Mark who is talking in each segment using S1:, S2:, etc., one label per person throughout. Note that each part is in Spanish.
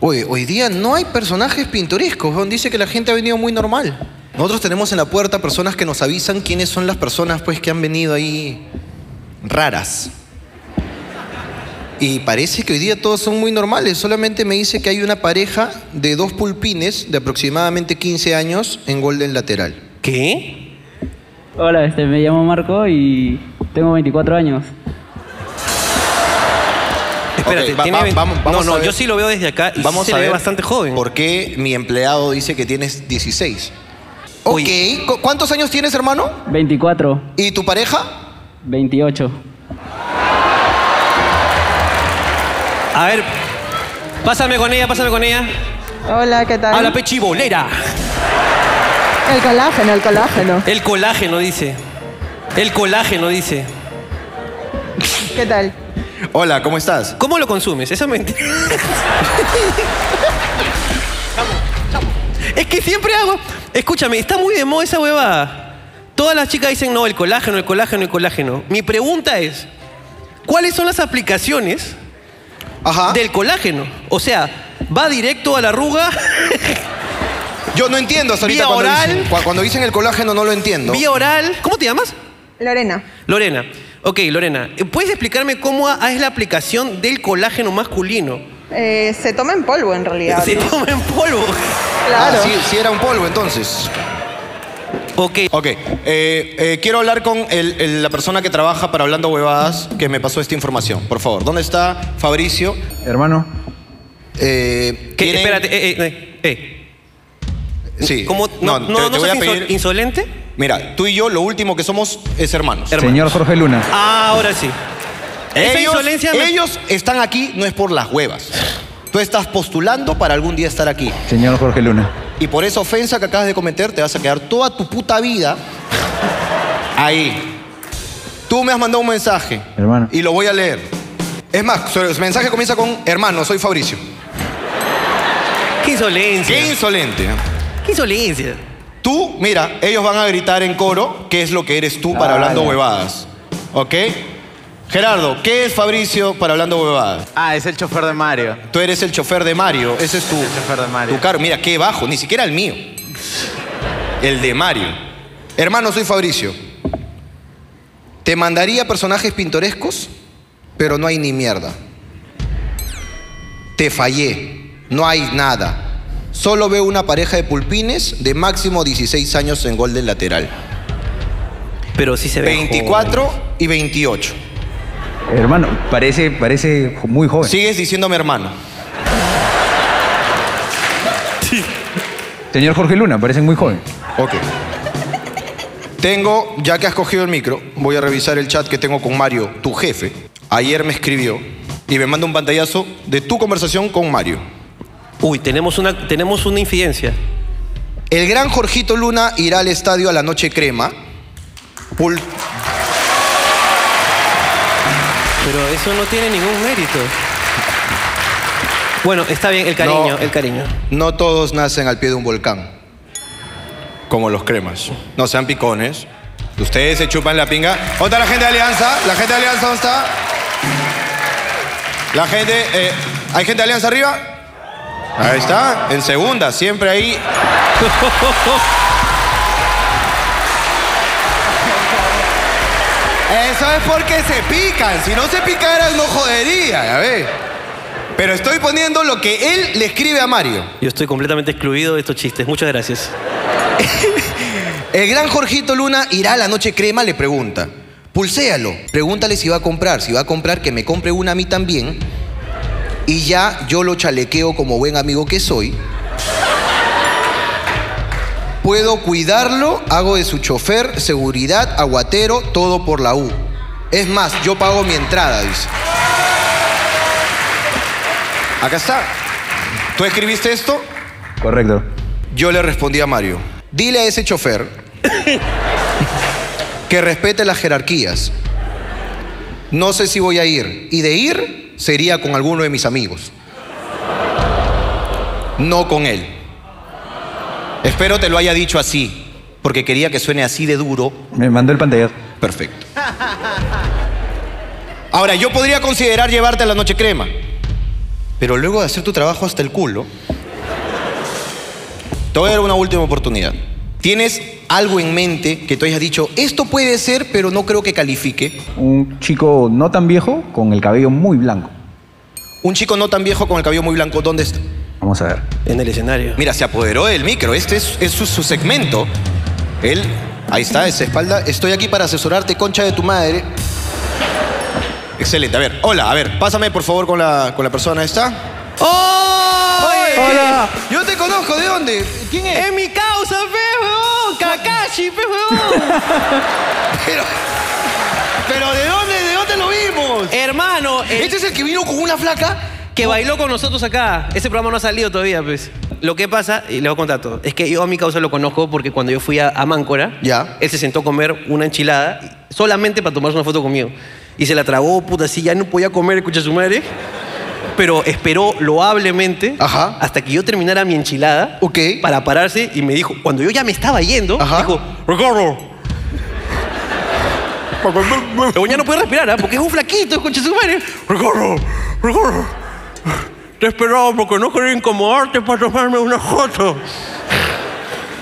S1: Oye, hoy día no hay personajes pintorescos. weón. Dice que la gente ha venido muy normal. Nosotros tenemos en la puerta personas que nos avisan quiénes son las personas pues, que han venido ahí raras. Y parece que hoy día todos son muy normales. Solamente me dice que hay una pareja de dos pulpines de aproximadamente 15 años en Golden Lateral.
S2: ¿Qué?
S3: Hola, este, me llamo Marco y tengo 24 años.
S2: Espérate,
S1: Ok, va-
S2: tiene
S1: va-
S2: 20
S1: vamos- vamos
S2: No, no,
S1: a ver.
S2: yo sí lo veo desde acá y
S1: Vamos
S2: sí se
S1: a
S2: le
S1: ver
S2: ve bastante joven.
S1: ¿Por qué mi empleado dice que tienes 16? Ok,
S2: Oye.
S1: ¿cu- ¿cuántos años tienes, hermano?
S3: 24,
S1: ¿Y tu pareja?
S3: 28.
S2: A ver, pásame con ella, pásame con ella.
S4: Hola, ¿qué tal?
S2: Habla pechibolera.
S4: el colágeno, el colágeno.
S2: El colágeno dice. El colágeno dice.
S4: ¿Qué tal?
S1: Hola, ¿cómo estás?
S2: ¿Cómo lo consumes? Eso me interesa. Es que siempre hago. Escúchame, está muy de moda esa huevada. Todas las chicas dicen no, el colágeno, el colágeno, el colágeno. Mi pregunta es: ¿cuáles son las aplicaciones
S1: Ajá.
S2: del colágeno? O sea, ¿va directo a la arruga?
S1: Yo no entiendo hasta ahorita
S2: Vía
S1: cuando,
S2: oral.
S1: Dicen, cua- cuando dicen el colágeno no lo entiendo.
S2: ¿Vía oral? ¿Cómo te llamas?
S4: Lorena.
S2: Lorena. Ok, Lorena, ¿puedes explicarme cómo a- es la aplicación del colágeno masculino?
S4: Eh, se toma en polvo en realidad.
S2: Se
S4: ¿no?
S2: toma en polvo.
S4: Claro.
S1: Ah, sí, sí era un polvo entonces.
S2: Ok,
S1: Ok, eh, eh, quiero hablar con el- el- la persona que trabaja para Hablando Huevadas que me pasó esta información, por favor. ¿Dónde está Fabricio?
S5: Hermano,
S1: Eh,
S2: ¿Qué?
S1: ¿tienen-
S2: Espérate, eh, eh, eh, eh.
S1: Sí.
S2: ¿Cómo? No, no,
S1: te-
S2: no,
S1: te voy
S2: seas
S1: a
S2: inso-
S1: pedir-
S2: insolente.
S1: Mira, tú y yo lo último que somos es hermanos.
S2: Hermano.
S5: señor Jorge Luna.
S2: Ah, ahora sí. Esa
S1: Ellos,
S2: insolencia me-
S1: ellos están aquí no es por las huevas. Tú estás postulando para algún día estar aquí.
S5: Señor Jorge Luna.
S1: Y por esa ofensa que acabas de cometer te vas a quedar toda tu puta vida ahí. Tú me has mandado un mensaje.
S5: Hermano.
S1: Y lo voy a leer. Es más, su- su mensaje comienza con, hermano, soy Fabricio.
S2: Qué insolencia.
S1: Qué
S2: ¿Qué?
S1: insolente. ¿eh?
S2: insolencia.
S1: Tú, mira, ellos van a gritar en coro qué es lo que eres tú para
S5: Ah,
S1: hablando
S5: ya.
S1: huevadas. ¿Ok? Gerardo, ¿qué es Fabricio para hablando huevadas?
S6: Ah, es el chofer de Mario.
S1: Tú eres el chofer de Mario, ese es tu,
S6: El chofer de Mario.
S1: tu cargo. Mira, qué bajo, ni siquiera el mío. El de Mario. Hermano, soy Fabricio. Te mandaría personajes pintorescos, pero no hay ni mierda. Te fallé, no hay nada. Solo veo una pareja de pulpines de máximo 16 años en gol del lateral.
S2: Pero sí se ve.
S1: 24 y 28.
S5: Hermano, parece, parece jo- muy joven.
S1: Sigues diciéndome hermano.
S5: Señor Jorge Luna, parecen muy joven.
S1: Ok. Tengo, ya que has cogido el micro, voy a revisar el chat que tengo con Mario, tu jefe. Ayer me escribió y me manda un pantallazo de tu conversación con Mario.
S2: Uy, tenemos una, tenemos una infidencia.
S1: El gran Jorgito Luna irá al estadio a la noche crema. Pul-
S2: Pero eso no tiene ningún mérito. Bueno, está bien, el cariño,
S1: No.
S2: el cariño.
S1: no todos nacen al pie de un volcán. Como los cremas. No sean picones. Ustedes se chupan la pinga. ¿Dónde está la gente de Alianza? ¿La gente de Alianza dónde está? La gente. eh, ¿Hay gente de Alianza arriba? Ahí está. En segunda, siempre ahí. Eso es porque se pican. Si no se picaran, no jodería, ya ves. Pero estoy poniendo lo que él le escribe a Mario.
S2: Yo estoy completamente excluido de estos chistes. Muchas gracias.
S1: El gran Jorgito Luna irá a la noche crema, le pregunta. Pulséalo, pregúntale si va a comprar. Si va a comprar, que me compre una a mí también. Y ya yo lo chalequeo como buen amigo que soy. Puedo cuidarlo, hago de su chofer, seguridad, aguatero, todo por la U. Es más, yo pago mi entrada, dice. Acá está. ¿Tú escribiste esto?
S5: Correcto.
S1: Yo le respondí a Mario, dile a ese chofer que respete las jerarquías. No sé si voy a ir. Y de ir sería con alguno de mis amigos. No con él. Espero te lo haya dicho así, porque quería que suene así de duro.
S5: Me mandó el pantallazo.
S1: Perfecto. Ahora, yo podría considerar llevarte a la noche crema. Pero luego de hacer tu trabajo hasta el culo, te voy a dar una última oportunidad. ¿Tienes algo en mente que tú hayas dicho, esto puede ser, pero no creo que califique?
S7: Un chico no tan viejo con el cabello muy blanco.
S1: Un chico no tan viejo con el cabello muy blanco, ¿dónde está?
S7: Vamos a ver.
S2: En el escenario.
S1: Mira, se apoderó del micro. Este es, es su, su segmento. Él, ahí está, esa espalda. Estoy aquí para asesorarte, concha de tu madre. Excelente. A ver, hola, a ver, pásame por favor con la, con la persona esta.
S2: ¡Oh!
S1: Oye,
S2: ¡Hola!
S1: Yo te conozco, ¿de dónde? ¿Quién es?
S2: ¡Es mi causa, pe, huevón! ¡Kakashi, pe, huevón!
S1: Pero, pero ¿de dónde? ¿De dónde lo vimos?
S2: Hermano, el
S1: Este es el que vino con una flaca.
S2: que bailó con nosotros acá. Ese programa no ha salido todavía, pues. Lo que pasa, y le voy a contar todo, es que yo a mi causa lo conozco porque cuando yo fui a, a Máncora,
S1: Ya.
S2: él se sentó a comer una enchilada solamente para tomarse una foto conmigo. Y se la tragó, puta, así ya no podía comer, escucha su madre. Pero esperó loablemente
S1: Ajá.
S2: hasta que yo terminara mi enchilada
S1: Ok.
S2: para pararse y me dijo, cuando yo ya me estaba yendo,
S1: Ajá.
S2: dijo, Ricardo. Pero ya no puede respirar, ¿ah? porque es un flaquito, concha de su madre. Ricardo, Ricardo, te esperaba porque no quería incomodarte para tomarme una foto.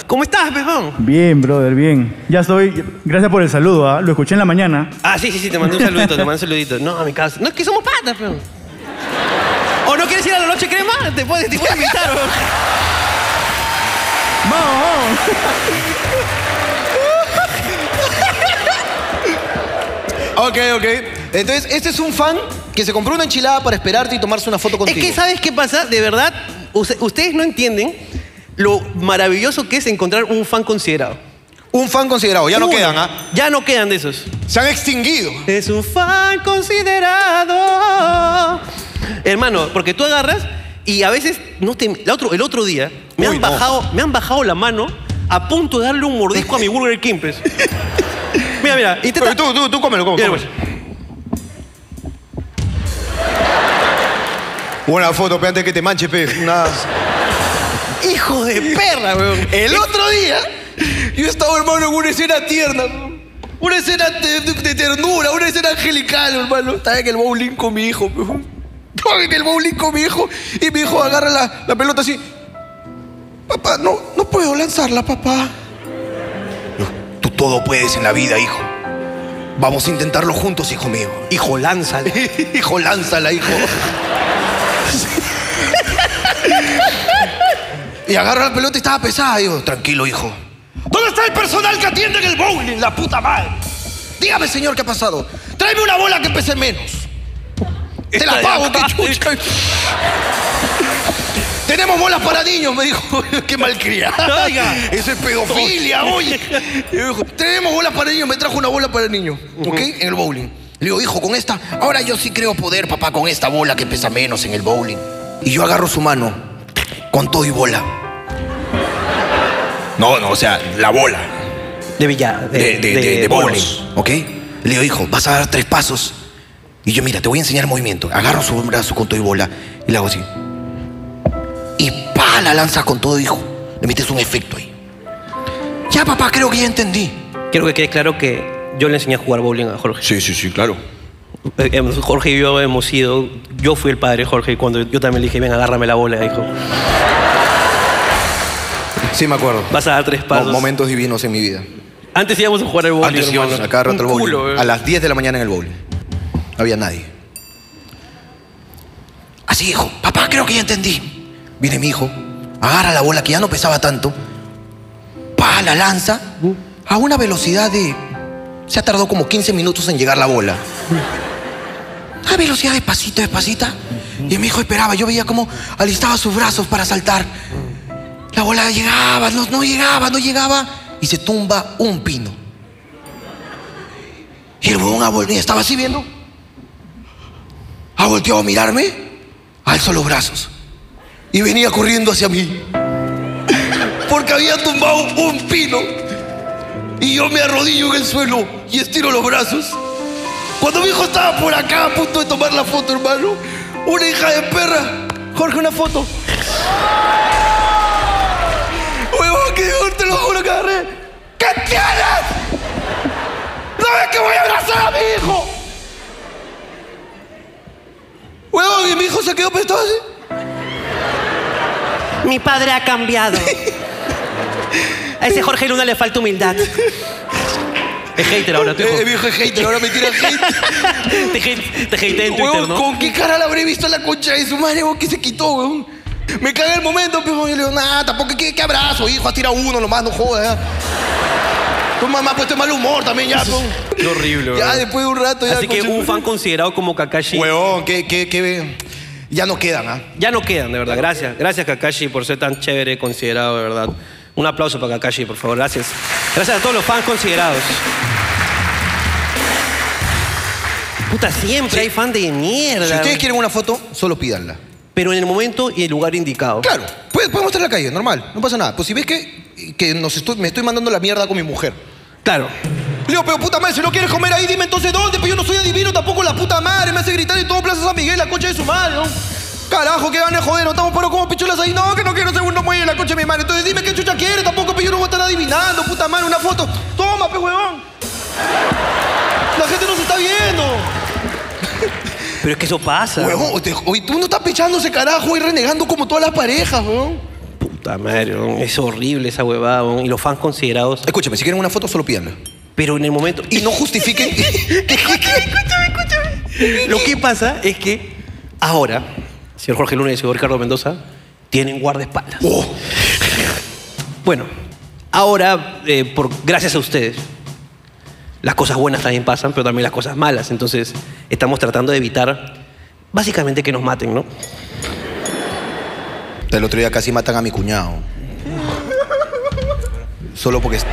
S2: ¿Cómo estás, pejón?
S8: Bien, brother, bien. Ya estoy. Gracias por el saludo, ¿ah? lo escuché en la mañana.
S2: Ah, sí, sí, sí, te mandé un saludito, te mandé un saludito. No, a mi casa. No, es que somos patas, pejón. ¿O no quieres ir a la noche crema? Te puedes, te puedo invitar, pejón.
S1: Ok, ok. Entonces, este es un fan que se compró una enchilada para esperarte y tomarse una foto contigo.
S2: Es que, ¿sabes qué pasa? De verdad, use- ustedes no entienden lo maravilloso que es encontrar un fan considerado.
S1: Un fan considerado. Ya no
S2: Uno.
S1: quedan, ¿ah?
S2: Ya no quedan de esos.
S1: Se han extinguido.
S2: Es un fan considerado. Hermano, porque tú agarras y a veces no te- la otro- el otro día me
S1: Uy,
S2: han
S1: no.
S2: bajado, me han bajado la mano a punto de darle un mordisco a mi Burger King. pues. Mira, mira, intenta.
S1: Pero tú, tú, tú cómelo, cómelo.
S2: Mira,
S1: cómelo.
S2: pues.
S1: Buena foto, pe, antes que te manches, pe. Una-
S2: Hijo de perra, weón.
S1: El otro día, yo estaba, hermano, en una escena tierna. Una escena de, de- de ternura, una escena angelical, hermano. Estaba en el bowling con mi hijo, pe. Estaba en el bowling con mi hijo y mi hijo agarra la, la pelota así. Papá, no, no puedo lanzarla, papá. Yo, Tú todo puedes en la vida, hijo. Vamos a intentarlo juntos, hijo mío.
S2: Hijo, lánzale.
S1: hijo, lánzala, hijo. y agarra la pelota y estaba pesada. Digo, tranquilo, hijo. ¿Dónde está el personal que atiende en el bowling, la puta madre? Dígame, señor, ¿qué ha pasado? Tráeme una bola que pese menos. Te la pago, qué chucha. Tenemos bolas para niños, me dijo. qué malcriada.
S2: Oiga.
S1: Eso es pedofilia, oye. Y me dijo, tenemos bolas para niños. Me trajo una bola para niños, ¿ok? En el bowling. Le digo, hijo, con esta. Ahora yo sí creo poder, papá, con esta bola que pesa menos en el bowling. Y yo agarro su mano con todo y bola. No, no, o sea, la bola
S2: De Villa.
S1: de, de, de- de bowling,
S2: bolos.
S1: ¿ok? Le digo, hijo, vas a dar tres pasos. Y yo, mira, te voy a enseñar el movimiento. Agarro su brazo con todo y bola y le hago así. Y pa, la lanzas con todo, hijo. Le metes un efecto ahí. Ya, papá, creo que ya entendí.
S2: Quiero que quede claro que yo le enseñé a jugar bowling a Jorge.
S1: Sí, sí, sí, claro.
S2: Eh, eh, Jorge y yo hemos sido. Yo fui el padre de Jorge y cuando yo también le dije, ven, agárrame la bola, hijo.
S1: Sí, me acuerdo.
S2: Vas a dar tres pasos.
S1: momentos divinos en mi vida.
S2: Antes íbamos a jugar al bowling.
S1: Antes
S2: hermano.
S1: íbamos a cada rato al
S2: Un
S1: bowling.
S2: culo, eh.
S1: a las 10 de la mañana en el bowling. No había nadie. Así, hijo. Papá, creo que ya entendí. Viene mi hijo, agarra la bola que ya no pesaba tanto, pa, la lanza a una velocidad de... Se ha tardado como 15 minutos en llegar la bola. A velocidad despacito, despacita. Y mi hijo esperaba. Yo veía cómo alistaba sus brazos para saltar. La bola llegaba, no, no llegaba, no llegaba. Y se tumba un pino. Y el huevón ha vol- y estaba así viendo. Ha volteado a mirarme. Alzó los brazos. Y venía corriendo hacia mí. Porque había tumbado un pino. Y yo me arrodillo en el suelo y estiro los brazos. Cuando mi hijo estaba por acá a punto de tomar la foto, hermano, una hija de perra. Jorge, una foto. Huevón, que yo te lo juro que agarré. ¿Qué tienes? ¿No ves que voy a abrazar a mi hijo? Huevón, y mi hijo se quedó prestado así.
S8: Mi padre ha cambiado. A ese Jorge Luna le falta humildad.
S2: Es hater ahora, tu hijo.
S1: Eh, viejo es hater, ahora me tira hate.
S8: Te, hate- te hateé en Twitter,
S1: Huevón,
S8: ¿no?
S1: ¿con qué cara la habré visto a la concha de su madre, huevón, que se quitó, huevón? Me caga el momento, pero yo le digo, nada, tampoco, ¿qué, qué abrazo, hijo? Has tirado uno nomás, no jodas, ya. Tu mamá ha puesto mal humor también, ya, huevón.
S2: Qué horrible,
S1: Ya,
S2: huevón.
S1: después de un rato, ya.
S2: Así que
S1: concha-
S2: un fan considerado como Kakashi.
S1: Huevón, que, que, que... Ya no quedan, ¿ah?
S2: Ya no quedan, de verdad. Gracias. Gracias, Kakashi, por ser tan chévere, considerado, de verdad. Un aplauso para Kakashi, por favor. Gracias. Gracias a todos los fans considerados. Puta, siempre hay fan de mierda.
S1: Si ustedes quieren una foto, solo pídanla.
S2: Pero en el momento y el lugar indicado.
S1: Claro, puede- podemos estar en la calle, normal, no pasa nada. Pues si ves que, que nos estoy- me estoy mandando la mierda con mi mujer.
S2: Claro.
S1: Leo, pero puta madre, si no quieres comer ahí, dime entonces dónde, pues yo no soy adivino tampoco la puta madre, me hace gritar en todo Plaza San Miguel, la concha de su madre, ¿no? Carajo, que van a joder, no estamos pero como pichulas ahí, no, que no quiero segundo muelle, la concha de mi madre, entonces dime qué chucha quieres, tampoco, pues yo no voy a estar adivinando, puta madre, una foto, toma, pe huevón. La gente nos está viendo.
S2: Pero es que eso pasa.
S1: Huevón, te- hoy tú no estás pechando ese carajo y renegando como todas las parejas, huevón.
S2: Puta madre, weón. es horrible esa huevada. weón. Y los fans considerados.
S1: Escúchame, si quieren una foto, solo pídanla.
S2: Pero en el momento.
S1: Y no justifiquen.
S2: Lo que pasa es que ahora, señor Jorge Luna y señor Ricardo Mendoza tienen guardaespaldas.
S1: Oh.
S2: Bueno, ahora, eh, por, gracias a ustedes, las cosas buenas también pasan, pero también las cosas malas. Entonces, estamos tratando de evitar, básicamente, que nos maten, ¿no?
S1: El otro día casi matan a mi cuñado. Solo porque. es-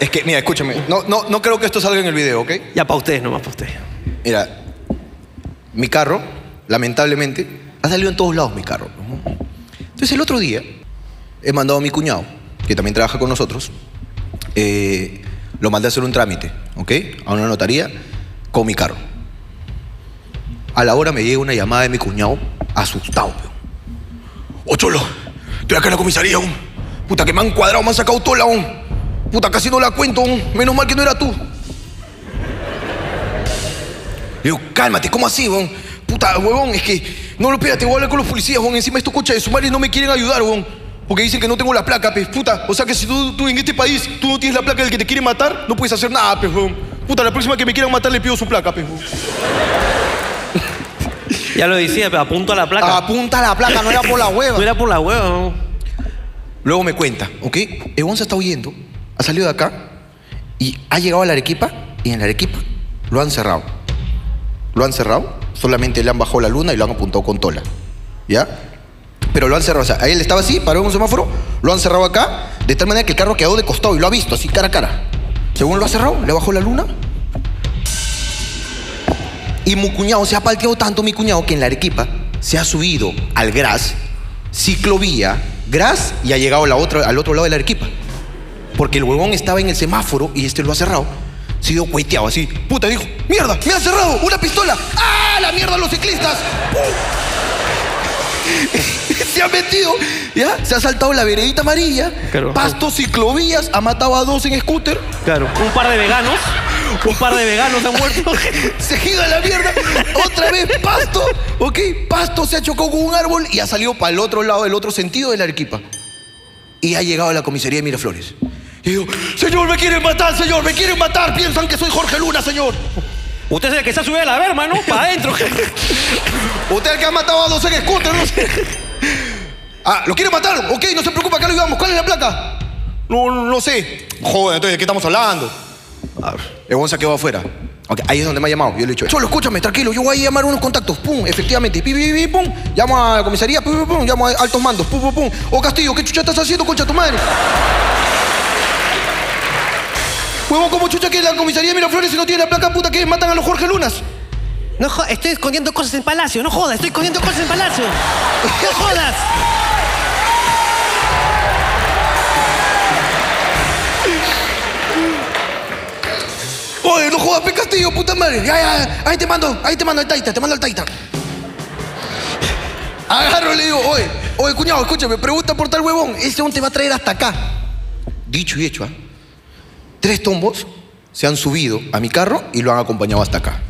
S1: Es que, mira, escúchame. No, no, no creo que esto salga en el video, ¿ok?
S2: Ya para ustedes, nomás para ustedes.
S1: Mira, mi carro, lamentablemente, ha salido en todos lados mi carro. ¿no? Entonces el otro día he mandado a mi cuñado, que también trabaja con nosotros, eh, lo mandé a hacer un trámite, ¿ok? A una notaría con mi carro. A la hora me llega una llamada de mi cuñado asustado. peón. ¡Oh, cholo! Estoy acá en la comisaría, aún. Puta, que me han cuadrado, me han sacado toda la, aún. Puta, casi no la cuento, aún. Menos mal que no era tú. Le digo, cálmate, ¿cómo así, weón? Puta, huevón, es que. No, no, espérate, voy a hablar con los policías, weón. Encima estos coches de su madre no me quieren ayudar, weón. Porque dicen que no tengo la placa, pues, puta. O sea que si tú, tú en este país tú no tienes la placa del que te quiere matar, no puedes hacer nada, pues, weón. Puta, la próxima que me quieran matar le pido su placa, pues, weón.
S2: Ya lo decía, pero apunto a la placa.
S1: Apunta la placa, no era por la hueva.
S2: No era por la hueva, ¿no?
S1: Luego me cuenta, ¿ok? Evon se está huyendo, ha salido de acá y ha llegado a la Arequipa y en la Arequipa lo han cerrado. Lo han cerrado, solamente le han bajado la luna y lo han apuntado con tola. ¿Ya? Pero lo han cerrado, o sea, él estaba así, paró en un semáforo, lo han cerrado acá, de tal manera que el carro quedó de costado y lo ha visto así cara a cara. Según lo ha cerrado, le bajó la luna. Y mi cuñado se ha palteado tanto, mi cuñado, que en la Arequipa se ha subido al Gras, ciclovía, Gras, y ha llegado a la otra, al otro lado de la Arequipa. Porque el huevón estaba en el semáforo y este lo ha cerrado. Se dio cueteado así. Puta, dijo, mierda, me han cerrado, ¡Uh! una pistola. ¡Ah, la mierda, los ciclistas! ¡Uh! se ha metido, ¿ya? Se ha saltado la veredita amarilla,
S2: Claro.
S1: pastos, ciclovías, ha matado a dos en scooter.
S2: Claro. Un par de veganos. Un par de veganos han muerto.
S1: Se gira la mierda. Otra vez Pasto. Ok, Pasto se ha chocado con un árbol y ha salido para el otro lado, del otro sentido de la Arequipa. Y ha llegado a la comisaría de Miraflores. Y digo, señor, me quieren matar, señor, me quieren matar. Piensan que soy Jorge Luna, señor.
S2: Usted es el que se ha subido a la verma, ¿no? Para adentro.
S1: Usted es el que ha matado a dos en scooter, no sé. Ah, ¿lo quiere matar? Ok, no se preocupe, acá lo llevamos. ¿Cuál es la placa? No, no sé. Joder, entonces, ¿de qué estamos hablando? El Gonza quedó afuera. Ok, ahí es donde me ha llamado. Yo le he dicho, Cholo, escúchame, tranquilo, yo voy a llamar unos contactos. Pum, efectivamente. Pi, pi, pi, pum. Llamo a la comisaría, pum, pum, pum. Llamo a altos mandos. Pum, pum, pum. Oh, Castillo, ¿qué chucha estás haciendo, concha de tu madre? Huevón, ¿cómo chucha que la comisaría de Miraflores si no tiene la placa puta que matan a los Jorge Lunas?
S8: No jo- estoy escondiendo cosas en Palacio, no jodas, estoy escondiendo cosas en Palacio. No jodas.
S1: Oye, no jodas, pe Castillo, puta madre. Ya, ya, ahí te mando, ahí te mando al Taita, te mando al Taita. Agarro y le digo, oye, oye, cuñado, escúchame, pregunta por tal huevón. Ese huevón te va a traer hasta acá. Dicho y hecho, ¿ah? Tres tombos se han subido a mi carro y lo han acompañado hasta acá.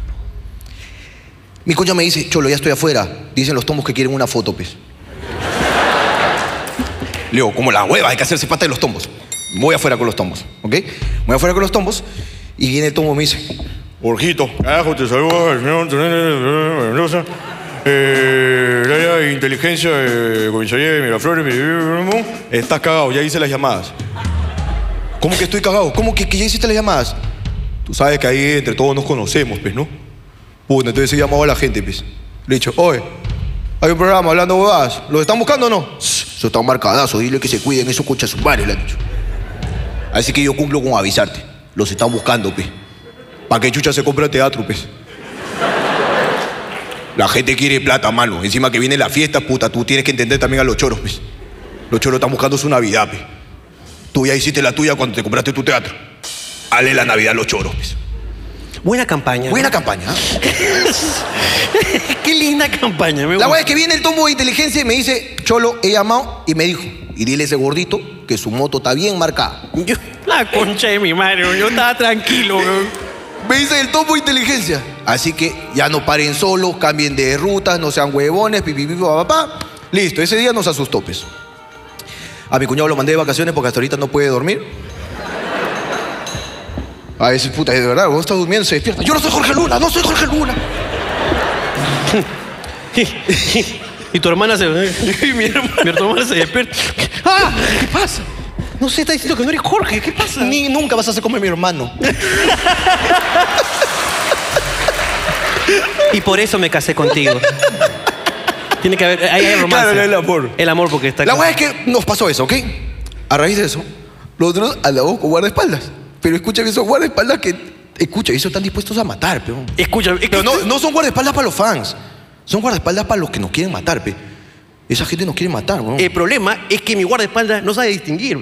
S1: Mi concha me dice, Cholo, ya estoy afuera. Dicen los tombos que quieren una foto, pues. Le digo, como la hueva, hay que hacerse pata de los tombos. Voy afuera con los tombos, ¿ok? Voy afuera con los tombos y viene el tombo y me dice,
S9: Jorgito, carajo, te saludo el señor Antonio Mendoza. Eh, el área de inteligencia de comisaría de Miraflores. mi- Estás cagado, ya hice las llamadas.
S1: ¿cómo que estoy cagado? ¿Cómo que, que ya hiciste las llamadas?
S9: Tú sabes que ahí entre todos nos conocemos, pues, ¿no?
S1: Puta, entonces he llamado a la gente, pues. Le he dicho, oye, hay un programa hablando huevadas. ¿Lo están buscando o no? Eso está marcadazo, dile que se cuiden esos conchas sumarios, le han dicho. Así que yo cumplo con avisarte. Los están buscando, pues.
S9: ¿Para qué chucha se compra teatro, pues? La gente quiere plata, mano. Encima que viene la fiesta, puta, tú tienes que entender también a los choros, pues. Los choros están buscando su Navidad, pues. Tú ya hiciste la tuya cuando te compraste tu teatro. Hale la Navidad a los choros, pues.
S2: Buena campaña.
S1: Buena campaña. ¿ah?
S2: Qué linda campaña. Me
S1: La
S2: gusta.
S1: weá es que viene el tombo de inteligencia y me dice, Cholo, he llamado y me dijo, y dile a ese gordito que su moto está bien marcada.
S2: Yo- la concha de mi madre, weón. yo estaba tranquilo, weón.
S1: Me dice el tombo de inteligencia. Así que ya no paren solos, cambien de rutas, no sean huevones, pipipipi, papá. Listo, ese día nos asustó, pues. A mi cuñado lo mandé de vacaciones porque hasta ahorita no puede dormir. A veces, puta, de verdad, vos estás durmiendo, se despierta. Yo no soy Jorge Luna, no soy Jorge Luna.
S2: y tu hermana se. y mi, hermana, mi hermana se despierta. ¡Ah! ¿Qué pasa? No sé, está diciendo que no eres Jorge. ¿Qué pasa?
S1: Ni nunca vas a ser como mi hermano.
S2: Y por eso me casé contigo. Tiene que haber. Ahí hay romance.
S9: Claro, el amor.
S2: El amor porque está.
S1: La weá es que nos pasó eso, ¿ok? A raíz de eso, nosotros andamos con guardaespaldas. Pero escucha que son guardaespaldas que. Escucha, ellos están dispuestos a matar, peón.
S2: Escucha, es que-
S1: Pero no, no son guardaespaldas para los fans. Son guardaespaldas para los que nos quieren matar, pe. Esa gente nos quiere matar, weón.
S2: El problema es que mi guardaespaldas no sabe distinguir.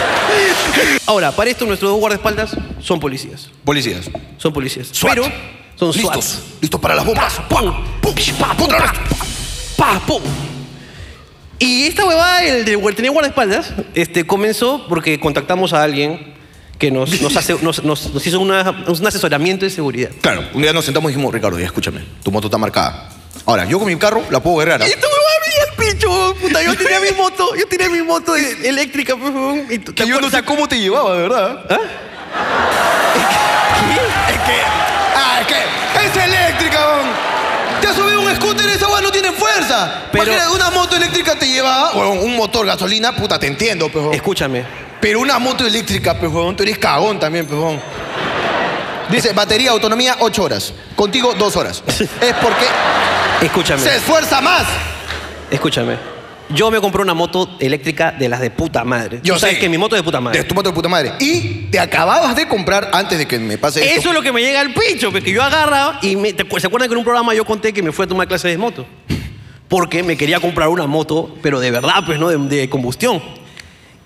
S2: Ahora, para esto nuestros dos guardaespaldas son policías.
S1: Policías.
S2: Son policías.
S1: SWAT.
S2: Pero son
S1: listos.
S2: SWATs.
S1: Listos para las bombas.
S2: ¡Pum! ¡Pum! ¡Pish! ¡Pa! ¡Pum! ¡Pa! ¡Pa! ¡Pum! Y esta huevada, el de guar- tener guardaespaldas, este, comenzó porque contactamos a alguien que nos, nos, hace- nos- nos- nos hizo una- un asesoramiento de seguridad.
S1: Claro, un día nos sentamos y dijimos, Ricardo, ya escúchame, tu moto está marcada. Ahora, yo con mi carro la puedo guerrear. ¿ah?
S2: Y esta huevada me el pincho, puta, yo tenía mi moto, yo tenía mi moto de- eléctrica, pues, huevón, y tú-
S1: Que yo no sé cómo te llevaba, de verdad. ¿Ah? Es que. Ah, es que. Es eléctrica, weón. Te has subido un scooter esa weón no tiene fuerza.
S2: Pero-
S1: Pero. Una moto eléctrica te llevaba. Weón, un motor gasolina, puta, te entiendo, pejo.
S2: Escúchame,
S1: Pero una moto eléctrica, pejón, tú eres cagón también, pejón. Dice, batería, autonomía, 8 horas. Contigo, 2 horas. Es porque
S2: escúchame.
S1: se esfuerza más.
S2: Escúchame. Yo me compré una moto eléctrica de las de puta madre. Tú sabes
S1: sé.
S2: que mi moto es de puta madre.
S1: De tu moto de puta madre. Y te acababas de comprar antes de que me pase esto.
S2: Eso es lo que me llega al pincho, porque yo agarraba y me, ¿te acuer- ¿se acuerdan que en un programa yo conté que me fui a tomar clases de moto? Porque me quería comprar una moto, pero de verdad, pues, ¿no? De, de combustión.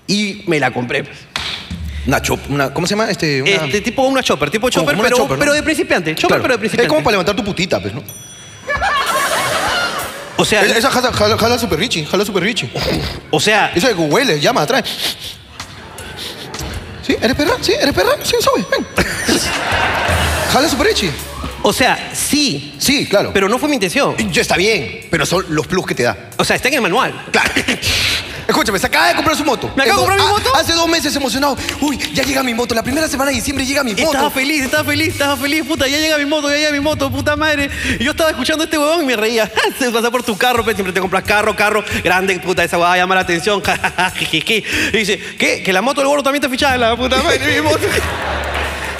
S2: Y me la compré. pues.
S1: Una chop, una, ¿cómo se llama? Este, una-
S2: Este tipo una chopper, tipo chopper,
S1: como una
S2: pero,
S1: chopper, ¿no?
S2: pero de principiante. Chopper,
S1: Claro.
S2: pero de
S1: Es
S2: principiante.
S1: como para levantar tu putita, pues, ¿no?
S2: o sea,
S1: Es- Esa jala, jala, jala super richie, jala super richie.
S2: o sea,
S1: Esa de que huele, llama, atrae. ¿Sí? ¿Eres perra? ¿Sí? ¿Eres perra? Sí, sube, ven. Jala super richie.
S2: o sea, sí,
S1: Sí, claro.
S2: pero no fue mi intención.
S1: Ya está bien, pero son los plus que te da.
S2: O sea, está en el manual.
S1: Claro. Escúchame, se acaba de comprar su moto.
S2: ¿Me acabo de comprar mi
S1: Ah,
S2: moto?
S1: Hace dos meses emocionado. Uy, ya llega mi moto. La primera semana de diciembre llega mi moto.
S2: Estaba feliz, estaba feliz, estaba feliz, puta, ya llega mi moto, ya llega mi moto, puta madre. Y yo estaba escuchando a este huevón y me reía. Se pasa por tu carro, pues, siempre te compras carro, carro, grande, puta, esa huevada llama la atención. jijiji. y dice, ¿qué? Que la moto del gordo también está fichada, la puta madre, mi moto.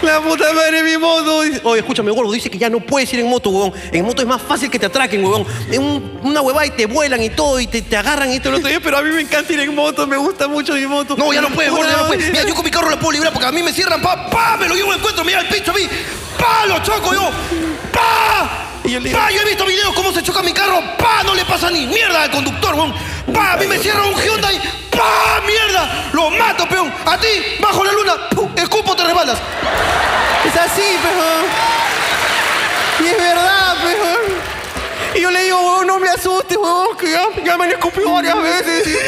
S2: La puta madre, mi moto. Dice, Oye, escúchame, gordo, dice que ya no puedes ir en moto, huevón. En moto es más fácil que te atraquen, huevón. En un- una huevada y te vuelan y todo, y te, te agarran y todo lo otro. Pero a mí me encanta ir en moto, me gusta mucho mi moto.
S1: No, ya no puedes, gordo, ya no puedes. Mira, yo con mi carro la puedo librar porque a mí me cierran. Pa, pa, me lo llevo al encuentro. Mira el pincho a mí. Pa, lo choco yo. Pa.
S2: Y yo le digo-
S1: Pa, yo he visto videos cómo se choca mi carro. Pa, no le pasa ni mierda al conductor, weón. Pa, a mí me cierran un Hyundai. Pa, mierda. Lo mato, peón. A ti, bajo la luna. Pum, escupo, te resbalas.
S2: Es así, pero. Y es verdad, pero. Y yo le digo, huevón, no no me asustes, huevón, que ya, ya me la escupió varias veces.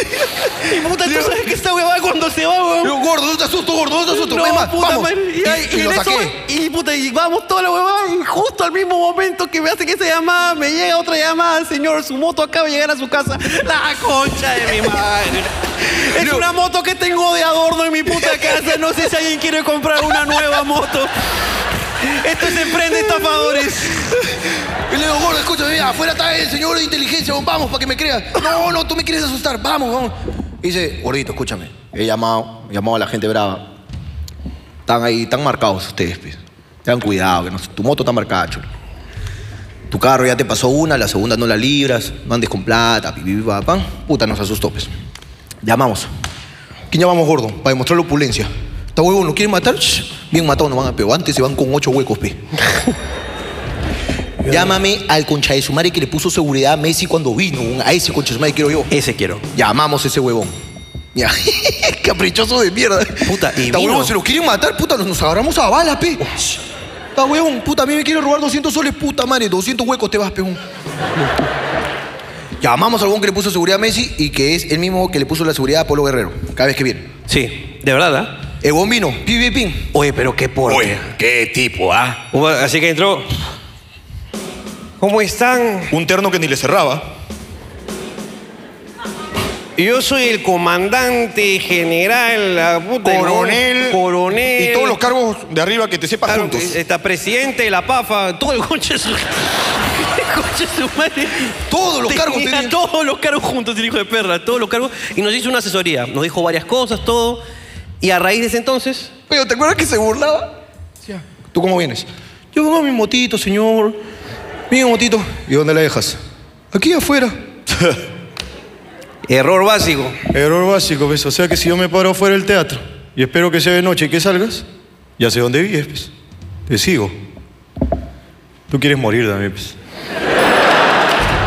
S2: Y puta, tú sabes que esta huevada cuando se va, huevón.
S1: Yo, gordo, no te asusto, gordo, no te asusto. Es más, vamos.
S2: madre. Y, ahí-
S1: Y- y
S2: y
S1: lo
S2: en eso,
S1: saqué.
S2: y puta, y vamos toda la huevada. Y justo al mismo momento que me hacen esa llamada, me llega otra llamada. Señor, su moto acaba de llegar a su casa. La concha de mi madre. Es una moto que tengo de adorno en mi puta casa. No sé si alguien quiere comprar una nueva moto. Esto es emprende estafadores.
S1: Y le digo, gordo, escúchame, mira, afuera está el señor de inteligencia, vamos, vamos, para que me creas. No, no, tú me quieres asustar, vamos, vamos. Y dice, gordito, escúchame, he llamado, he llamado a la gente brava. Están ahí, están marcados ustedes, pues. Tengan cuidado, que no, tu moto está marcada, chulo. Tu carro ya te pasó una, la segunda no la libras, no andes con plata, pipi, papá. Puta, nos asustó, pues. Llamamos. ¿Quién llamamos, gordo? Para demostrar la opulencia. ¿Está huevo? ¿Lo quieren matar? Shh, Bien matado, no van a peo. Antes se van con ocho huecos, pe. Llámame al concha de su madre que le puso seguridad a Messi cuando vino. un- A ese concha de su madre quiero yo.
S2: Ese quiero.
S1: Llamamos a ese huevón. Ya. Caprichoso de mierda.
S2: Puta, y
S1: Está
S2: vino.
S1: huevón, se lo quieren matar, puta, nos, nos agarramos a balas, pe. Está huevón, puta, a mí me quieren robar 200 soles, puta madre. 200 huecos te vas, peón. Llamamos al huevón que le puso seguridad a Messi y que es el mismo que le puso la seguridad a Polo Guerrero. Cada vez que viene.
S2: Sí, de verdad, ¿ah?
S1: El huevón vino, pi, pi, pin.
S2: Oye, pero qué porte.
S9: Oye, qué tipo, ¿ah?
S2: Hubo- Así que entró. ¿Cómo están?
S9: Un terno que ni le cerraba.
S2: Yo soy el comandante general, la puta, el
S9: Coronel.
S2: coronel.
S9: Y todos los cargos de arriba que te sepas
S2: Claro,
S9: juntos.
S2: Está presidente de la PAFA, todo el conche de su. el conche de su madre.
S1: Todos los cargos
S2: Tenía
S1: tenían.
S2: todos los cargos juntos, el hijo de perra, todos los cargos. Y nos hizo una asesoría, nos dijo varias cosas, todo. Y a raíz de ese entonces,
S1: Pero ¿te acuerdas que se burlaba? Decía, ¿Tú cómo vienes? Yo vengo a mi motito, señor. Mi motito. ¿Y dónde la dejas? Aquí afuera.
S2: error básico.
S10: Error básico,
S1: pues,
S10: ¿ves? O sea que si yo me paro afuera del teatro y espero que sea de noche y que salgas, ya sé dónde vives, pues. Te sigo. Tú quieres morir también, pues.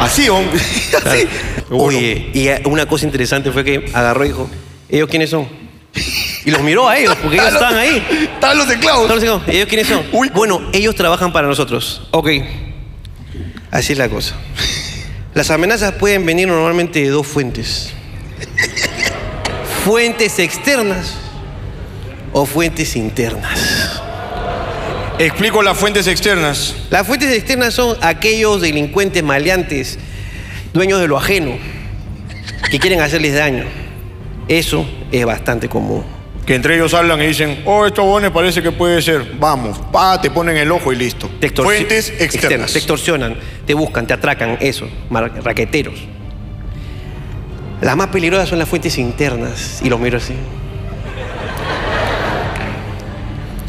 S9: Así, hombre. Así.
S2: Oye, y eh, una cosa interesante fue que agarró y dijo, ¿ellos quiénes son? Y los miró a ellos, porque ellos estaban ahí.
S1: Estaban los esclavos.
S2: Entonces, ¿y ¿ellos quiénes son? Bueno, ellos trabajan para nosotros. Ok. Así es la cosa. Las amenazas pueden venir normalmente de dos fuentes. Fuentes externas o fuentes internas.
S9: Explico las fuentes externas.
S2: Las fuentes externas son aquellos delincuentes maleantes, dueños de lo ajeno, que quieren hacerles daño. Eso es bastante común.
S9: Que entre ellos hablan y dicen, oh, estos bones parece que puede ser. Vamos, pa, te ponen el ojo y listo.
S2: Te extorsi-
S9: Fuentes externas.
S2: Te extorsionan, te buscan, te atracan, eso, mar- raqueteros. Las más peligrosas son las fuentes internas, y lo miro así.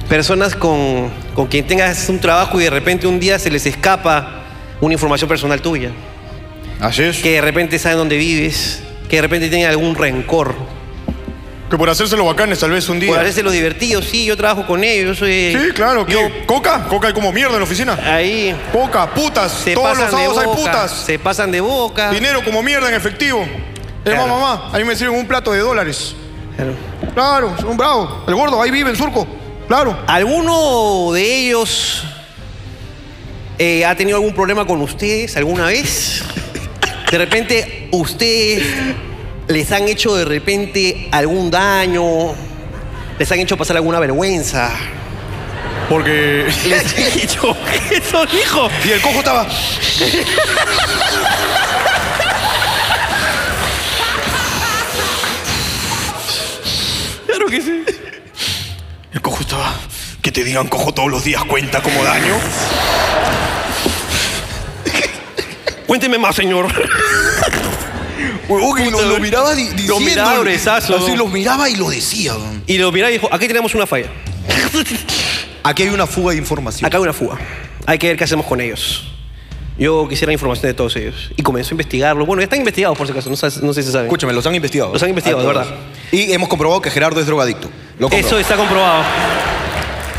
S2: Personas con, con quien tengas un trabajo y de repente un día se les escapa una información personal tuya.
S9: Así es.
S2: Que de repente saben dónde vives, que de repente tienen algún rencor.
S9: Que por hacerse los bacanes tal vez un día.
S2: Por hacerse lo divertido, sí, yo trabajo con ellos, yo soy...
S9: Sí, claro. que ¿Coca? Coca hay como mierda en la oficina.
S2: Ahí...
S9: Coca, putas.
S2: Se
S9: Todos
S2: pasan
S9: los sábados
S2: de
S9: hay
S2: boca,
S9: putas.
S2: Se pasan de boca.
S9: Dinero como mierda en efectivo. Es
S2: Claro.
S9: más, mamá, ahí me sirven un plato de dólares.
S2: Claro.
S9: Claro, son bravos. El gordo, ahí vive el surco. Claro.
S2: ¿Alguno de ellos eh, ha tenido algún problema con ustedes alguna vez? De repente, ustedes les han hecho de repente algún daño, les han hecho pasar alguna vergüenza.
S10: Porque
S2: Les han hecho eso, hijo.
S9: Y el cojo estaba.
S2: Claro que sí.
S9: El cojo estaba. Que te digan cojo todos los días cuenta como daño.
S2: Cuénteme más, señor.
S1: Huevón, que lo, lo miraba di-
S2: Lo
S1: diciendo.
S2: miraba brezazo.
S1: Así los miraba y lo decía. huevón.
S2: Y lo mirá y dijo, aquí tenemos una falla.
S1: Aquí hay una fuga de información.
S2: Acá hay una fuga. Hay que ver qué hacemos con ellos. Yo quisiera información de todos ellos. Y comenzó a investigarlo. Bueno, ya están investigados, por si acaso. No, sa- no sé si saben.
S1: Escúchame, los han investigado.
S2: Los han investigado,
S1: A
S2: de
S1: todos.
S2: verdad.
S1: Y hemos comprobado que Gerardo es drogadicto. Lo
S2: Eso
S1: comprobado.
S2: está comprobado.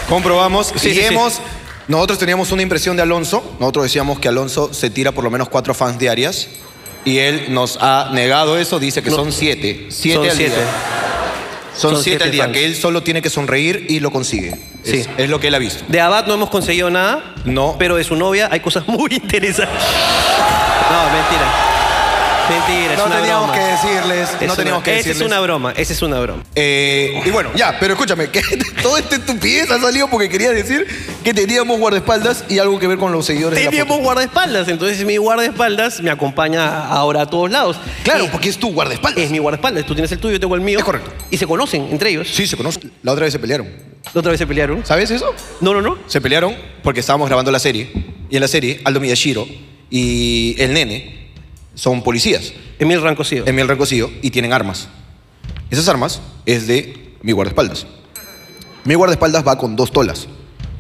S1: Comprobamos
S2: Sí, sí,
S1: y
S2: sí.
S1: hemos. Nosotros teníamos una impresión de Alonso. Nosotros decíamos que Alonso se tira por lo menos cuatro fans diarias. Y él nos ha negado eso. Dice que
S2: No.
S1: son siete. Siete
S2: Son
S1: al
S2: siete.
S1: día. Son,
S2: Son siete
S1: siete, al día.
S2: fans.
S1: Que él solo tiene que sonreír y lo consigue.
S2: Sí.
S1: Es, es lo que él ha visto.
S2: De Abad no hemos conseguido nada.
S1: No.
S2: Pero de su novia hay cosas muy interesantes. No, mentira. Mentira, es
S1: No
S2: una
S1: teníamos
S2: broma.
S1: que decirles,
S2: Es
S1: no
S2: una-
S1: teníamos que
S2: esa
S1: decirles.
S2: es una broma, esa es una broma.
S1: Eh, y bueno, ya, pero escúchame, que toda esta estupidez ha salido porque querías decir que teníamos guardaespaldas y algo que ver con los seguidores de la
S2: Teníamos
S1: foto.
S2: guardaespaldas, entonces mi guardaespaldas me acompaña ahora a todos lados.
S1: Claro,
S2: Y-
S1: porque es tu guardaespaldas.
S2: es mi guardaespaldas, tú tienes el tuyo, yo tengo el mío.
S1: Es correcto.
S2: Y se conocen entre ellos.
S1: Sí, se conoce. La otra vez se pelearon.
S2: La otra vez se pelearon.
S1: ¿Sabes eso?
S2: No, no, no.
S1: Se pelearon porque estábamos grabando la serie y en la serie Aldo Miyashiro y el nene son policías.
S2: Emil Rancosío.
S1: Emil Recosillo y tienen armas. Esas armas es de mi guardaespaldas. Mi guardaespaldas va con dos tolas,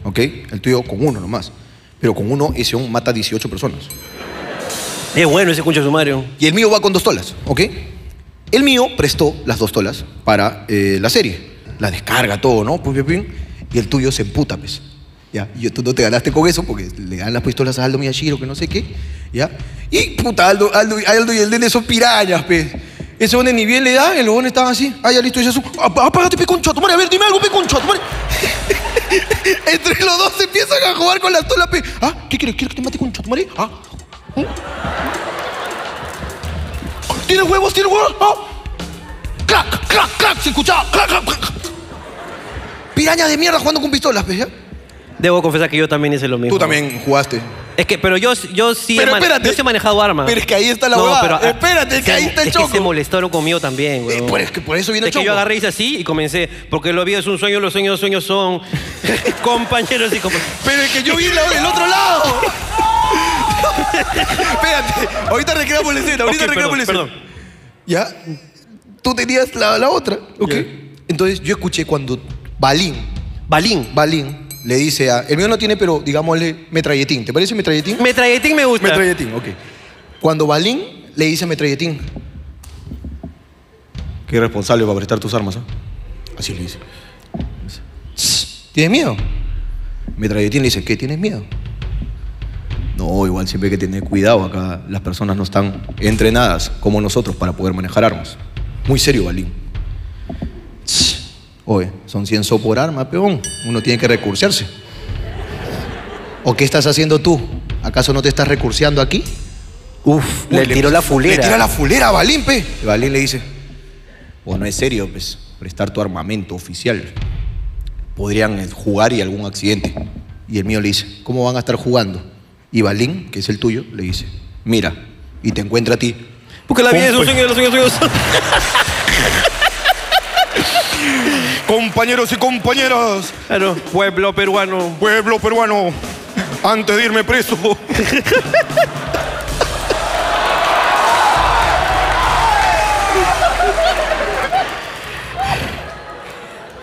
S1: ¿ok? El tuyo con uno nomás. Pero con uno ese aún mata 18 personas.
S2: Es bueno ese concha sumario.
S1: Y el mío va con dos tolas, ¿ok? El mío prestó las dos tolas para eh, la serie. La descarga, todo, ¿no? Pum, pum, pum. Y el tuyo se emputa, pues. Ya, y tú no te ganaste con eso porque le dan las pistolas a Aldo Miyashiro, que no sé qué. Ya. Y puta, Aldo, Aldo, Aldo y el nene son pirañas, pues. Ese hombre ni bien le da, el hombre estaba así. Ah, ya listo, ya su. ap- Apágate, peconcho, a tomar, a ver, dime algo, peconcho, a tomar. Entre los dos se empiezan a jugar con las tolas, pe. Ah, ¿qué quieres? ¿Quieres que te mate con Chotumare? Ah, ¿Tiene huevos? ¿Tiene huevos? ¡Ah! ¡Clac! ¡Clac! ¡Clac! Se escuchaba. ¡Clac! ¡Clac! ¡Clac! Piraña de mierda jugando con pistolas, ¿ves? ya?
S2: Debo confesar que yo también hice lo mismo.
S1: Tú también jugaste.
S2: Es que, pero yo, yo sí
S1: Pero
S2: he mane-
S1: espérate.
S2: yo sí he manejado armas. ah,
S1: Pero es que ahí está la huevada. Espérate, que ahí está el
S2: es
S1: choco.
S2: Que se molestaron conmigo también, güey.
S1: Eh, por- es que por eso viene el
S2: que yo
S1: choco.
S2: agarré y hice así y comencé. Porque lo vida es un sueño, los sueños, sueños son compañeros y compañeros.
S1: Pero es que yo vi la- el otro lado. Espérate, ahorita recreamos la escena, ahorita
S2: Ok,
S1: recreamos la
S2: perdón,
S1: escena.
S2: perdón.
S1: Ya, tú tenías la, la otra, ¿ok? Entonces yo escuché cuando Balín,
S2: Balín.
S1: Balín, le dice a... El mío no tiene, pero digámosle metralletín. ¿Te parece metralletín?
S2: Metralletín me gusta.
S1: Metralletín, ok. Cuando Balín le dice a Metralletín. Qué irresponsable va a prestar tus armas, ¿ah? Así le dice. Tss, ¿Tienes miedo? Metralletín le dice, ¿qué? ¿Tienes miedo? No, igual siempre hay que tener cuidado acá. Las personas no están entrenadas como nosotros para poder manejar armas. Muy serio, Balín. Tss, Oye, son 100 so por arma, peón. Uno tiene que recursearse. ¿O qué estás haciendo tú? ¿Acaso no te estás recurseando aquí? Uf,
S11: le tiró la fulera.
S1: Le tiró la fulera a Balín, pe. Y Balín le dice, bueno, es serio, pues, prestar tu armamento oficial. Podrían eh, jugar y algún accidente. Y el mío le dice, ¿cómo van a estar jugando? Y Balín, que es el tuyo, le dice, mira, y te encuentra a ti.
S2: Porque la vida es un
S1: Compa-
S2: sueño, los sueños, sueños son.
S9: Compañeros y compañeras,
S2: Claro, pueblo peruano.
S9: pueblo peruano, antes de irme preso,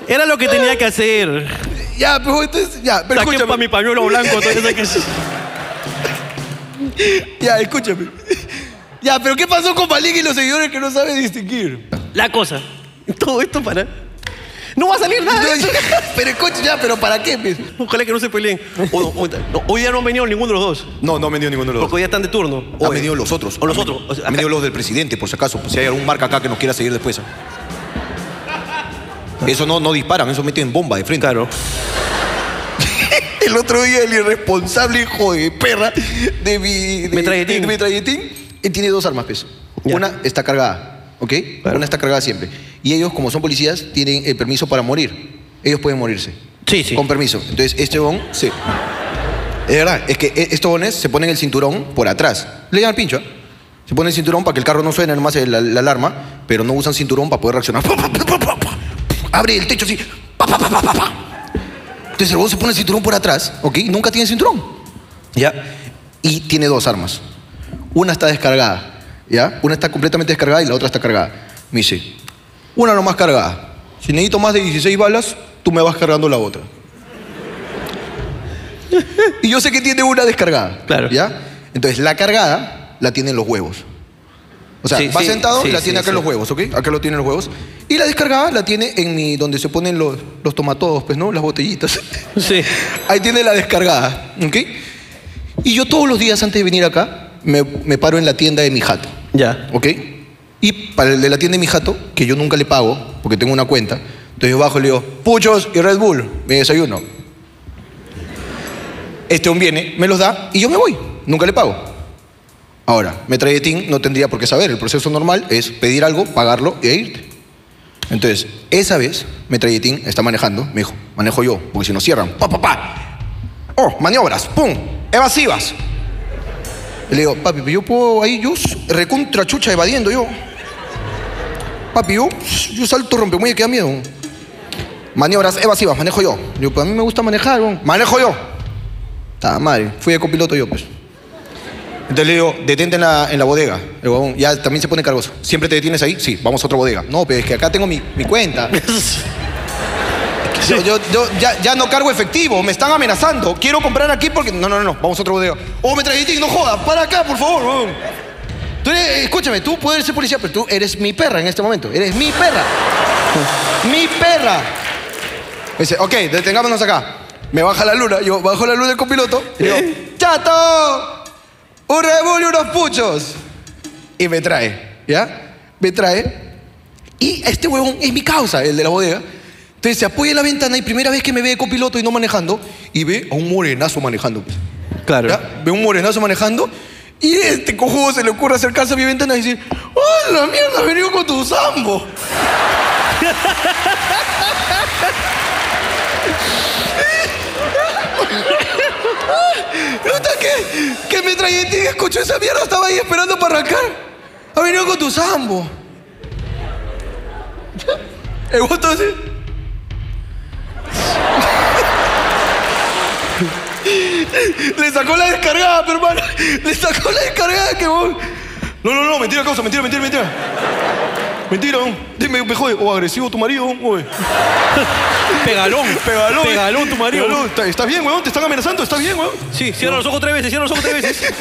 S2: Era lo que tenía que hacer.
S1: Ya, pero entonces, ya, pero
S2: Saqué
S1: escúchame.
S2: para mi pañuelo blanco. todavía saqué-
S1: Ya, escúchame. Ya, pero ¿qué pasó con Balín y los seguidores que no saben distinguir?
S2: La cosa. Todo esto para. No va a salir nada. de
S1: Entonces,
S2: eso.
S1: pero escucha, ya, pero ¿para qué? pues?
S2: Ojalá que no se peleen. O- o- no, hoy día no han venido ninguno de los dos.
S9: No, no me dio ninguno de los
S2: Porque
S9: dos.
S2: hoy día están de turno.
S1: Han
S2: Oye.
S1: venido los otros.
S2: O los
S1: Han
S2: otros.
S1: venido-
S2: O sea,
S1: Han venido los del presidente, por si acaso. Si hay algún marca acá que nos quiera seguir después. ¿ah? Eso no, no disparan, eso meten bomba de frente.
S2: Claro.
S1: El otro día el irresponsable hijo de perra de mi... de-
S2: Metralletín.
S1: de metralletín, él tiene dos armas, peso.
S2: Ya.
S1: Una está cargada, ¿ok?
S2: Claro.
S1: Una está cargada siempre. Y ellos, como son policías, tienen el permiso para morir. Ellos pueden morirse.
S2: Sí, sí.
S1: Con permiso. Entonces, este bon, sí. Es verdad, es que e- estos bones se ponen el cinturón por atrás. Le llaman pincho, ¿ah? Se ponen el cinturón para que el carro no suene, nomás el- la, la alarma, pero no usan cinturón para poder reaccionar. Pa, pa, pa, pa, pa, pa. Abre el techo así. Pa, pa, pa, pa, pa, pa. Entonces el huevón se pone el cinturón por atrás, ¿ok? Y Nunca tiene cinturón. ¿Ya? Y tiene dos armas. Una está descargada, ¿ya? Una está completamente descargada y la otra está cargada. Me dice, una nomás cargada. Si necesito más de 16 balas, tú me vas cargando la otra. y yo sé que tiene una descargada.
S2: Claro.
S1: ¿Ya? Entonces la cargada la tienen los huevos. O sea,
S2: Sí,
S1: va
S2: sí,
S1: sentado,
S2: sí,
S1: la
S2: sí,
S1: tiene acá en
S2: sí.
S1: los huevos, ¿ok? Acá lo tienen los huevos. Y la descargada la tiene en mi, donde se ponen los, los tomatodos, pues, ¿no? Las botellitas.
S2: Sí.
S1: Ahí tiene la descargada, ¿ok? Y yo todos los días antes de venir acá, me, me paro en la tienda de mi jato,
S2: Ya.
S1: ¿ok? Y para el de la tienda de mi jato, que yo nunca le pago, porque tengo una cuenta, entonces yo bajo y le digo, puchos y Red Bull, me desayuno. Este hombre viene, me los da y yo me voy, nunca le pago. Ahora, metralletín no tendría por qué saber. El proceso normal es pedir algo, pagarlo e irte. Entonces, esa vez, metralletín está manejando. Me dijo, manejo yo, porque si nos cierran, pa, pa, pa. Oh, maniobras, pum, evasivas. Y le digo, papi, pero yo puedo ahí, yo recontra chucha evadiendo yo. Papi, yo, yo salto rompe muelle que da miedo. Maniobras evasivas, manejo yo. Le digo, pues a mí me gusta manejar, weón. manejo yo. Ta madre, fui de copiloto yo, pues. Entonces le digo, detente en la, en la bodega. El huevón ya también se pone cargoso. ¿Siempre te detienes ahí? Sí, vamos a otra bodega. No, pero es que acá tengo mi, mi cuenta. Yo, yo- yo ya, ya no cargo efectivo, me están amenazando. Quiero comprar aquí porque. No, no, no, no, vamos a otra bodega. Oh, me trajiste, no jodas, para acá, por favor, huevón. Tú eres- escúchame, tú puedes ser policía, pero tú eres mi perra en este momento. Eres mi perra. mi perra. Me dice, ok, detengámonos acá. Me baja la luna, yo bajo la luna del copiloto. Y digo, ¡Chato! ¡Un rebul y unos puchos! Y me trae, ¿ya? Me trae. Y este huevón es mi causa, el de la bodega. Entonces se apoya en la ventana y primera vez que me ve de copiloto y no manejando, y ve a un morenazo manejando. pues.
S4: Claro.
S1: ¿Ya? Ve un morenazo manejando y este cojudo se le ocurre acercarse a mi ventana y decir, ¡Oh, la mierda, has venido con tu zambo! ¿Nota que, que me traía y escuchó esa mierda? Estaba ahí esperando para arrancar. Ha venido con tu zambo. El gusto así. Le sacó la descargada, pero hermano. Le sacó la descargada que vos.
S9: No, no, no, mentira, causa, mentira, mentira, mentira. Mentira, weón. dime, me jode. O agresivo tu marido, weón, oye.
S2: Pegalón.
S9: Pegalón. eh.
S2: Pegalón tu marido.
S9: Pegalón. ¿Está- ¿Estás bien, weón? ¿Te están amenazando? ¿Estás bien, weón?
S2: Sí, cierra los ojos tres veces, cierra los ojos tres veces.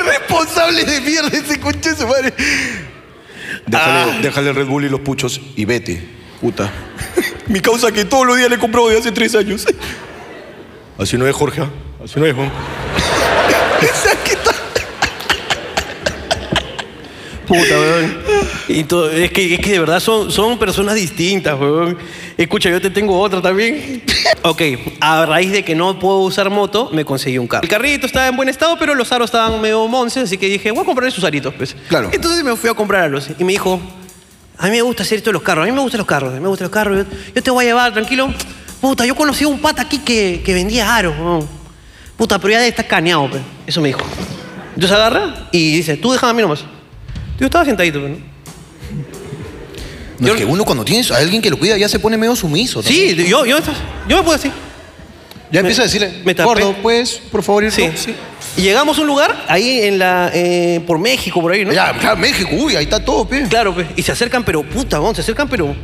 S1: Irresponsable de mierda ese coche de su madre.
S9: Déjale, déjale el Red Bull y los puchos y vete, puta. Mi causa que todos los días le he comprado desde hace tres años. Así no es, Jorge. ¿ah? Así no es, Juan.
S1: Se ha quitado.
S2: Puta, weón. Y to- es, que, es que de verdad son, son personas distintas, weón. Escucha, yo te tengo otra también. ok, a raíz de que no puedo usar moto, me conseguí un carro. El carrito estaba en buen estado, pero los aros estaban medio monces, así que dije, voy a comprar esos aritos, pues.
S1: Claro.
S2: Entonces me fui a comprar aros y me dijo, a mí me gusta hacer esto de los carros, a mí me gustan los carros, a mí me gustan los carros, yo, yo te voy a llevar, tranquilo. Puta, yo conocí a un pata aquí que, que vendía aros, weón. Puta, pero ya debe estar caneado, pues. Eso me dijo. Entonces agarra y dice, tú déjame a mí nomás. Yo estaba sentadito, pues, ¿no?
S1: No,
S2: Yo-
S1: es que uno cuando tienes a alguien que lo cuida ya se pone medio sumiso. también.
S2: Sí, yo, yo, yo me puse así.
S1: Ya empieza a decirle,
S2: me tapé.
S1: gordo, pues, por favor, ir
S2: Sí.
S1: tú?"
S2: Y llegamos a un lugar ahí en la. eh, por México, por ahí, ¿no?
S1: Ya, ya, México, uy, ahí está todo, pe.
S2: Claro, pues. Y se acercan, pero puta, weón, se acercan, pero.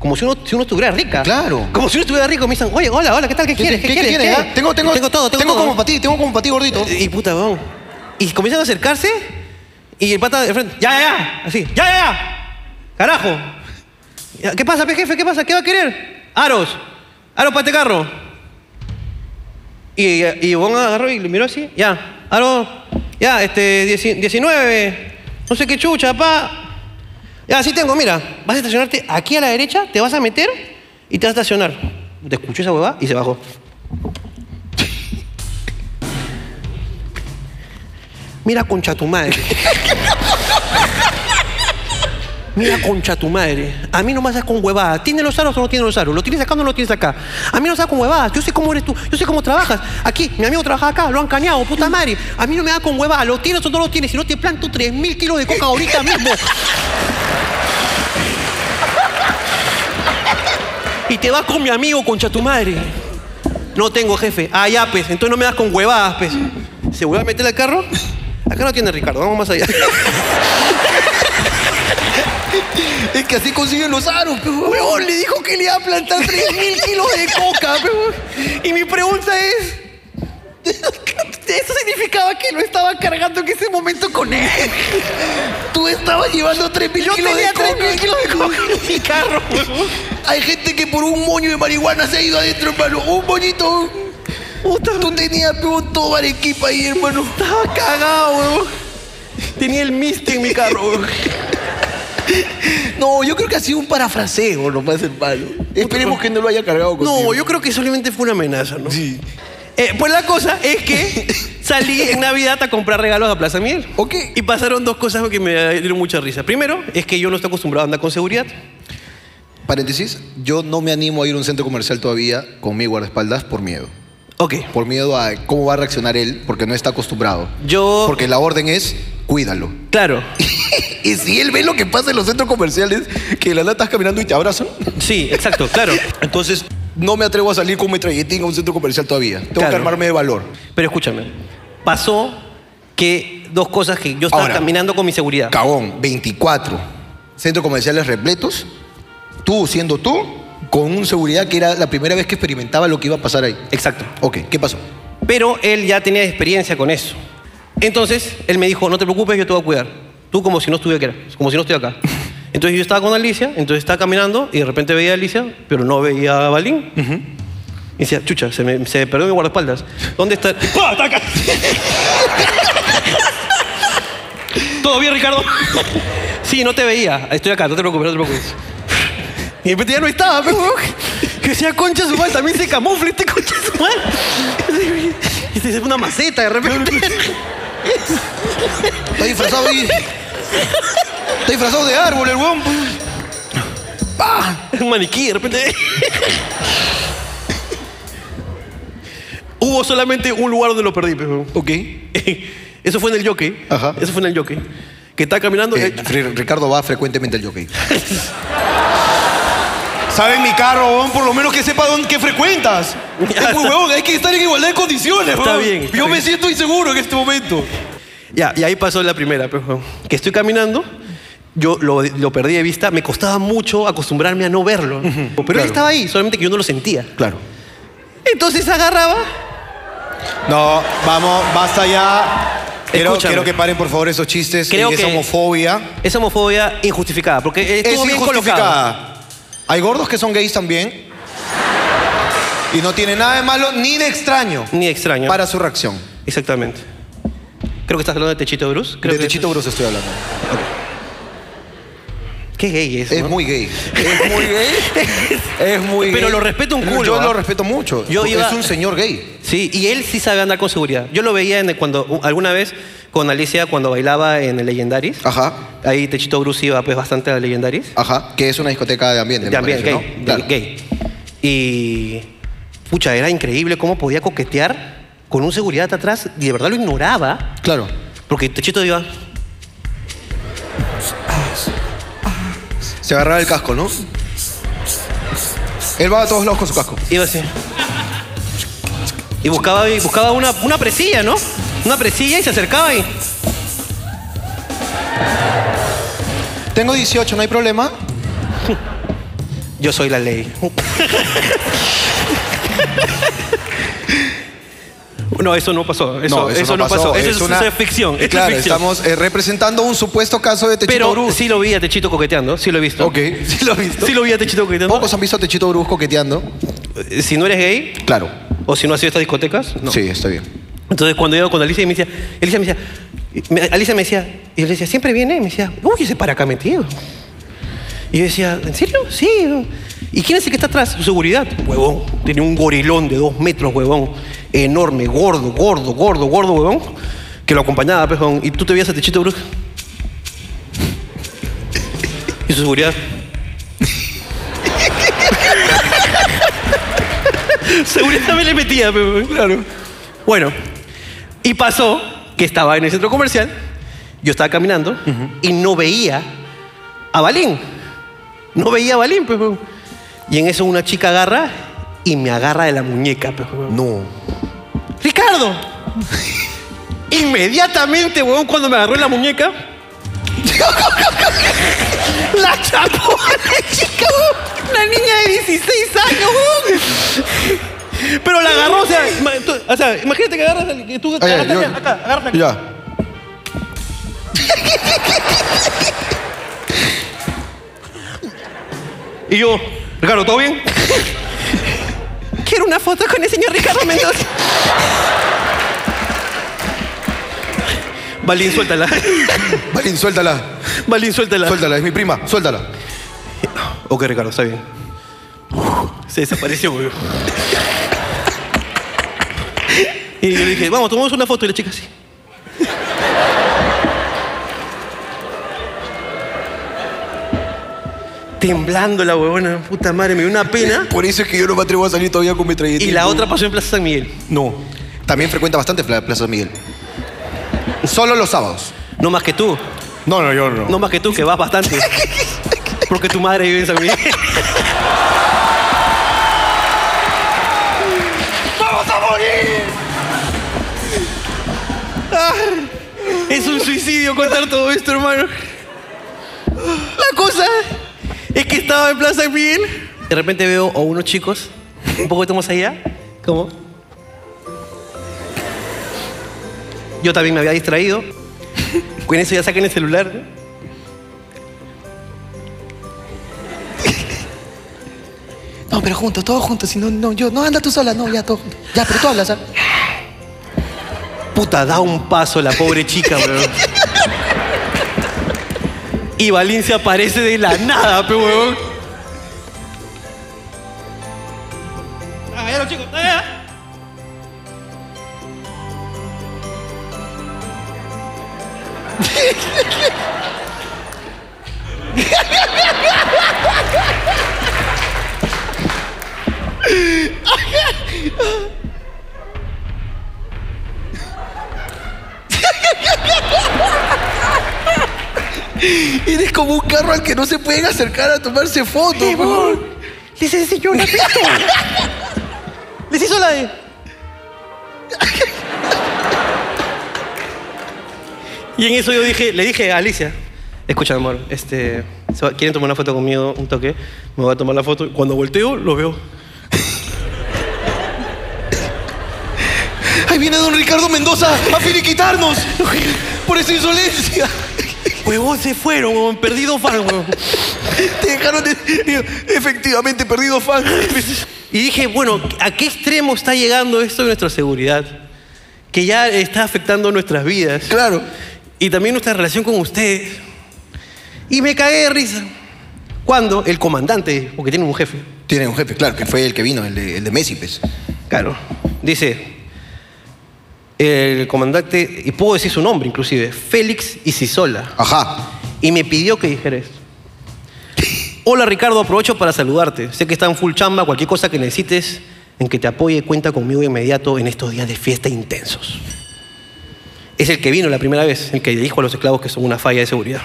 S2: Como si uno, si uno estuviera rica.
S1: Claro.
S2: Como si uno estuviera rico. Me dicen, oye, hola, hola, ¿qué tal? ¿Qué, quieres? ¿Qué, quieres? ¿Qué
S1: ya?
S2: hay?"
S1: Ah, Tengo, tengo,
S2: tengo todo, tengo, todo.
S1: como para ti, tengo como para ti, gordito.
S2: Y puta, weón. Y comienzan a acercarse y el pata de frente, ya, ya, ya, así, ya, ya, ya, carajo. Ya, ¿Qué pasa, pe, jefe? ¿Qué pasa? ¿Qué va a querer? Aros, aros para este carro. Y, y Ivonne agarró y le miró así, ya, aros, ya, este, dieci- 19, no sé qué chucha, pa. Ya, así tengo, mira, vas a estacionarte aquí a la derecha, te vas a meter y te vas a estacionar. Te escuchó esa huevada y se bajó. Mira concha tu madre. Mira concha tu madre. A mí no me haces con huevadas. ¿Tienes los aros o no tienes los aros? ¿Lo tienes acá o no lo tienes acá? A mí no me haces con huevadas. Yo sé cómo eres tú. Yo sé cómo trabajas. Aquí, mi amigo trabaja acá. Lo han cañado, puta madre. A mí no me da con huevadas. ¿Lo tienes o no lo tienes? Si no te planto 3.000 kilos de coca ahorita mismo. Y te vas con mi amigo concha tu madre. No tengo jefe. Ah, ya, pues. Entonces no me das con huevadas, pues. ¿Se vuelve a meter al carro? Acá no tiene Ricardo, vamos más allá.
S1: Es que así consiguen los aros, pe.
S2: Huevón, le dijo que le iba a plantar 3.000 kilos de coca, huevón. Y mi pregunta es... Eso significaba que lo estaba cargando en ese momento con él.
S1: Tú estabas llevando 3000
S2: Yo
S1: kilos
S2: tenía
S1: de coca.
S2: 3.000 kilos de coca en mi carro, huevón.
S1: Hay gente que por un moño de marihuana se ha ido adentro, hermano. Un moñito. Tú tenías pe, un todo Arequipa ahí, hermano.
S2: Estaba cagado, huevón. Tenía el miste en mi carro, huevón.
S1: No, yo creo que ha sido un parafraseo nomás, hermano. Esperemos que no lo haya cargado contigo.
S2: No, yo creo que solamente fue una amenaza, ¿no? Sí. Eh, pues la cosa es que salí en Navidad a comprar regalos a Plaza Miel.
S1: Ok.
S2: Y pasaron dos cosas que me dieron mucha risa. Primero, es que yo no estoy acostumbrado a andar con seguridad.
S1: Paréntesis, yo no me animo a ir a un centro comercial todavía con mi guardaespaldas por miedo.
S2: Ok.
S1: Por miedo a cómo va a reaccionar él, porque no está acostumbrado.
S2: Yo.
S1: Porque la orden es, cuídalo.
S2: Claro.
S1: y si él ve lo que pasa en los centros comerciales, que de la nada estás caminando y te abrazan,
S2: Sí, exacto, claro.
S1: entonces no me atrevo a salir con mi metralletín a un centro comercial todavía. Tengo que
S2: Claro.
S1: armarme de valor.
S2: Pero escúchame. Pasó que dos cosas que yo estaba
S1: Ahora.
S2: caminando con mi seguridad.
S1: Cabón, 24 centros comerciales repletos, tú siendo tú, con un seguridad que era la primera vez que experimentaba lo que iba a pasar ahí.
S2: Exacto.
S1: Ok, ¿qué pasó?
S2: Pero él ya tenía experiencia con eso. Entonces, él me dijo, no te preocupes, yo te voy a cuidar. Tú como si no estuviera acá, como si no estoy acá. Entonces yo estaba con Alicia, entonces estaba caminando y de repente veía a Alicia, pero no veía a Balín. Y decía, chucha, se me, se me perdió mi guardaespaldas. ¿Dónde está? Y ¡pah! ¡Ah, ¡Está acá! ¿Todo bien, Ricardo? sí, no te veía. Estoy acá, no te preocupes, no te preocupes. Y de repente ya no estaba, pero que sea concha su madre, también se camufla este concha su madre. Y se hace Este una maceta de repente.
S1: Está disfrazado y... Está disfrazado de árbol, el pues. Ah. weón.
S2: Un maniquí de repente. Hubo solamente un lugar donde lo perdí, pero.
S1: Ok.
S2: Eso fue en el jockey.
S1: Ajá.
S2: Eso fue en el jockey. Que está caminando.
S1: Eh, Ri- Ricardo va frecuentemente al jockey.
S9: ¿Saben mi carro, weón? Por lo menos que sepa dónde, que frecuentas.
S2: Ya
S9: Eh, pues,
S2: está.
S9: weón, hay que estar en igualdad de condiciones,
S2: Está
S9: weón.
S2: bien, está
S9: Yo me
S2: bien.
S9: siento inseguro en este momento.
S2: Ya, y ahí pasó la primera, pero que estoy caminando, yo lo, lo perdí de vista, me costaba mucho acostumbrarme a no verlo. Pero él estaba ahí, solamente que yo no lo sentía.
S1: Claro.
S2: Entonces agarraba.
S10: No, vamos, basta ya. Quiero,
S2: Escúchame.
S10: quiero que paren por favor esos chistes
S2: Creo
S10: y esa
S2: que-
S10: homofobia.
S2: Esa homofobia injustificada, porque
S9: Es
S2: estuvo bien colocado.
S9: injustificada.
S1: Hay gordos que son gays también. Y no tiene nada de malo ni de extraño
S2: Ni extraño.
S1: para su reacción.
S2: Exactamente. Creo que estás hablando de Techito Bruce. Creo
S1: de
S2: que-
S1: Techito Bruce estoy hablando.
S2: Qué gay es.
S1: Es
S2: ¿no?
S1: muy gay. Es muy gay. Es muy
S2: Pero
S1: gay.
S2: lo respeto un culo,
S1: Yo
S2: ¿ah?
S1: lo respeto mucho.
S2: Yo
S1: porque
S2: iba-
S1: Es un señor gay.
S2: Sí, y él sí sabe andar con seguridad. Yo lo veía en el- cuando u- alguna vez con Alicia cuando bailaba en el Legendaris.
S1: Ajá.
S2: Ahí Techito Bruce iba pues bastante al Legendaris.
S1: Ajá. Que es una discoteca de ambiente. me
S2: También
S1: parece,
S2: gay,
S1: ¿no? Claro.
S2: gay. Y pucha, era increíble cómo podía coquetear con un seguridad atrás y de verdad lo ignoraba
S1: Claro.
S2: porque Techito iba
S1: Se agarraba el casco, ¿no? Él va a todos lados con su casco.
S2: Iba así. Y buscaba, y buscaba una, una presilla, ¿no? Una presilla y se acercaba y.
S1: Tengo 18, no hay problema.
S2: Yo soy la ley. no, eso no pasó. Eso no, eso no pasó. Eso es,
S1: una-
S2: eso es ficción. eso es
S1: Claro,
S2: ficción.
S1: estamos eh, representando un supuesto caso de Techito
S2: Pero
S1: Bruce.
S2: sí lo vi a Techito coqueteando, sí lo he visto.
S1: Ok, sí lo he visto.
S2: Sí lo vi a Techito coqueteando.
S1: Pocos han visto a Techito Bruce coqueteando.
S2: Si no eres gay,
S1: Claro.
S2: o si no has ido a estas discotecas, no.
S1: Sí, está bien.
S2: Entonces cuando yo con Alicia y me decía, Alicia me decía, me- Alicia me decía, y yo le decía, siempre viene, y me decía, uy, ese para acá metido. Y yo decía, ¿en serio? Sí. ¿Y quién es el que está atrás? Su seguridad. Huevón. Tenía un gorilón de dos metros, huevón. Enorme, gordo, gordo, gordo, gordo, huevón. Que lo acompañaba, pues, huevón. Y tú te veías a Techito Bruce. Y su seguridad. seguridad también le metía, pues, huevón. Claro. Bueno, y pasó que estaba en el centro comercial, yo estaba caminando y no veía a Balín. No veía a Balín, pues. weón. Y en eso una chica agarra y me agarra de la muñeca, pues. weón.
S1: No.
S2: ¡Ricardo! Inmediatamente, weón, cuando me agarró en la muñeca, la chapó a la chica, weón. Una niña de 16 años, weón. Pero la agarró, o sea, ima- tú- o sea, imagínate que agarras, al- que tú
S1: Ay, ay,
S2: acá,
S1: yo-
S2: acá, acá, agarras acá.
S1: Ya.
S2: Y yo, Ricardo, ¿todo bien? Quiero una foto con el señor Ricardo Mendoza. Balín, suéltala.
S1: Balín, suéltala.
S2: Balín, suéltala.
S1: Suéltala, es mi prima. Suéltala.
S2: Ok, Ricardo, está bien. Se desapareció, güey. Y yo le dije, vamos, tomamos una foto. Y la chica así. Temblando la huevona, puta madre, me dio una pena.
S8: Por eso es que yo no me atrevo a salir todavía con mi trayectoria.
S2: Y la otra pasó en Plaza San Miguel.
S8: No.
S12: También frecuenta bastante Pla- Plaza San Miguel. Solo los sábados.
S2: No más que tú.
S13: No, no, yo no.
S2: No más que tú, que vas bastante. Porque tu madre vive en San Miguel.
S8: ¡Vamos a morir!
S2: Es un suicidio contar todo esto, hermano. La cosa es que estaba en Plaza Miguel. De repente veo a unos chicos, un poquito más allá, como... Yo también me había distraído. Con eso ya saquen el celular.
S1: No, pero juntos, todos juntos. Si no, no, yo, no anda tú sola, no, ya todo. junto. Ya, pero tú hablas. ¿ah?
S2: Puta, da un paso la pobre chica, weón. Y Balín se aparece de la nada, pe weón.
S12: 아,
S2: chicos,
S12: 네. Eres como un carro al que no se pueden acercar a tomarse fotos.
S2: Les enseñó una pistola. Les hizo la de. Y en eso yo dije, le dije a Alicia, escucha amor, este, se va- quieren tomar una foto conmigo, un toque, me voy a tomar la foto. Cuando volteo, lo veo.
S8: Ahí viene don Ricardo Mendoza a finiquitarnos por esa insolencia.
S2: Huevón, se fueron, huevón, perdido fan, huevón.
S8: Te dejaron de- efectivamente perdido fan.
S2: Y dije, bueno, ¿a qué extremo está llegando esto de nuestra seguridad? Que ya está afectando nuestras vidas.
S8: Claro.
S2: Y también nuestra relación con ustedes. Y me cagué de risa. Cuando el comandante, porque tiene un jefe,
S12: Tiene un jefe, claro, que fue el que vino, el de, el de Messi, pues.
S2: claro, dice, el comandante, y puedo decir su nombre inclusive, Félix Isisola,
S12: Ajá.
S2: y me pidió que dijera esto. Hola Ricardo, aprovecho para saludarte. Sé que está en full chamba, cualquier cosa que necesites, en que te apoye, cuenta conmigo de inmediato en estos días de fiesta intensos. Es el que vino la primera vez, el que dijo a los esclavos que son una falla de seguridad.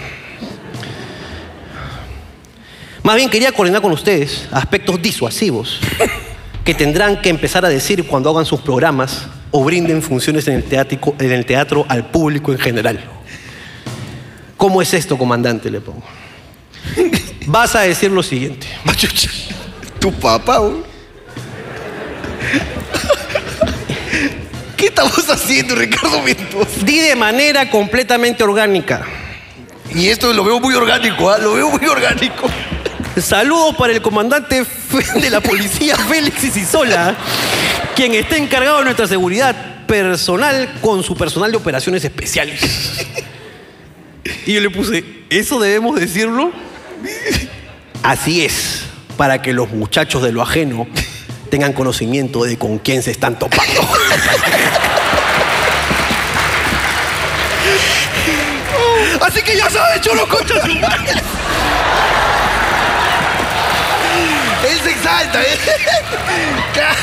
S2: Más bien quería coordinar con ustedes aspectos disuasivos que tendrán que empezar a decir cuando hagan sus programas o brinden funciones en el teatro, en el teatro al público en general. ¿Cómo es esto, comandante? Le pongo. Vas a decir lo siguiente.
S8: Machucha. Tu papá, güey. ¿Qué estamos haciendo, Ricardo Mendoza?
S2: Di de manera completamente orgánica.
S8: Y esto lo veo muy orgánico, ¿ah? lo veo muy orgánico.
S2: Saludos para el comandante fe- de la policía Félix Isisola, quien está encargado de nuestra seguridad personal con su personal de operaciones especiales. Y yo le puse, ¿eso debemos decirlo? Así es, para que los muchachos de lo ajeno tengan conocimiento de con quién se están topando.
S8: Así que ya sabes, cholo concha. de su madre. Él se exalta, ¿eh? Claro.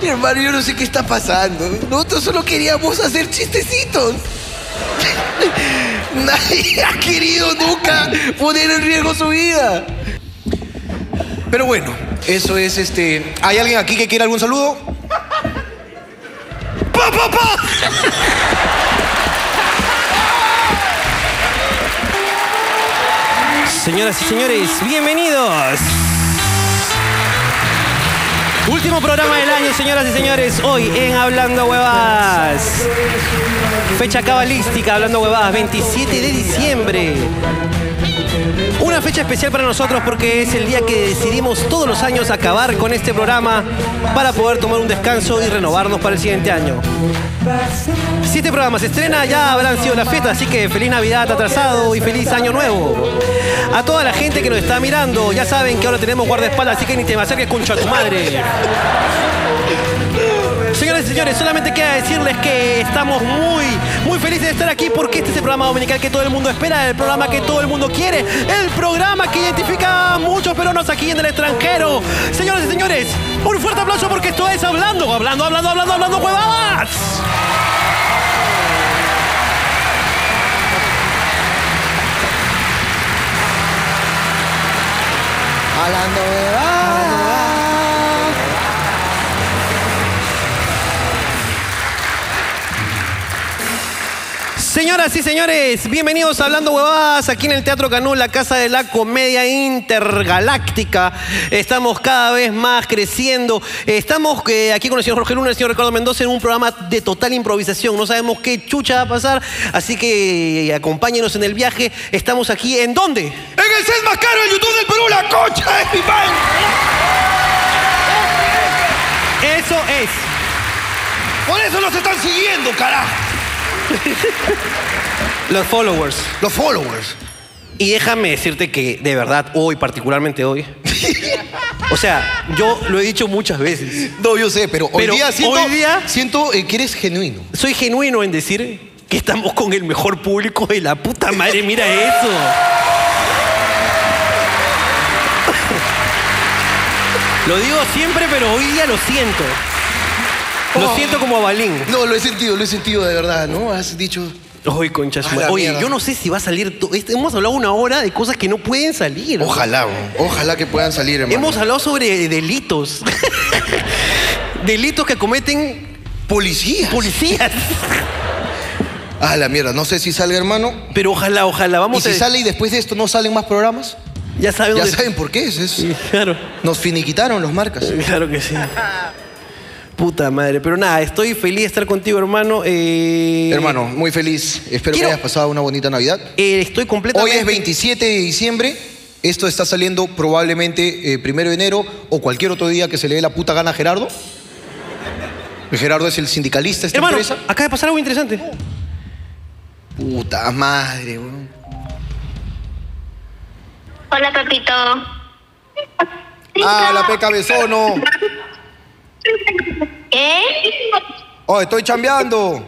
S8: Mi hermano, yo no sé qué está pasando. Nosotros solo queríamos hacer chistecitos. Nadie ha querido nunca poner en riesgo su vida.
S12: Pero bueno, eso es este. ¿Hay alguien aquí que quiera algún saludo?
S8: ¡Pa, pa, pa!
S2: Señoras y señores, bienvenidos. Último programa del año, señoras y señores, hoy en Hablando Huevadas. Fecha cabalística, Hablando Huevadas, 27 de diciembre. Una fecha especial para nosotros porque es el día que decidimos todos los años acabar con este programa para poder tomar un descanso y renovarnos para el siguiente año. Si este programa se estrena, ya habrán sido las fiestas, así que feliz Navidad atrasado y feliz Año Nuevo. A toda la gente que nos está mirando, ya saben que ahora tenemos guardaespaldas, así que ni te me acerques, concha tu madre. Señoras y señores, solamente queda decirles que estamos muy, muy felices de estar aquí porque este es el programa dominical que todo el mundo espera, el programa que todo el mundo quiere, el programa que identifica a muchos peruanos aquí en el extranjero. Señoras y señores, un fuerte aplauso porque esto es Hablando, Hablando, Hablando, Hablando, Hablando, Huevadas.
S1: Hablando
S2: Señoras y señores, bienvenidos a Hablando Huevadas aquí en el Teatro Canú, la casa de la comedia intergaláctica. Estamos cada vez más creciendo. Estamos eh, aquí con el señor Jorge Luna y el señor Ricardo Mendoza en un programa de total improvisación. No sabemos qué chucha va a pasar, así que eh, acompáñenos en el viaje. Estamos aquí, ¿en dónde? En el set más caro de YouTube del Perú, la concha de mi Eso es.
S9: Por eso nos están siguiendo, carajo.
S2: Los followers.
S1: Los followers.
S2: Y déjame decirte que de verdad, hoy, particularmente hoy. o sea, yo lo he dicho muchas veces.
S1: No, yo sé, pero hoy día siento- eh,
S2: siento que eres genuino. Soy genuino en decir que estamos con el mejor público de la puta madre. Mira eso. lo digo siempre, pero hoy día lo siento. Lo
S1: Oh.
S2: siento como a Balín.
S1: No, lo he sentido, lo he sentido de verdad, ¿no? Has dicho.
S2: Oye, conchas,
S1: A la
S2: Oye,
S1: mierda.
S2: yo no sé si va a salir. to- este- Hemos hablado una hora de cosas que no pueden salir.
S1: Ojalá, weón. ojalá que puedan salir, hermano.
S2: Hemos hablado sobre delitos. delitos que cometen
S1: policías.
S2: Policías.
S1: Ah, la mierda, no sé si salga, hermano.
S2: Pero ojalá, ojalá, vamos
S1: ¿Y
S2: a-
S1: si sale y después de esto no salen más programas?
S2: Ya saben
S1: Ya
S2: dónde-
S1: saben por qué, es eso.
S2: Claro.
S1: Nos finiquitaron los marcas.
S2: Claro que sí. Puta madre. Pero nada, estoy feliz de estar contigo, hermano. Eh,
S1: Hermano, muy feliz. Espero
S2: Quiero- Eh,
S1: que hayas pasado una bonita Navidad.
S2: estoy completamente-
S1: Hoy es 27 de diciembre. Esto está saliendo probablemente eh, primero de enero o cualquier otro día que se le dé la puta gana a Gerardo. Gerardo es el sindicalista de esta
S2: Hermano,
S1: empresa.
S2: acaba de pasar algo interesante.
S1: Puta madre, weón.
S14: Hola, papito.
S1: Ah, la P cabezono.
S14: ¿Qué?
S1: Oh, estoy chambeando.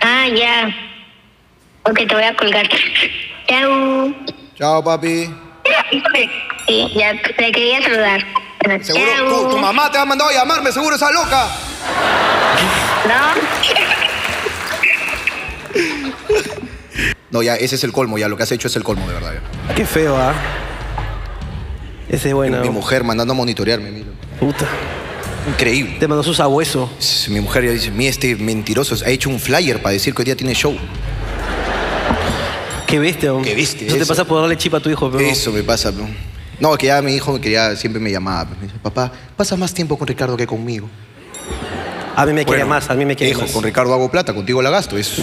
S14: Ah, ya. Ok, te voy a colgar. Chao.
S1: Chao, papi.
S14: Sí, ya te quería saludar.
S1: Seguro tu, tu mamá te ha mandado a llamarme, seguro esa loca. No, ya, ese es el colmo, ya. Lo que has hecho es el colmo, de verdad. ya.
S2: Qué feo, ¿ah? Ese es bueno.
S1: Mi mujer mandando a monitorearme, mira.
S2: Puta.
S1: Increíble.
S2: Te mandó su sabueso.
S1: Mi mujer ya dice, mi este mentiroso ha hecho un flyer para decir que hoy día tiene show.
S2: Qué bestia,
S1: Qué bestia.
S2: Eso te pasa por darle chip a tu hijo, pero.
S1: Eso me pasa, bro. No, que ya mi hijo me quería, siempre me llamaba. pues, Me dice, papá, pasa más tiempo con Ricardo que conmigo.
S2: A mí me quiere más, a mí me quiere
S1: hijo,
S2: más.
S1: con Ricardo hago plata, contigo la gasto. Eso.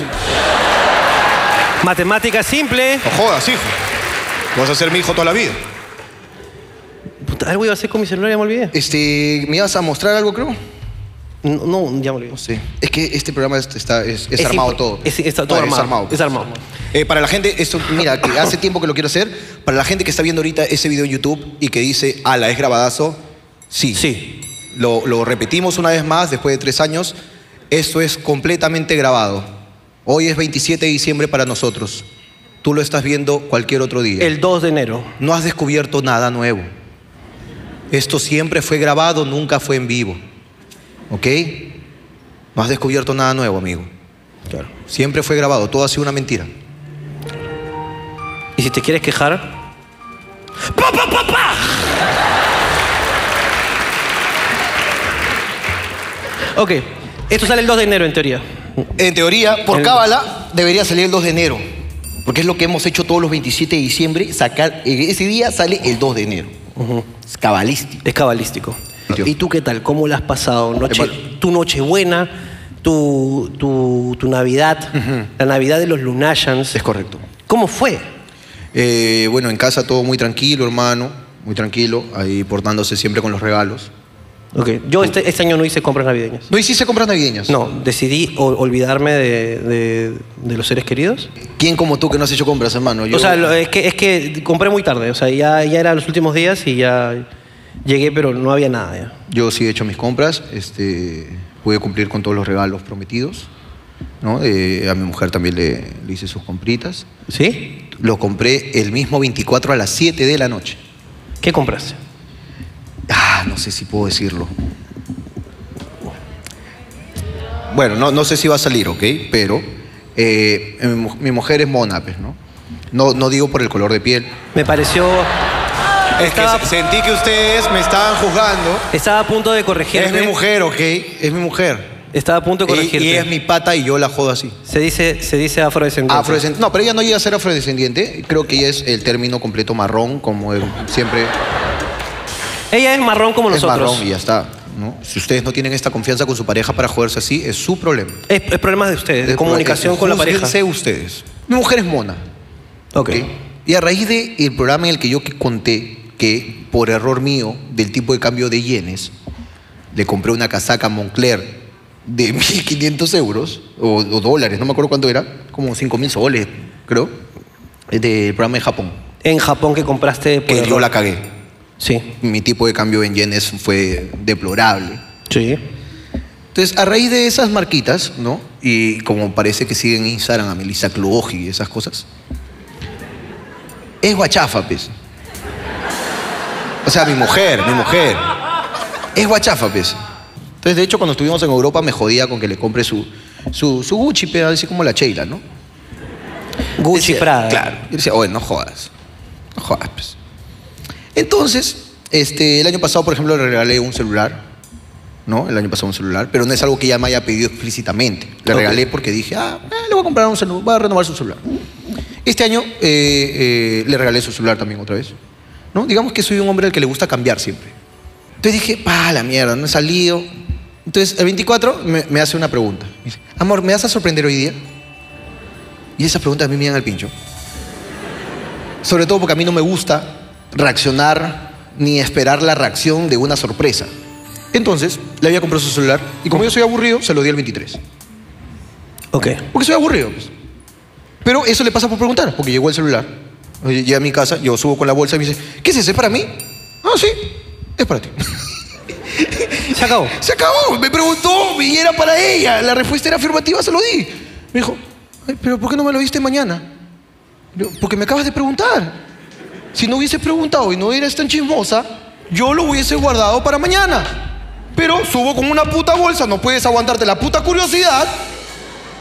S2: Matemática simple.
S9: No jodas, hijo. Vas a ser mi hijo toda la vida.
S2: Puta, algo iba a hacer con mi celular, ya me olvidé.
S1: Este, ¿me ibas a mostrar algo, creo?
S2: No, no, ya me olvidé.
S1: No sé. Es que este programa es- está, es, es
S2: Es
S1: armado
S2: impro-
S1: todo.
S2: es- está todo
S1: Claro,
S2: armado, es armado.
S1: Eh, para la gente, esto, mira, que hace tiempo que lo quiero hacer. Para la gente que está viendo ahorita ese video en YouTube y que dice, ala, es grabadazo, sí.
S2: Sí.
S1: Lo, lo repetimos una vez más después de tres años. Esto es completamente grabado. Hoy es 27 de diciembre para nosotros. Tú lo estás viendo cualquier otro día.
S2: El 2 de enero.
S1: No has descubierto nada nuevo. Esto siempre fue grabado, nunca fue en vivo. ¿Ok? No has descubierto nada nuevo, amigo.
S2: Claro.
S1: Siempre fue grabado, todo ha sido una mentira.
S2: Y si te quieres quejar. ¡Pa, pa, pa, pa! Ok, esto sale el 2 de enero en teoría.
S1: En teoría, por cábala, debería salir el 2 de enero. Porque es lo que hemos hecho todos los 27 de diciembre. Sacar, eh, ese día sale el 2 de enero. Es cabalístico.
S2: Es cabalístico. ¿Y tú qué tal? ¿Cómo la has pasado? Noche,
S1: Hermano.
S2: tu Nochebuena, tu, tu, tu Navidad, la Navidad de los Lunashans.
S1: Es correcto.
S2: ¿Cómo fue?
S1: Eh, bueno, en casa todo muy tranquilo, hermano. Muy tranquilo. Ahí portándose siempre con los regalos.
S2: Ok, Yo este, este año no hice compras navideñas.
S1: ¿No hiciste compras navideñas?
S2: No, decidí ol- olvidarme de, de- de los seres queridos.
S1: ¿Quién como tú que no has hecho compras, hermano? Yo-
S2: O sea, lo- es, que, es que compré muy tarde, o sea, ya, ya eran los últimos días y ya,
S1: Llegué, pero no había nada. Yo sí he hecho mis compras, este, pude cumplir con todos los regalos prometidos. ¿no? Eh, a mi mujer también le, le hice sus compritas. ¿Sí? Lo compré el mismo 24 a las 7 de la noche. ¿Qué compraste? Ah, no sé si puedo decirlo. Bueno, no, no sé si va a salir, ¿ok? Pero eh, mi, mu- mi mujer es mona, pues, ¿no? ¿no? No digo por el color de piel.
S2: Me pareció.
S1: Es que sentí que ustedes me estaban juzgando.
S2: Estaba a punto de corregirte.
S1: Es mi mujer, ¿ok? Es mi mujer.
S2: Estaba a punto de
S1: Y-
S2: corregirte.
S1: y es mi pata y yo la jodo así.
S2: Se dice, se dice afrodescendiente.
S1: Afrodescendiente. No, pero ella no llega a ser afrodescendiente. Creo que ella es el término completo marrón, como el- siempre.
S2: Ella es marrón como
S1: es
S2: nosotros.
S1: marrón y ya está. ¿no? Si ustedes no tienen esta confianza con su pareja para joderse así, es su problema.
S2: Es, es problema de ustedes, de
S1: Es-
S2: comunicación con la pareja.
S1: júzguense ustedes. Mi mujer es mona.
S2: Ok.
S1: Y a raíz del el programa en el que yo que conté que, por error mío, del tipo de cambio de yenes, le compré una casaca Moncler de 1.500 euros, o, o dólares, no me acuerdo cuánto era, como 5.000 soles, creo, del programa en Japón.
S2: En Japón que compraste...
S1: Que yo la cagué.
S2: Sí.
S1: Mi tipo de cambio en yenes fue deplorable.
S2: Sí.
S1: Entonces, a raíz de esas marquitas, ¿no? Y como parece que siguen Instagram a Melissa Kluoji y esas cosas, es guachafa, pues. O sea, mi mujer, mi mujer. Es guachafa, pues. Entonces, de hecho, cuando estuvimos en Europa me jodía con que le compre su, su, su Gucci, pero así como la Cheila, ¿no?
S2: Gucci Prada.
S1: Claro. Y decía, oye, no jodas. No jodas, pues. Entonces, este, el año pasado, por ejemplo, le regalé un celular. ¿No? El año pasado un celular, pero no es algo que ella me haya pedido explícitamente. Le
S8: Ok.
S1: regalé porque dije, ah, eh, le voy a comprar un celular, voy a renovar su celular. Este año eh, eh, le regalé su celular también otra vez. ¿No? Digamos que soy un hombre al que le gusta cambiar siempre. Entonces dije, pa, la mierda, no he salido. Entonces, el 24 me, me hace una pregunta. Me dice, amor, ¿me vas a sorprender hoy día? Y esas preguntas a mí me dan al pincho. Sobre todo porque a mí no me gusta reaccionar ni esperar la reacción de una sorpresa. Entonces, le había comprado su celular y como yo soy aburrido, se lo di el 23.
S2: Ok.
S1: Porque soy aburrido. pues. Pero eso le pasa por preguntar, porque llegó el celular. Oye, Llegué a mi casa, yo subo con la bolsa y me dice, ¿qué es ese? ¿Es para mí? Ah, sí, es para ti.
S2: Se acabó.
S1: Se acabó. Me preguntó y era para ella. La respuesta era afirmativa, se lo di. Me dijo, "Ay, pero ¿por qué no me lo diste mañana? Yo, porque me acabas de preguntar. Si no hubiese preguntado y no eras tan chismosa, yo lo hubiese guardado para mañana. Pero subo con una puta bolsa, no puedes aguantarte la puta curiosidad.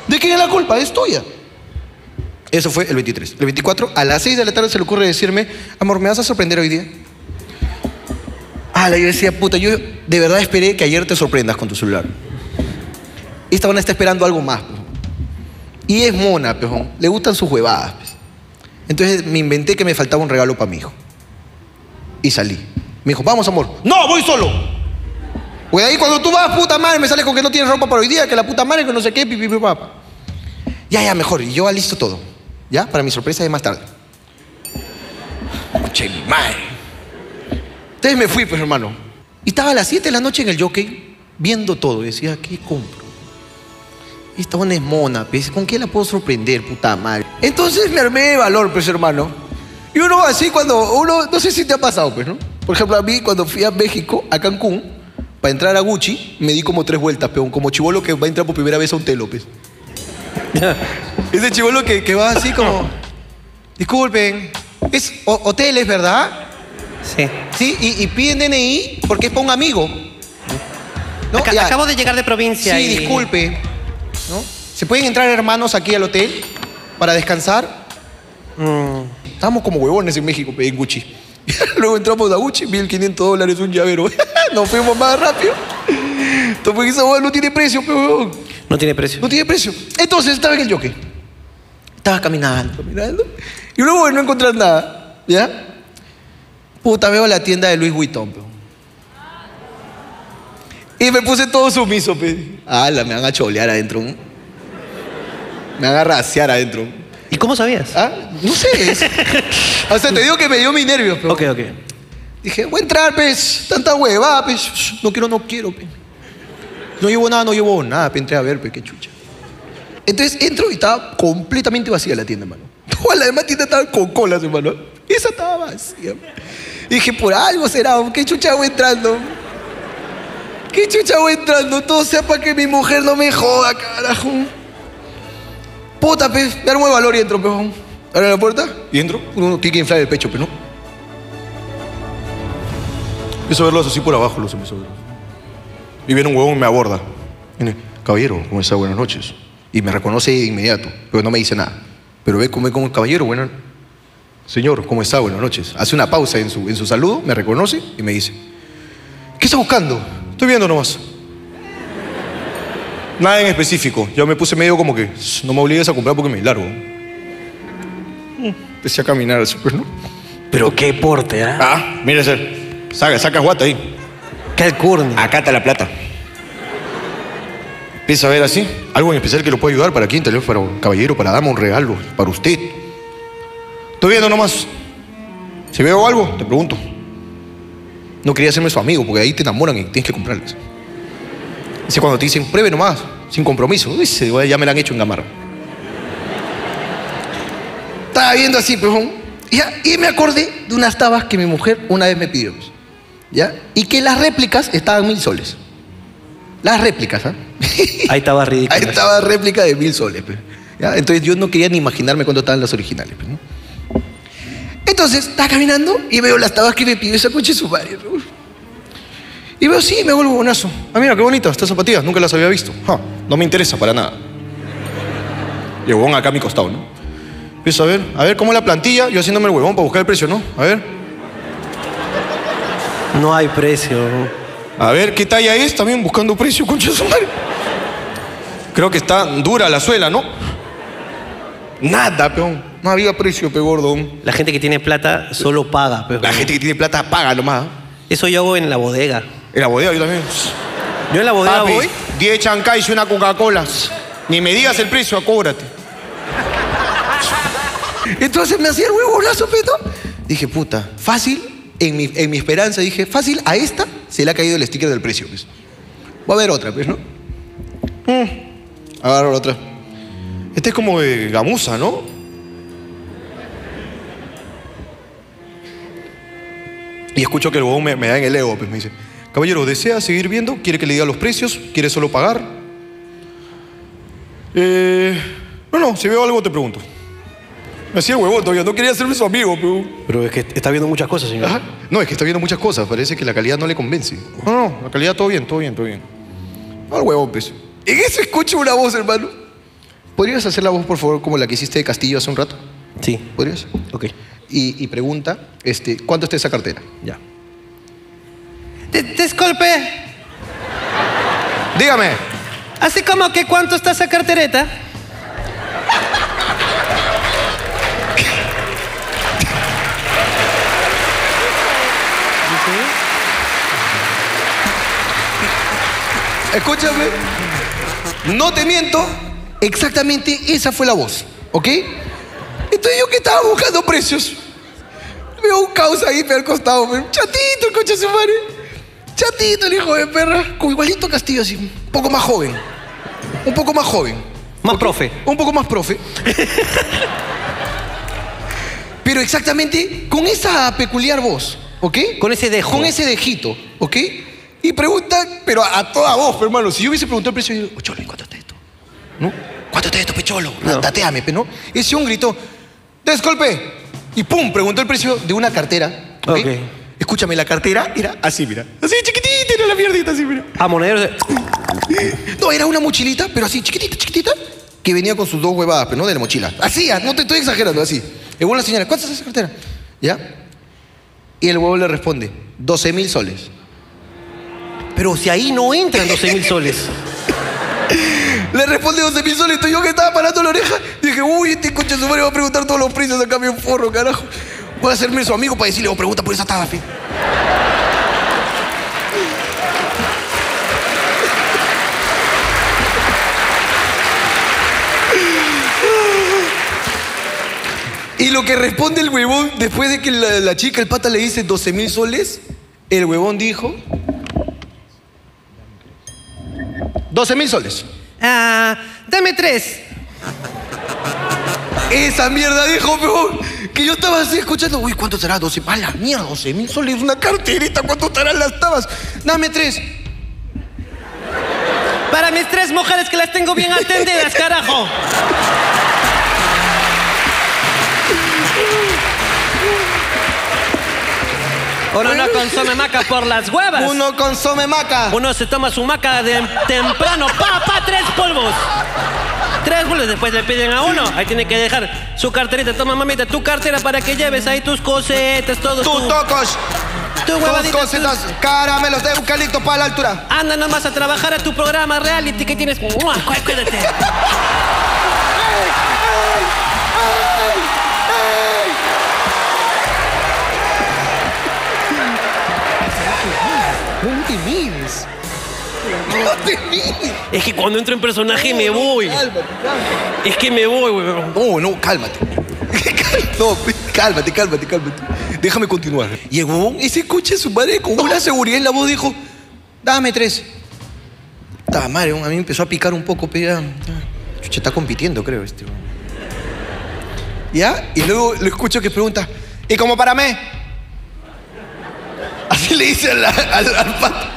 S1: ¿De quién es la culpa? Es tuya. Eso fue el 23. El 24, a las 6 de la tarde se le ocurre decirme, amor, ¿me vas a sorprender hoy día? Ah, yo decía, puta, yo de verdad esperé que ayer te sorprendas con tu celular. Y esta van está esperando algo más. pues. Y es mona, pejón. Le gustan sus huevadas. pues. Entonces me inventé que me faltaba un regalo para mi hijo. Y salí. Me dijo, vamos, amor. ¡No, voy solo! Pues ahí cuando tú vas, puta madre, me sales con que no tienes ropa para hoy día, que la puta madre, que no sé qué, pipi, pipi, papá. Ya, ya, mejor. Y yo alisto todo. ¿Ya? Para mi sorpresa de más tarde. Che, mi madre. Entonces me fui, pues, hermano. Y estaba a las 7 de la noche en el jockey, viendo todo. Y decía, ¿qué compro? Esta una es mona, pues. ¿Con qué la puedo sorprender, puta madre? Entonces me armé de valor, pues, hermano. Y uno así cuando, uno, no sé si te ha pasado, pues, ¿no? Por ejemplo, a mí cuando fui a México, a Cancún, para entrar a Gucci, me di como tres vueltas, peón, como chivolo que va a entrar por primera vez a un pues. té, López. Ese chivolo que, que va así como, disculpen, es ho- hoteles, ¿verdad?
S2: Sí.
S1: Sí, y, y piden DNI porque es para un amigo. ¿No?
S2: Ac-
S1: Ya.
S2: Acabo de llegar de provincia
S1: Sí,
S2: y-
S1: disculpe. ¿no? ¿Se pueden entrar hermanos aquí al hotel para descansar?
S2: Mm.
S1: Estábamos como huevones en México, pe, en Gucci. Luego entramos a Gucci, 1500 dólares un llavero. Nos fuimos más rápido. Entonces, porque esa hueá no tiene precio, pe, huevón.
S2: No tiene precio.
S1: No tiene precio. Entonces estaba en el jockey. Estaba caminando, caminando. Y luego de no encontrar nada, ¿ya? Puta, veo la tienda de Luis Vuitton, pe. Y me puse todo sumiso, pe. Ala, me van a cholear adentro. ¿no? Me van a raciar adentro.
S2: ¿Y cómo sabías?
S1: ¿Ah? No sé. es- o sea, te digo que me dio mis nervios, pe.
S2: Ok, ok.
S1: Dije, voy a entrar, pez. Tanta hueva, pez. No quiero, no quiero, pez. No llevo nada, no llevo nada. pe. Entré a ver, pez, qué chucha. Entonces entro y estaba completamente vacía la tienda, hermano. Toda la demás tienda estaba con colas, hermano. Esa estaba vacía. Dije, por algo será, ¿qué chucha hago entrando? ¿Qué chucha voy entrando? Todo sea para que mi mujer no me joda, carajo. Puta, pe, me armo de valor y entro, pejón. ¿Abre la puerta?
S9: ¿Y entro?
S1: Uno tiene que inflar el pecho, pero no.
S9: Empiezo a verlos así por abajo, los empiezo a ver. Y viene un huevón y me aborda. Viene, caballero, ¿cómo está? Buenas noches.
S15: Y me reconoce de inmediato, pero no me dice nada. Pero ve como, como caballero, bueno. Señor, ¿cómo está? Buenas noches. Hace una pausa en su, en su saludo, me reconoce y me dice,
S9: ¿Qué está buscando? Estoy viendo nomás. Nada en específico. Ya me puse medio como que "Shh, no me obligues a comprar porque me largo. Mm. Empecé a caminar así, pues, ¿no?
S16: Pero qué porte, ¿ah?
S9: Ah, mira ese. Saca, saca guata ahí. ¿Qué alcurnia? Acá está la plata. Empieza a ver así. Algo en especial que lo pueda ayudar para quién, tal vez para un caballero, para dama, un regalo, para usted. Estoy viendo nomás. Si veo algo, te pregunto. No quería hacerme su amigo, porque ahí te enamoran y tienes que comprarles. Dice cuando te dicen, pruebe nomás, sin compromiso. Dice, "Güey, ya me la han hecho en Gamarra.
S1: Estaba viendo así,
S9: pues,
S1: pejón. Ya, y me acordé de unas tabas que mi mujer una vez me pidió. pues, ¿Ya? Y que las réplicas estaban mil soles. Las réplicas, ¿ah?
S16: Ahí estaba ridículo.
S1: Ahí estaba réplica de mil soles. pues, ¿ya? Entonces yo no quería ni imaginarme cuánto estaban las originales. pues, ¿no? Entonces estaba caminando y veo las tabas que me pidió esa coche su madre. ¿no?
S9: Y veo, sí, me vuelvo bonazo. Ah, mira, qué bonitas estas zapatillas, nunca las había visto. Ja, no me interesa para nada. Y el huevón acá a mi costado, ¿no? Empiezo a ver, a ver cómo es la plantilla, yo haciéndome el huevón para buscar el precio, ¿no? A ver.
S16: No hay precio.
S9: A ver, ¿qué talla es? También buscando precio, concha de su madre. Creo que está dura la suela, ¿no? Nada, peón. No había precio, pe gordo.
S8: La gente que tiene plata solo paga. La gente
S9: que tiene plata paga nomás.
S8: Eso yo hago en la bodega.
S9: En la bodega yo también.
S8: Yo en la bodega
S9: Papi,
S8: voy.
S9: 10 chancais y una Coca-Cola. Ni me digas el precio, acóbrate.
S1: Entonces me hacía el huevonazo, peto. Dije, puta, fácil, en mi, en mi esperanza, dije, fácil, a esta se le ha caído el sticker del precio, pues. Va a haber otra, pues, ¿no?
S9: Mm. Agarro la otra. Este es como de gamuza, ¿no? Y escucho que el huevón me, me da en el ego, pues me dice, caballero, ¿desea seguir viendo? ¿Quiere que le diga los precios? ¿Quiere solo pagar? Eh, no, no, si veo algo te pregunto. Me hacía el huevón todavía, no quería hacerme su amigo, pero...
S8: Pero es que está viendo muchas cosas, señor.
S9: Ajá. No, es que está viendo muchas cosas, parece que la calidad no le convence. No, no, la calidad todo bien, todo bien, todo bien. Al huevón, pues.
S1: En eso escucho una voz, hermano.
S15: ¿podrías hacer la voz, por favor, como la que hiciste de Castillo hace un rato?
S8: Sí.
S15: ¿Podrías?
S8: Ok.
S15: Y, y pregunta, este, ¿cuánto está esa cartera?
S8: Ya.
S2: Disculpe,
S9: Dígame.
S2: así como que cuánto está esa cartereta.
S1: Escúchame. No te miento, exactamente esa fue la voz, ¿ok? Entonces yo que estaba buscando precios. Veo un caos ahí pe, al costado, pe. chatito el coche de su madre. Chatito el hijo de perra, con igualito Castillo así, un poco más joven. Un poco más joven.
S8: Más profe.
S1: Un poco más profe. Pero exactamente con esa peculiar voz, ¿ok?
S8: Con ese dejo.
S1: Con ese dejito, ¿ok? Y pregunta, pero a, a toda voz, pe, hermano. Si yo hubiese preguntado el precio, yo digo, Cholo, ¿y cuánto está esto? ¿No? ¿Cuánto está esto, pecholo? Tateame, pe, ¿no? Ese un gritó, ¡descolpe! Y pum, preguntó el precio de una cartera. ¿ok? Escúchame, la cartera era así, mira. Así chiquitita era la mierdita, así, mira.
S8: A monederos.
S1: No, era una mochilita, pero así, chiquitita, chiquitita, que venía con sus dos huevadas, pero no de la mochila. Así, ah, no te estoy exagerando, así. El huevón la señora, ¿cuánto es esa cartera? ¿Ya? Y el huevo le responde, 12 mil soles.
S8: Pero si ahí no entran 12 mil soles.
S1: Le responde 12 mil soles, y yo que estaba parando la oreja, dije, uy, este coche su madre va a preguntar todos los precios acá mi forro, carajo. Voy a hacerme su amigo para decirle, oh, pregunta por esa estaba fe. Y lo que responde el huevón, después de que la, la chica, el pata, le dice 12 mil soles, el huevón dijo... 12 mil soles.
S2: Ah, dame tres.
S1: Esa mierda dijo, peón.
S8: Que yo estaba así escuchando, uy, ¿cuánto será? 12, a la mierda, 12 mil soles, una carterita, ¿cuánto estarán las tabas? Dame tres.
S17: Para mis tres mujeres que las tengo bien atendidas, carajo.
S2: Uno no consume maca por las huevas.
S1: Uno consume maca.
S2: Uno se toma su maca de temprano. ¡Pa, pa! Tres polvos. Tres polvos. Después le piden a uno. Ahí tiene que dejar su carterita. Toma, mamita, tu cartera para que lleves ahí tus cosetas, todo.
S1: Tus
S2: tu-
S1: tocos.
S2: Tu
S1: Tus
S2: huevadita,
S1: cositas,
S2: tus-
S1: caramelos de eucalipto para la altura.
S2: Anda nomás a trabajar a tu programa reality que tienes. ¡Mua! Cué- Cuídate.
S8: No te mires. No te mires.
S2: Es que cuando entro en personaje me voy. Es que me voy, weón.
S1: No, no, cálmate. No, cálmate, cálmate, cálmate. Déjame continuar. Y el huevón, ese coche su madre con una seguridad en la voz dijo, dame tres. Ta madre, a mí me empezó a picar un poco, pero ya- ya. Chucha, está compitiendo, creo, este. huevón. ¿Ya? Y luego lo escucho que pregunta, ¿y como para mí? Así le dice al, al, al pata.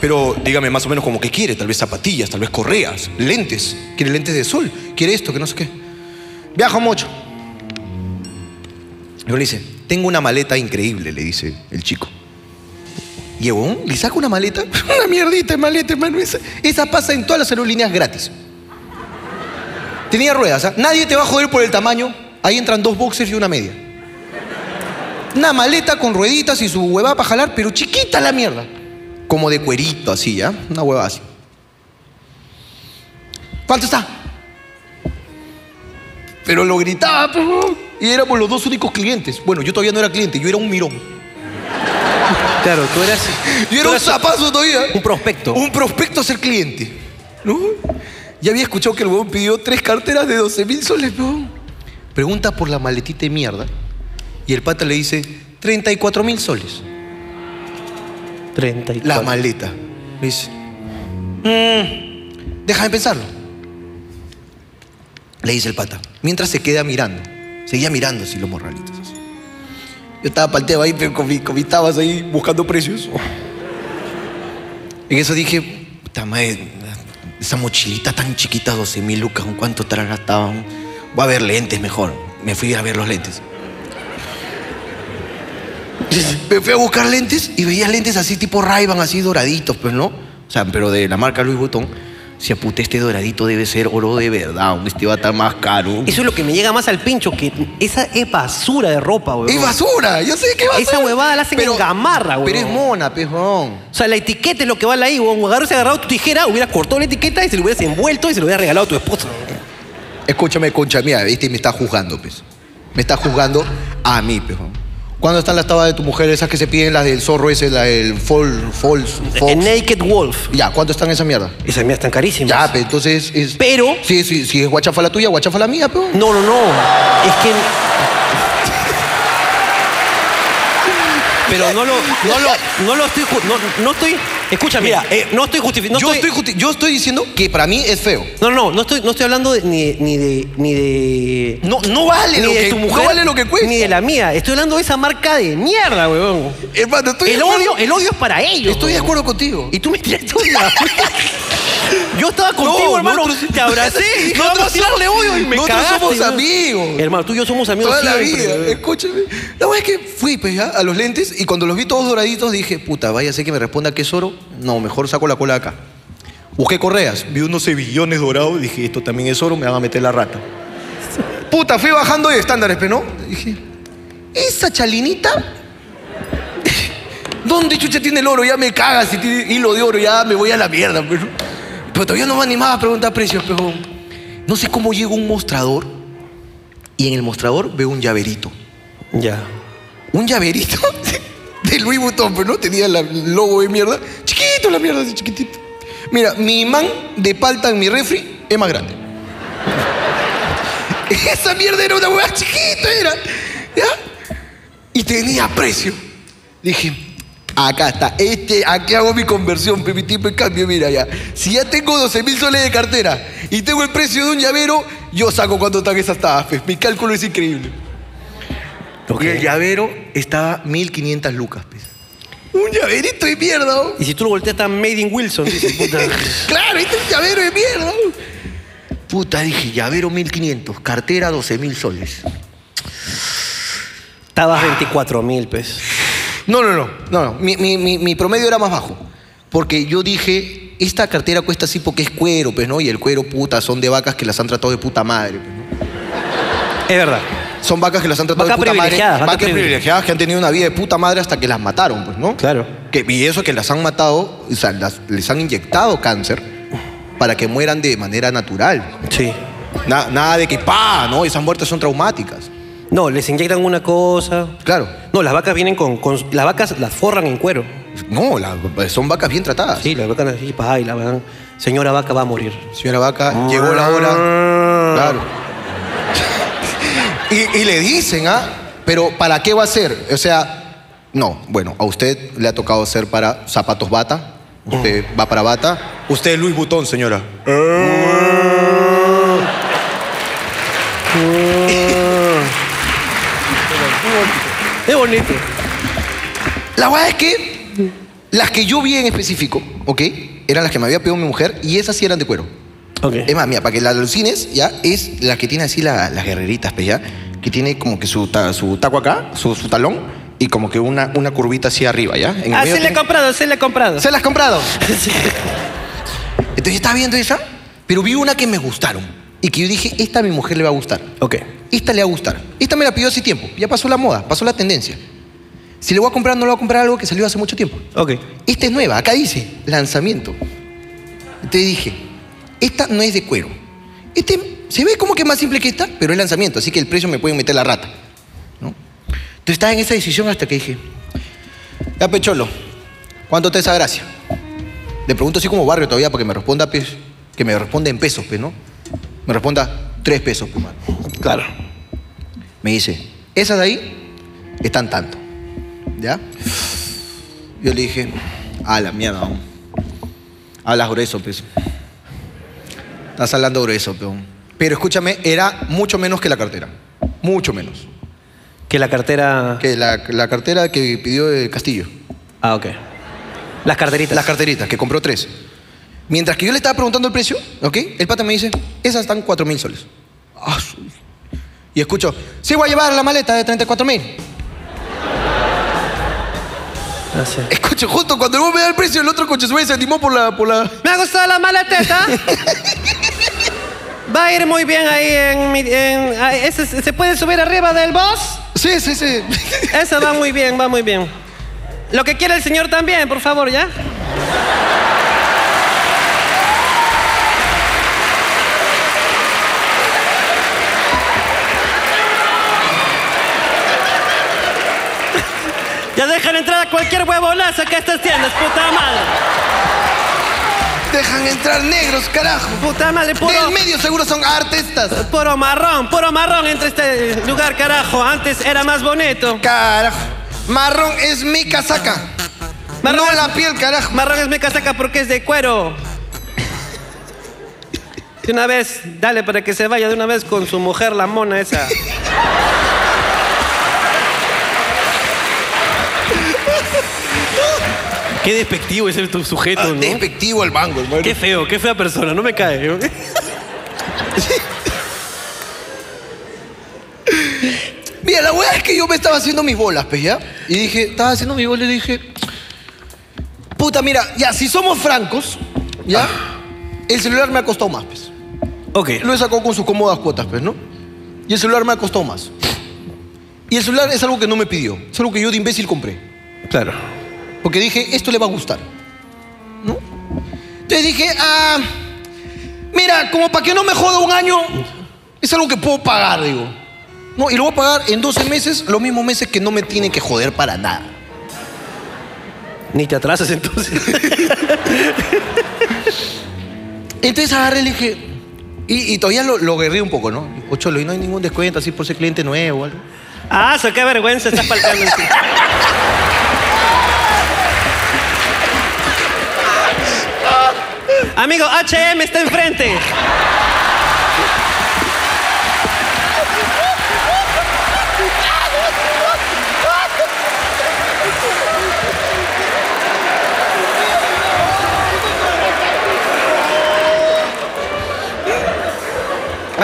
S9: Pero dígame más o menos como que quiere, tal vez zapatillas, tal vez correas, lentes.
S1: Quiere lentes de sol, quiere esto, que no sé qué. Viajo mucho. Luego le dice, tengo una maleta increíble, le dice el chico. Y el huevón le saca una maleta, una mierdita de maleta, hermano. Esa, esa pasa en todas las aerolíneas gratis. Tenía ruedas, ¿ah? nadie te va a joder por el tamaño. Ahí entran dos boxers y una media. Una maleta con rueditas y su hueva para jalar, pero chiquita la mierda. Como de cuerito, así, ¿ya? Una hueva así. ¿Cuánto está? Pero lo gritaba, pues, huevón. y éramos los dos únicos clientes. Bueno, yo todavía no era cliente, yo era un mirón.
S2: Claro, tú eras.
S1: Yo era un zapazo todavía.
S2: Un prospecto.
S1: Un prospecto a ser cliente. ¿No? Ya había escuchado que el huevón pidió tres carteras de 12 mil soles, ¿no? Pregunta por la maletita de mierda. Y el pata le dice, 34 mil soles.
S2: 34.
S1: La maleta. Le dice, "Mm, déjame pensarlo. Le dice el pata. Mientras se queda mirando. Seguía mirando así los morralitos. así. Yo estaba palteado ahí pero con, mi- con mis tabas ahí buscando precios. En eso dije, puta madre, esa mochilita tan chiquita, 12 mil lucas, ¿con cuánto estará gastada? Voy a ver lentes mejor. Me fui a ver los lentes. Me fui a buscar lentes y veía lentes así tipo Ray-Ban, así doraditos, pues, ¿no? O sea, pero de la marca Louis Vuitton. Si aputé este doradito debe ser oro de verdad, aunque este va a estar más caro.
S2: Eso es lo que me llega más al pincho, que esa es basura de ropa, weón.
S1: Es basura, yo sé que es basura.
S2: Esa huevada la hacen
S1: Pero-
S2: en gamarra, weón.
S1: pero es mona, pejón.
S2: O sea, la etiqueta es lo que vale ahí, weón. Agarro, se agarrado tu tijera, hubiera cortado la etiqueta y se lo hubieras envuelto y se lo hubiera regalado a tu esposa.
S1: Escúchame, concha mía, este me está juzgando, pues. Me está juzgando a mí, pejón. ¿Cuándo están las tabas de tu mujer, esas que se piden, las del zorro ese, la del fol, fol, fox?
S2: El Naked Wolf.
S1: Ya, ¿cuánto están esa mierda?
S2: Esas mierdas están carísimas.
S1: Ya, pues, entonces es...
S2: Pero-
S1: Si, si, si es guachafa la tuya, guachafa la mía, pues. pejón.
S2: No, no, no. Es que. Pero no lo, no lo, no lo estoy, ju- no, no estoy, escúchame, no estoy justificando,
S1: yo, eh, estoy justi- yo estoy diciendo que para mí es feo.
S2: No, no, no estoy, no estoy hablando de- ni, ni de. ni de.
S1: No, no vale
S2: ni
S1: lo
S2: de
S1: que-
S2: tu
S1: no
S2: mujer.
S1: vale lo que cuesta.
S2: Ni de la mía. Estoy hablando de esa marca de mierda, weón.
S1: Hermano, estoy de
S2: El
S1: acuerdo-
S2: odio, el odio es para ellos.
S1: Estoy de
S2: weón.
S1: acuerdo contigo.
S2: Y tú me tiraste una. Yo estaba contigo,
S1: No,
S2: hermano.
S1: nosotros-
S2: Te abracé. dije,
S1: Nosotros
S2: vamos a tirarle odio y me
S1: nosotros
S2: cagaste,
S1: somos
S2: weón.
S1: amigos.
S2: Hermano, tú y yo somos amigos
S1: Toda la
S2: siempre,
S1: vida,
S2: weón.
S1: escúchame. La verdad es que fui pues, ya, a los lentes y cuando los vi todos doraditos dije, puta, vaya a ser que me responda que es oro. No, mejor saco la cola de acá. Busqué correas.
S9: Vi unos cebillones dorados y dije, esto también es oro, me van a meter la rata.
S1: Puta, fui bajando de estándares, pero no. Dije, esa chalinita. ¿Dónde chucha tiene el oro? Ya me cagas si tiene hilo de oro, ya me voy a la mierda, pero. Pero todavía no me animaba a preguntar precios, pero. No sé cómo llego a un mostrador y en el mostrador veo un llaverito.
S2: Ya.
S1: un llaverito de Louis Vuitton, pero no tenía la- el logo de mierda. Chiquito la mierda, así chiquitito. Mira, mi imán de palta en mi refri es más grande. Esa mierda era una hueá chiquita, era. ¿ya? Y tenía precio. Dije, acá está, este, aquí hago mi conversión, pe, mi tipo de cambio, mira ya. Si ya tengo 12 mil soles de cartera y tengo el precio de un llavero, yo saco cuánto están esas tabas, pe. Mi cálculo es increíble. Y el llavero estaba 1500 lucas, pues.
S2: Un llaverito de mierda.
S8: oh.
S2: Y si tú lo volteas, está Made in Wilson. Dice, puta.
S1: Claro, este es llavero de mierda.
S8: oh.
S1: Puta, dije, llavero 1500, cartera 12000 soles.
S2: Estabas 24 mil, pues.
S1: No, no, no, no, no. Mi, mi- mi- mi promedio era más bajo. Porque yo dije, esta cartera cuesta así porque es cuero, pues, ¿no? Y el cuero, puta, son de vacas que las han tratado de puta madre. pues,
S2: Es verdad.
S1: Son vacas que las han tratado
S2: Vacas
S1: de puta madre.
S2: privilegiadas, vacas
S1: Vacas privilegiadas que han tenido una vida de puta madre hasta que las mataron, pues, ¿no?
S2: Claro.
S1: Que, y eso que las han matado, o sea, las- les han inyectado cáncer para que mueran de manera natural.
S2: Sí.
S1: nada de que, pa, ¿no? Esas muertes son traumáticas.
S2: No, les inyectan una cosa.
S1: Claro.
S2: No, las vacas vienen con. con- las vacas las forran en cuero.
S1: No, son vacas bien tratadas.
S2: Sí, las vacas así, pa, y la van. Señora vaca va a morir. Ah.
S1: Señora vaca, llegó la hora. Claro. Y, y le dicen, ¿ah? Pero ¿para qué va a ser? O sea, no, bueno, a usted le ha tocado ser para zapatos bata. Usted va para bata. Mm. Ah. Usted es Luis Butón, señora. Ah.
S2: Es bonito.
S1: La verdad es que las que yo vi en específico, ¿ok? Eran las que me había pedido mi mujer y esas sí eran de cuero. Es más, mira, para que la alucines, ya, es la que tiene así la- las guerreritas, pues, ya. Que tiene como que su, ta- su taco acá, su, su talón, y como que una, una curvita así arriba, ¿ya? En el
S17: Ah,
S1: medio
S17: se le he
S1: tiene-
S17: comprado, se le he comprado.
S1: ¿Se las has comprado? Entonces yo estaba viendo esa, pero vi una que me gustaron. Y que yo dije, esta a mi mujer le va a gustar.
S2: Ok.
S1: Esta le va a gustar. Esta me la pidió hace tiempo. Ya pasó la moda, pasó la tendencia. Si le voy a comprar, no le voy a comprar algo que salió hace mucho tiempo.
S2: Ok.
S1: Esta es nueva, acá dice, lanzamiento. Entonces dije, esta no es de cuero. Este se ve como que más simple que esta, pero es lanzamiento, así que el precio me puede meter la rata. ¿no? Entonces estaba en esa decisión hasta que dije, ya Pecholo, ¿cuánto te da esa gracia? Le pregunto así como barrio todavía para que me responda, pues, que me responda en pesos, pues, ¿no? Me responda tres pesos, pues, mano.
S2: Claro.
S1: Me dice, esas de ahí están tanto. ¿Ya? Yo le dije, a la mierda, vamos. Hablas grueso, peso. Estás hablando grueso, peón. Pero escúchame, era mucho menos que la cartera. Mucho menos.
S2: Que la cartera.
S1: Que la, la cartera que pidió el Castillo.
S2: Ah, ok. Las carteritas.
S1: Las carteritas, que compró tres. Mientras que yo le estaba preguntando el precio, ¿ok? El pata me dice, esas están 4 mil soles. Ah, su- Y escucho, sí voy a llevar la maleta de 34 mil. Escucho, justo cuando el huevón me da el precio, el otro coche se animó por la, por la...
S17: Me ha gustado la mala teta. Va a ir muy bien ahí en mi. en- ah, ese- ¿Se puede subir arriba del boss?
S1: Sí, sí, sí.
S17: Eso va muy bien, va muy bien. Lo que quiere el señor también, por favor, ¿ya?
S2: Ya dejan entrar a cualquier huevonazo que estas tiendas, puta madre.
S1: Dejan entrar negros, carajo.
S17: Puta madre, puro. Eh,
S1: Del medio seguro son artistas.
S17: Puro marrón, puro marrón entre este lugar, carajo. Antes era más bonito.
S1: Carajo. Marrón es mi casaca.
S17: Marrón
S1: no la piel, carajo.
S17: Marrón es mi casaca porque es de cuero. De una vez, dale para que se vaya de una vez con su mujer, la mona esa.
S2: Qué despectivo es el tu sujeto, ¿no?
S1: Ah, Despectivo al mango, hermano.
S2: Qué feo, qué fea persona, no me cae.
S1: Mira, la weá es que yo me estaba haciendo mis bolas, pues, ¿ya? Y dije, estaba haciendo mis bolas y dije, puta, mira, ya, si somos francos, ¿ya? El celular me ha costado más, pues.
S2: Ok.
S1: Lo he sacado con sus cómodas cuotas, pues, ¿no? Y el celular me ha costado más. Y el celular es algo que no me pidió, es algo que yo de imbécil compré.
S2: Claro.
S1: Porque dije, esto le va a gustar. ¿No? Entonces dije, ah, mira, como para que no me joda un año, es algo que puedo pagar, digo. No, y lo voy a pagar en 12 meses, los mismos meses que no me tienen que joder para nada.
S2: Ni te atrasas entonces.
S1: Entonces agarré y le dije, y, y todavía lo, lo guerrí un poco, ¿no? Ocho, y no hay ningún descuento así por ser cliente nuevo o algo.
S17: Ah, eso, qué vergüenza, estás faltando. en sí.
S1: Ah.
S2: Amigo, HM está enfrente.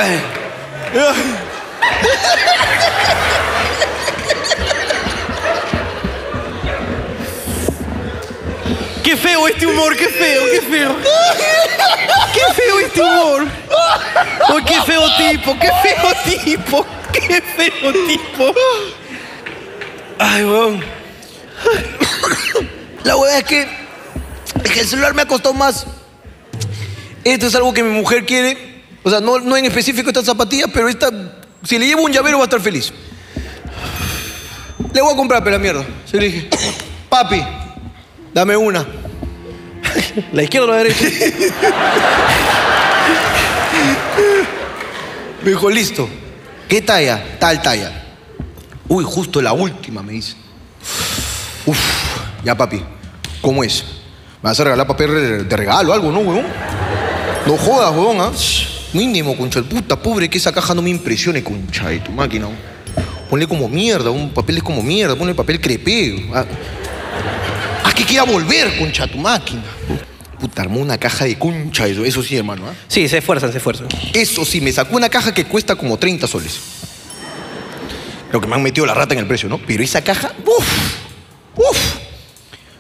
S1: Eh.
S2: Qué feo este humor, qué feo, qué feo. Qué feo este humor. Oh, qué feo tipo, qué feo tipo, qué feo tipo.
S1: Ay, weón. La weá es que. Es que el celular me ha costado más. Esto es algo que mi mujer quiere. O sea, no, no en específico estas zapatillas, pero esta. Si le llevo un llavero va a estar feliz. Le voy a comprar, pero la mierda. Se le dije. Papi, dame una.
S2: La izquierda o la derecha.
S1: Me dijo, listo. ¿Qué talla? Tal talla. Uy, justo la última, me dice. Uf, ya papi, ¿cómo es? ¿Me vas a regalar papel re- de regalo o algo, no, huevón? No jodas, huevón, ¿ah? Mínimo, concha de puta, pobre, que esa caja no me impresione, concha de tu máquina. huevón. Ponle como mierda, un papel es como mierda, ponle papel crepé. Ah, Ah, que quiera volver, concha de tu máquina. Puta, armó una caja de concha, eso, eso sí, hermano, ¿ah?
S2: Sí, se esfuerzan, se esfuerzan.
S1: Eso sí, me sacó una caja que cuesta como 30 soles. Lo que me han metido la rata en el precio, ¿no? Pero esa caja, uff, uff.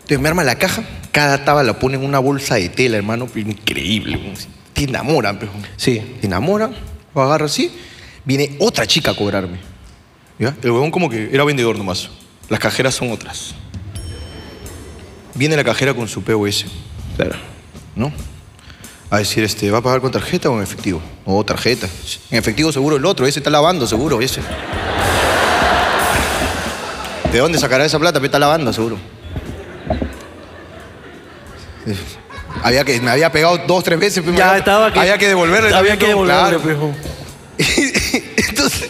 S1: Entonces me arma la caja, cada taba la pone en una bolsa de tela, hermano, pero increíble. weón. Te enamoran, pero. Sí. Te enamoran, lo agarra así, viene otra chica a cobrarme. ¿Ya? El huevón como que era vendedor nomás. Las cajeras son otras.
S9: Viene la cajera con su POS.
S1: Claro.
S9: ¿No?
S1: A decir, este, ¿va a pagar con tarjeta o en efectivo? O tarjeta. En efectivo seguro el otro, ese está lavando, seguro, ese. ¿De dónde sacará esa plata? Pero está lavando, seguro. Eh, Había que, me había pegado dos, tres veces. pues, me había- Había que devolverle.
S2: Había que
S1: también, claro.
S2: devolverle, pues, pejo. Entonces.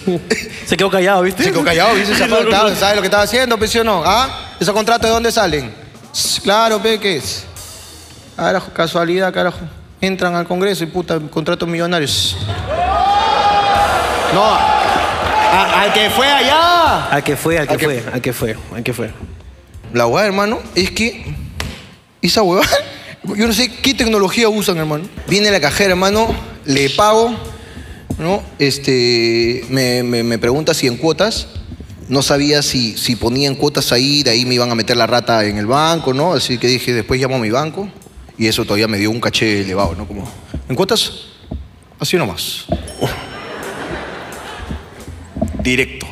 S2: Se quedó callado, ¿viste?
S1: Se quedó callado, ¿viste? Se apagó, claro, ¿Sabes lo que estaba haciendo, pues, sí o no? ¿Ah? ¿Esos contratos de dónde salen? Ss, Claro, pe, ¿qué es? Ah, Carajo, casualidad, carajo. Entran al Congreso y puta, contratos millonarios. No, a- al que fue allá.
S2: Al que fue, al que fue, al que fue, al que fue.
S1: La hueá, hermano, es que esa hueá, yo no sé qué tecnología usan, hermano. Viene la cajera, hermano, le pago, ¿no? Este, me, me- me pregunta si en cuotas. No sabía si, si ponían cuotas ahí, de ahí me iban a meter la rata en el banco, ¿no? Así que dije, después llamo a mi banco. Y eso todavía me dio un caché elevado, ¿no? Como, ¿en cuotas? Así nomás.
S9: Directo.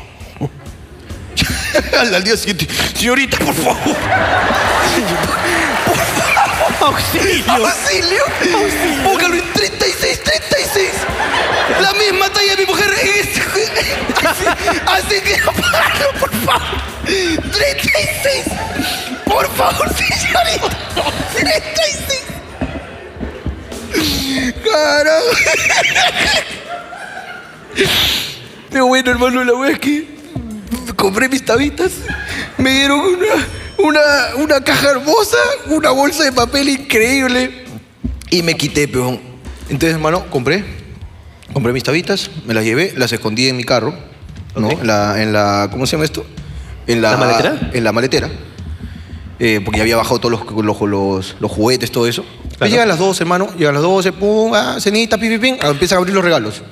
S9: Al día siguiente. Señorita, por favor.
S8: ¡Auxilio! ¡Auxilio! ¡Póngalo en 36, 36! La misma talla de mi mujer en este... Así, así que apágalo, por favor. ¡36! ¡Por favor, señorita! ¡36!
S1: Carajo. Pero bueno, hermano, la wea es que compré mis tabitas, me dieron una, una, una caja hermosa, una bolsa de papel increíble y me quité, peón. Entonces, hermano, compré, compré mis tabitas, me las llevé, las escondí en mi carro, ¿no? En la, en la, ¿cómo se llama esto? En la,
S2: ¿La maletera?
S1: En la maletera. Eh, porque ya había bajado todos los, los, los- los juguetes, todo eso. Y Llegan las 12, hermano, llegan las 12, pum, ah, cenita, pim, pim, pim, ah, empiezan a abrir los regalos.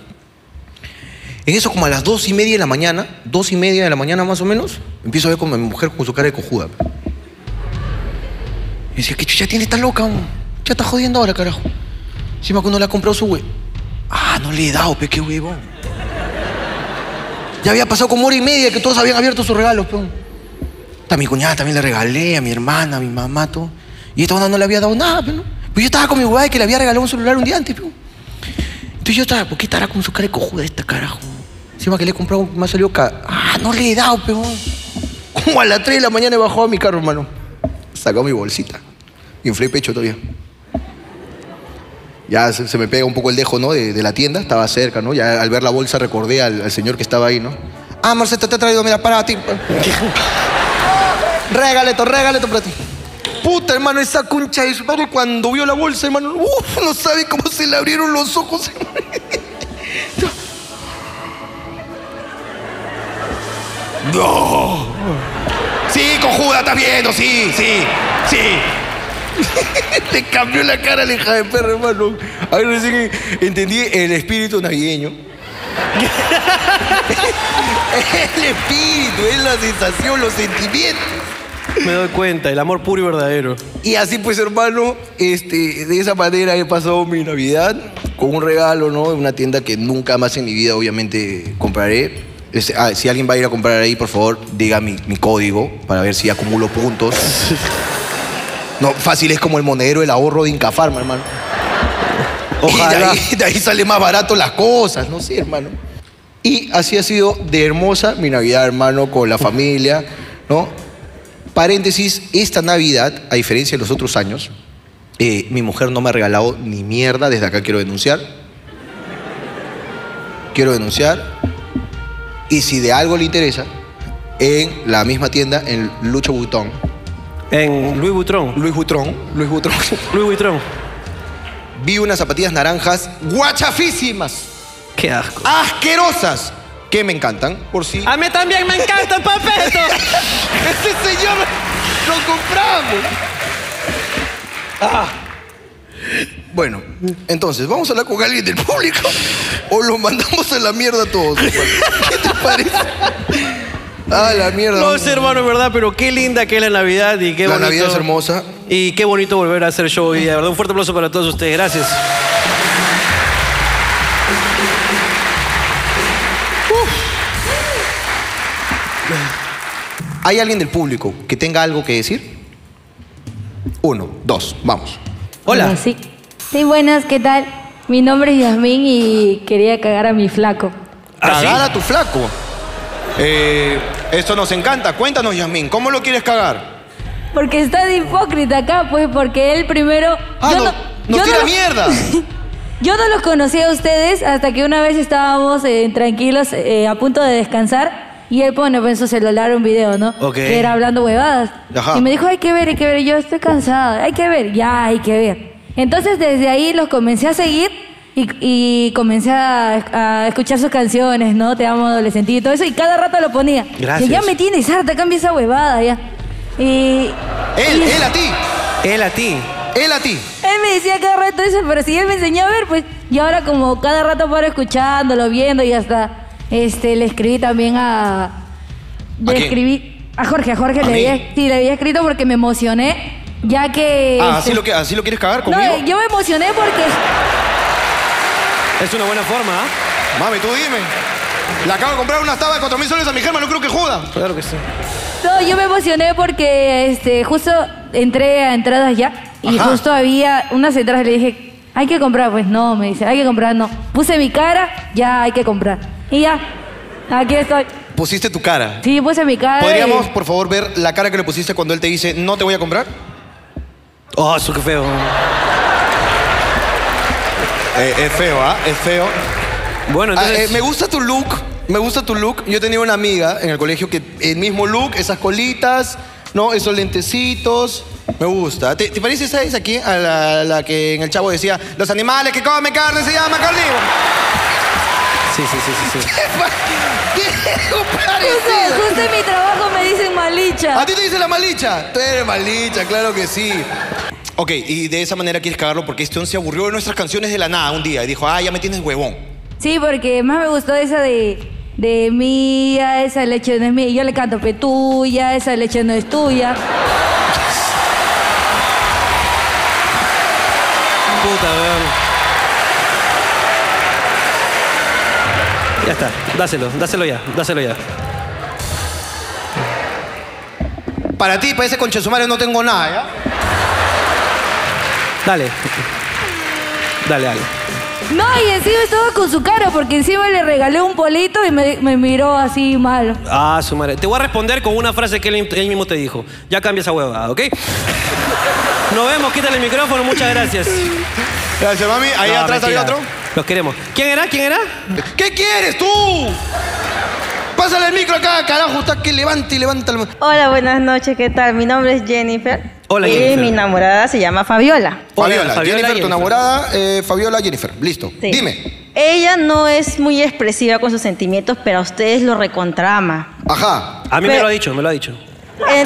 S1: En eso, como a las dos y media de la mañana, dos y media de la mañana más o menos, empiezo a ver como mi mujer con su cara de cojuda. Y decía, ¿qué chucha tiene esta loca? hombre? Ya está jodiendo ahora, carajo. Encima que uno le ha comprado su hue... Ah, no le he dado, pe, qué huevón. Ya había pasado como hora y media que todos habían abierto sus regalos, peón. A mi cuñada también le regalé, a mi hermana, a mi mamá, todo. Y esta onda no le había dado nada, pero Pues yo estaba con mi huevada que le había regalado un celular un día antes, peón. Entonces yo estaba, ¿por qué estará con su cara de cojuda esta carajo? Encima que le he comprado, me ha salido ca... Ah, no le he dado, peón. Como a las 3 de la mañana he bajado a mi carro, hermano. Sacó mi bolsita. Inflé pecho todavía. Ya se, se me pega un poco el dejo, ¿no? De, de la tienda, estaba cerca, ¿no? Ya al ver la bolsa recordé al, al señor que estaba ahí, ¿no? Ah, Marceta, te he traído, mira, para ti. Regaleto, regaleto para ti. Puta, hermano, esa concha de su madre cuando vio la bolsa, hermano, uf, no sabe cómo se le abrieron los ojos.
S9: No.
S8: Sí, cojuda, estás viendo, sí, sí, sí.
S1: Le cambió la cara a la hija de perro, hermano. Ahí recién entendí el espíritu navideño. es el espíritu, es la sensación, los sentimientos.
S2: Me doy cuenta, el amor puro y verdadero.
S1: Y así pues, hermano, este, de esa manera he pasado mi Navidad con un regalo, ¿no? De una tienda que nunca más en mi vida, obviamente, compraré. Este, ah, si alguien va a ir a comprar ahí, por favor, diga mi, mi código para ver si acumulo puntos. No, fácil es como el monedero, el ahorro de Incafarma, hermano.
S8: Ojalá.
S1: Y de ahí, de ahí sale más barato las cosas, no sé, hermano. Y así ha sido de hermosa mi Navidad, hermano, con la familia, ¿no? Paréntesis, esta Navidad, a diferencia de los otros años, eh, mi mujer no me ha regalado ni mierda, desde acá quiero denunciar. Quiero denunciar. Y si de algo le interesa, en la misma tienda, en Lucho Butón.
S2: En Luis Butrón.
S1: Luis Butrón. Luis Butrón.
S2: Luis Butrón.
S1: Vi unas zapatillas naranjas guachafísimas.
S2: Qué asco.
S1: Asquerosas. Que me encantan, por si.
S17: A mí también me encanta el papeto.
S8: Ese señor lo compramos.
S1: Ah. Bueno, entonces, ¿vamos a hablar con alguien del público o lo mandamos a la mierda a todos? ¿Qué te parece? A la mierda.
S2: No sé, hermano, es verdad, pero qué linda que es la Navidad y qué
S1: La
S2: bonito.
S1: Navidad es hermosa.
S2: Y qué bonito volver a hacer show hoy día, de verdad. Un fuerte aplauso para todos ustedes. Gracias.
S1: ¿Hay alguien del público que tenga algo que decir? Uno, dos, vamos.
S18: Hola. Sí. Sí, buenas, ¿qué tal? Mi nombre es Yasmín y quería cagar a mi flaco.
S2: Ah,
S1: Cagar a tu flaco. Eh, esto nos encanta. Cuéntanos, Yasmín, ¿cómo lo quieres cagar?
S18: Porque está de hipócrita acá, pues, porque él primero.
S1: Ah, no- nos tira
S18: los-
S1: mierda.
S18: yo no los conocí a ustedes hasta que una vez estábamos eh, tranquilos, eh, a punto de descansar, y él pone pues, en su celular un video, ¿no?
S3: Ok.
S18: Que era hablando huevadas.
S3: Ajá.
S18: Y me dijo, hay que ver, hay que ver. Y yo estoy cansada, hay que ver, ya, hay que ver. Entonces desde ahí los comencé a seguir y, y comencé a, a escuchar sus canciones, ¿no? Te amo, adolescente y todo eso. Y cada rato lo ponía.
S2: Gracias.
S18: Y ya me tienes harta, cambia esa huevada, ya. Y.
S1: Él, él a ti.
S2: Él a ti.
S1: Él a ti.
S18: Él me decía cada rato eso, pero si él me enseñó a ver, pues. Y ahora, como cada rato paro escuchándolo, viendo y hasta. Este, le escribí también a. Le
S3: quién?
S18: escribí. A Jorge, a Jorge
S1: ¿A
S18: le
S1: mí?
S18: había, sí, le había escrito porque me emocioné, ya que.
S1: Ah,
S18: este,
S1: ¿así lo, que- así lo quieres cagar
S18: No,
S1: conmigo?
S18: eh, yo me emocioné porque.
S2: Es una buena forma, ¿ah?
S1: Mami, tú dime. Le acabo de comprar una tabla de 4 mil soles a mi germa, no creo que joda.
S2: Claro que sí.
S18: No, yo me emocioné porque este, justo entré a entradas ya y
S3: Ajá.
S18: justo había unas entradas y le dije, hay que comprar. Pues no, me dice, hay que comprar, no. Puse mi cara, ya hay que comprar. Y ya, aquí estoy.
S1: Pusiste tu cara.
S18: Sí, puse mi cara. y-
S1: ¿Podríamos, por favor, ver la cara que le pusiste cuando él te dice, no te voy a comprar?
S2: Oh, eso qué feo.
S1: es feo, ¿ah? Es feo.
S2: Bueno,
S1: entonces... me gusta tu look, me gusta tu look. Yo tenía una amiga en el colegio que el mismo look, esas colitas, ¿no? Esos lentecitos. Me gusta. ¿Te, te parece esa es aquí? A la, la que en el chavo decía, los animales que comen carne se llaman carnívoros.
S2: Sí, sí, sí, sí. sí.
S18: Justo, justo en mi trabajo me dicen malicha.
S1: ¿A ti te dice la malicha? Tú eres malicha, claro que sí. Ok, y de esa manera quieres cagarlo porque este hombre se aburrió de nuestras canciones de la nada un día y dijo, ah, ya me tienes huevón.
S18: Sí, porque más me gustó esa de, de mía, esa leche no es mía. Yo le canto petuya, esa leche no es tuya.
S2: Puta, weón. Ya está, dáselo, dáselo ya, dáselo ya.
S1: Para ti, para ese conchesumario no tengo nada, ¿ya?
S2: Dale. Dale, dale.
S18: No, y encima estaba con su cara, porque encima le regalé un polito y me, me miró así mal.
S2: Ah, su madre. Te voy a responder con una frase que él, él mismo te dijo. Ya cambia esa huevada, ¿ok? Nos vemos, quítale el micrófono, muchas gracias.
S1: Gracias, mami. Ahí atrás había otro.
S2: Los queremos. ¿Quién era? ¿Quién era?
S1: ¿Qué quieres tú? Pásale el micro acá, carajo, está que levanta y levanta el...
S19: Hola, buenas noches, ¿qué tal? Mi nombre es Jennifer.
S1: Hola,
S19: y
S1: Jennifer.
S19: mi enamorada se llama Fabiola.
S2: Fabiola,
S1: Fabiola, Jennifer, tu
S2: Jennifer.
S1: enamorada, eh, Fabiola, Jennifer. Listo. Dime.
S19: Ella no es muy expresiva con sus sentimientos, pero a ustedes lo recontrama.
S1: Ajá.
S2: A mí me
S19: Pe-
S2: lo ha dicho, me lo ha dicho.
S19: Eh,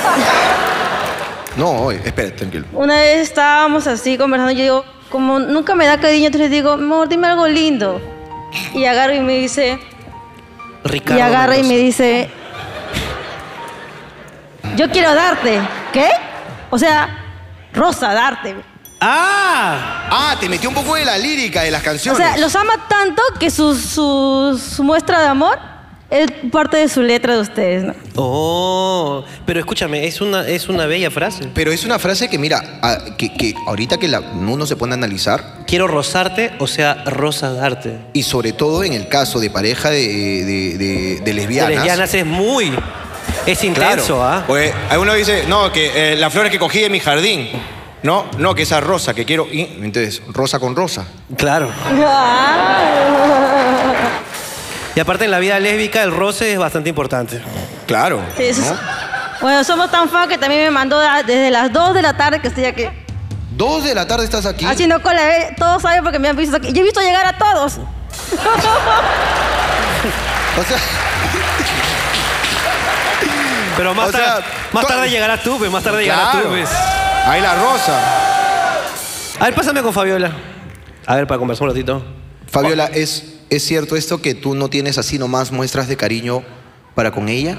S1: No, oye, espera, tranquilo.
S19: una vez estábamos así conversando, yo digo, como nunca me da cariño, entonces digo, amor, dime algo lindo. Y agarra y me dice,
S2: Ricardo.
S19: y agarra y
S2: Mendoza.
S19: me dice, yo quiero darte. ¿Qué? O sea, Rosa, darte.
S1: ¡Ah! Ah, te metió un poco de la lírica de las
S19: O
S1: canciones.
S19: sea, los ama tanto que su, su- su muestra de amor es parte de su letra de ustedes, ¿no?
S2: Oh, pero escúchame, es una, es una bella frase.
S1: Pero es una frase que, mira, ah, que, que ahorita que la- uno se pone a analizar.
S2: Quiero rozarte, o sea, rosa darte.
S1: Y sobre todo en el caso de pareja de, de- de- de lesbianas.
S2: De lesbianas es muy. Es intenso, ¿ah?
S8: Porque alguno dice, no, que eh, las flores que cogí de mi jardín. No, no, que esa rosa que quiero. y-
S1: Entonces, rosa con rosa.
S2: Claro. Y aparte en la vida lésbica el roce es bastante importante.
S8: Claro.
S19: Sí, eso es- Bueno, somos tan fan que también me mandó a- desde las 2 de la tarde que estoy aquí.
S1: Dos de la tarde estás aquí.
S19: Haciendo cola, eh, todos saben porque me han visto aquí. Yo he visto llegar a todos.
S1: O sea,
S2: Pero más,
S8: O sea,
S2: tarde, más tarde llegarás tú, pues, más tarde llegarás
S8: Claro.
S2: tú, pues.
S8: Ahí la rosa.
S2: A ver, pásame con Fabiola. A ver, para conversar un ratito.
S1: Fabiola, ¿es, ¿es cierto esto que tú no tienes así nomás muestras de cariño para con ella?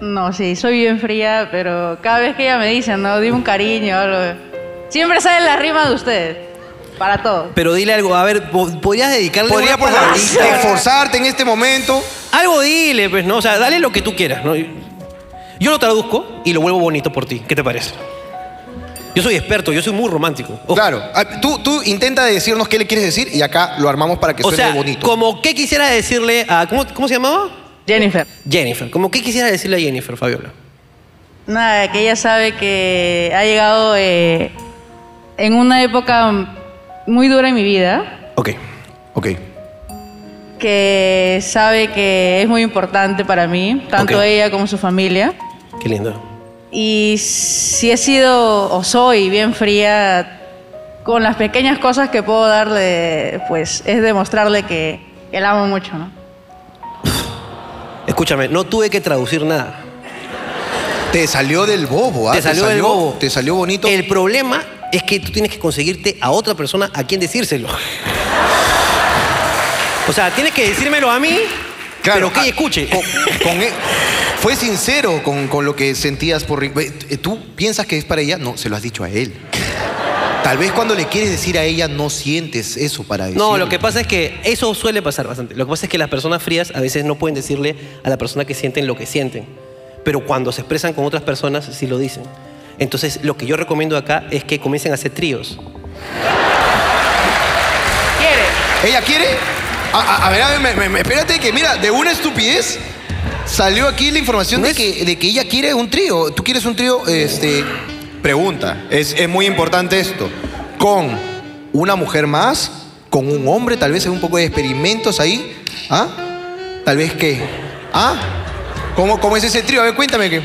S3: No, sí, soy bien fría, pero cada vez que ella me dice, no, dime un cariño, algo. Siempre sale la rima de ustedes. Para todo.
S2: Pero dile algo, a ver, po- ¿podrías dedicarle
S3: Podría,
S2: alguna
S3: por favor,
S2: palabrita?
S1: esforzarte en este momento?
S2: Algo dile, pues, ¿no? O sea, dale lo que tú quieras, ¿no? Yo lo traduzco y lo vuelvo bonito por ti. ¿Qué te parece? Yo soy experto, yo soy muy romántico.
S1: Claro. Ah, Tú, tú intenta decirnos qué le quieres decir y acá lo armamos para que
S2: o
S1: suene
S2: sea,
S1: bonito.
S2: como qué quisiera decirle a... ¿Cómo, cómo se llamaba?
S3: Jennifer.
S2: Jennifer. Como qué quisiera decirle a Jennifer, Fabiola.
S3: Nada, que ella sabe que ha llegado eh, en una época muy dura en mi vida,
S2: Ok.
S1: Ok.
S3: que sabe que es muy importante para mí, tanto
S2: Ok.
S3: ella como su familia.
S2: Qué lindo.
S3: Y si he sido o soy bien fría, con las pequeñas cosas que puedo darle, pues es demostrarle que, que la amo mucho, ¿no?
S2: Escúchame, no tuve que traducir nada.
S1: Te salió del bobo, ¿ah?
S2: Te salió del bobo.
S1: Te salió bonito.
S2: El problema es que tú tienes que conseguirte a otra persona a quien decírselo. O sea, tienes que decírmelo a mí, pero que ella escuche.
S1: ah, Con e- fue sincero con, con lo que sentías por Rick. Eh, ¿Tú piensas que es para ella? No, se lo has dicho a él. Tal vez cuando le quieres decir a ella no sientes eso para decir.
S2: No, lo que pasa es que eso suele pasar bastante. Lo que pasa es que las personas frías a veces no pueden decirle a la persona que sienten lo que sienten. Pero cuando se expresan con otras personas, sí lo dicen. Entonces, lo que yo recomiendo acá es que comiencen a hacer tríos.
S3: ¿Quiere?
S1: ¿Ella quiere? A, a- a ver, a ver, me- me- me- espérate que mira, de una estupidez salió aquí la información de, que, de que ella quiere un trío. ¿Tú quieres un trío? Este, pregunta. Es, es muy importante esto. Con una mujer más, con un hombre, tal vez hay un poco de experimentos ahí. ¿Ah? Tal vez que... ¿Ah? ¿Cómo, cómo es ese trío? A ver, cuéntame que...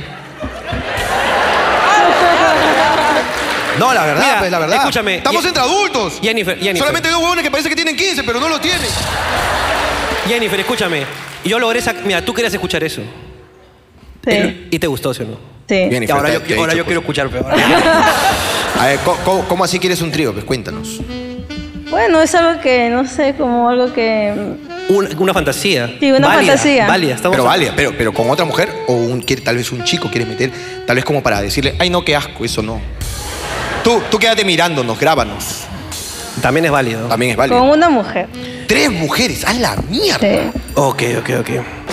S1: No, la verdad,
S2: Mira,
S1: pues la verdad.
S2: escúchame,
S1: Estamos
S2: Ye-
S1: entre adultos.
S2: Jennifer, Jennifer.
S1: Solamente dos huevones que parece que tienen 15, pero no lo tienen.
S2: Jennifer, escúchame. Yo logré sacar. Mira, tú querías escuchar eso.
S19: Sí.
S2: ¿Y te gustó, sí o no?
S19: Sí.
S2: Y ahora yo, ahora yo quiero escuchar. pero ahora-
S1: pues. A ver, ¿cómo- ¿cómo, cómo así quieres un trío? Pues cuéntanos.
S19: Bueno, es algo que, no sé, como algo que...
S2: Un- una fantasía.
S19: Sí, una
S1: Válida,
S19: fantasía.
S1: pero válida, pero, pero con otra mujer o un, quiere- tal vez un chico quieres meter, tal vez como para decirle, ay no, qué asco, eso no. Tú, tú quédate mirándonos, grábanos.
S2: También es válido.
S1: También es válido.
S19: Con una mujer.
S1: Tres mujeres, a la mierda.
S2: Ok, ok, ok.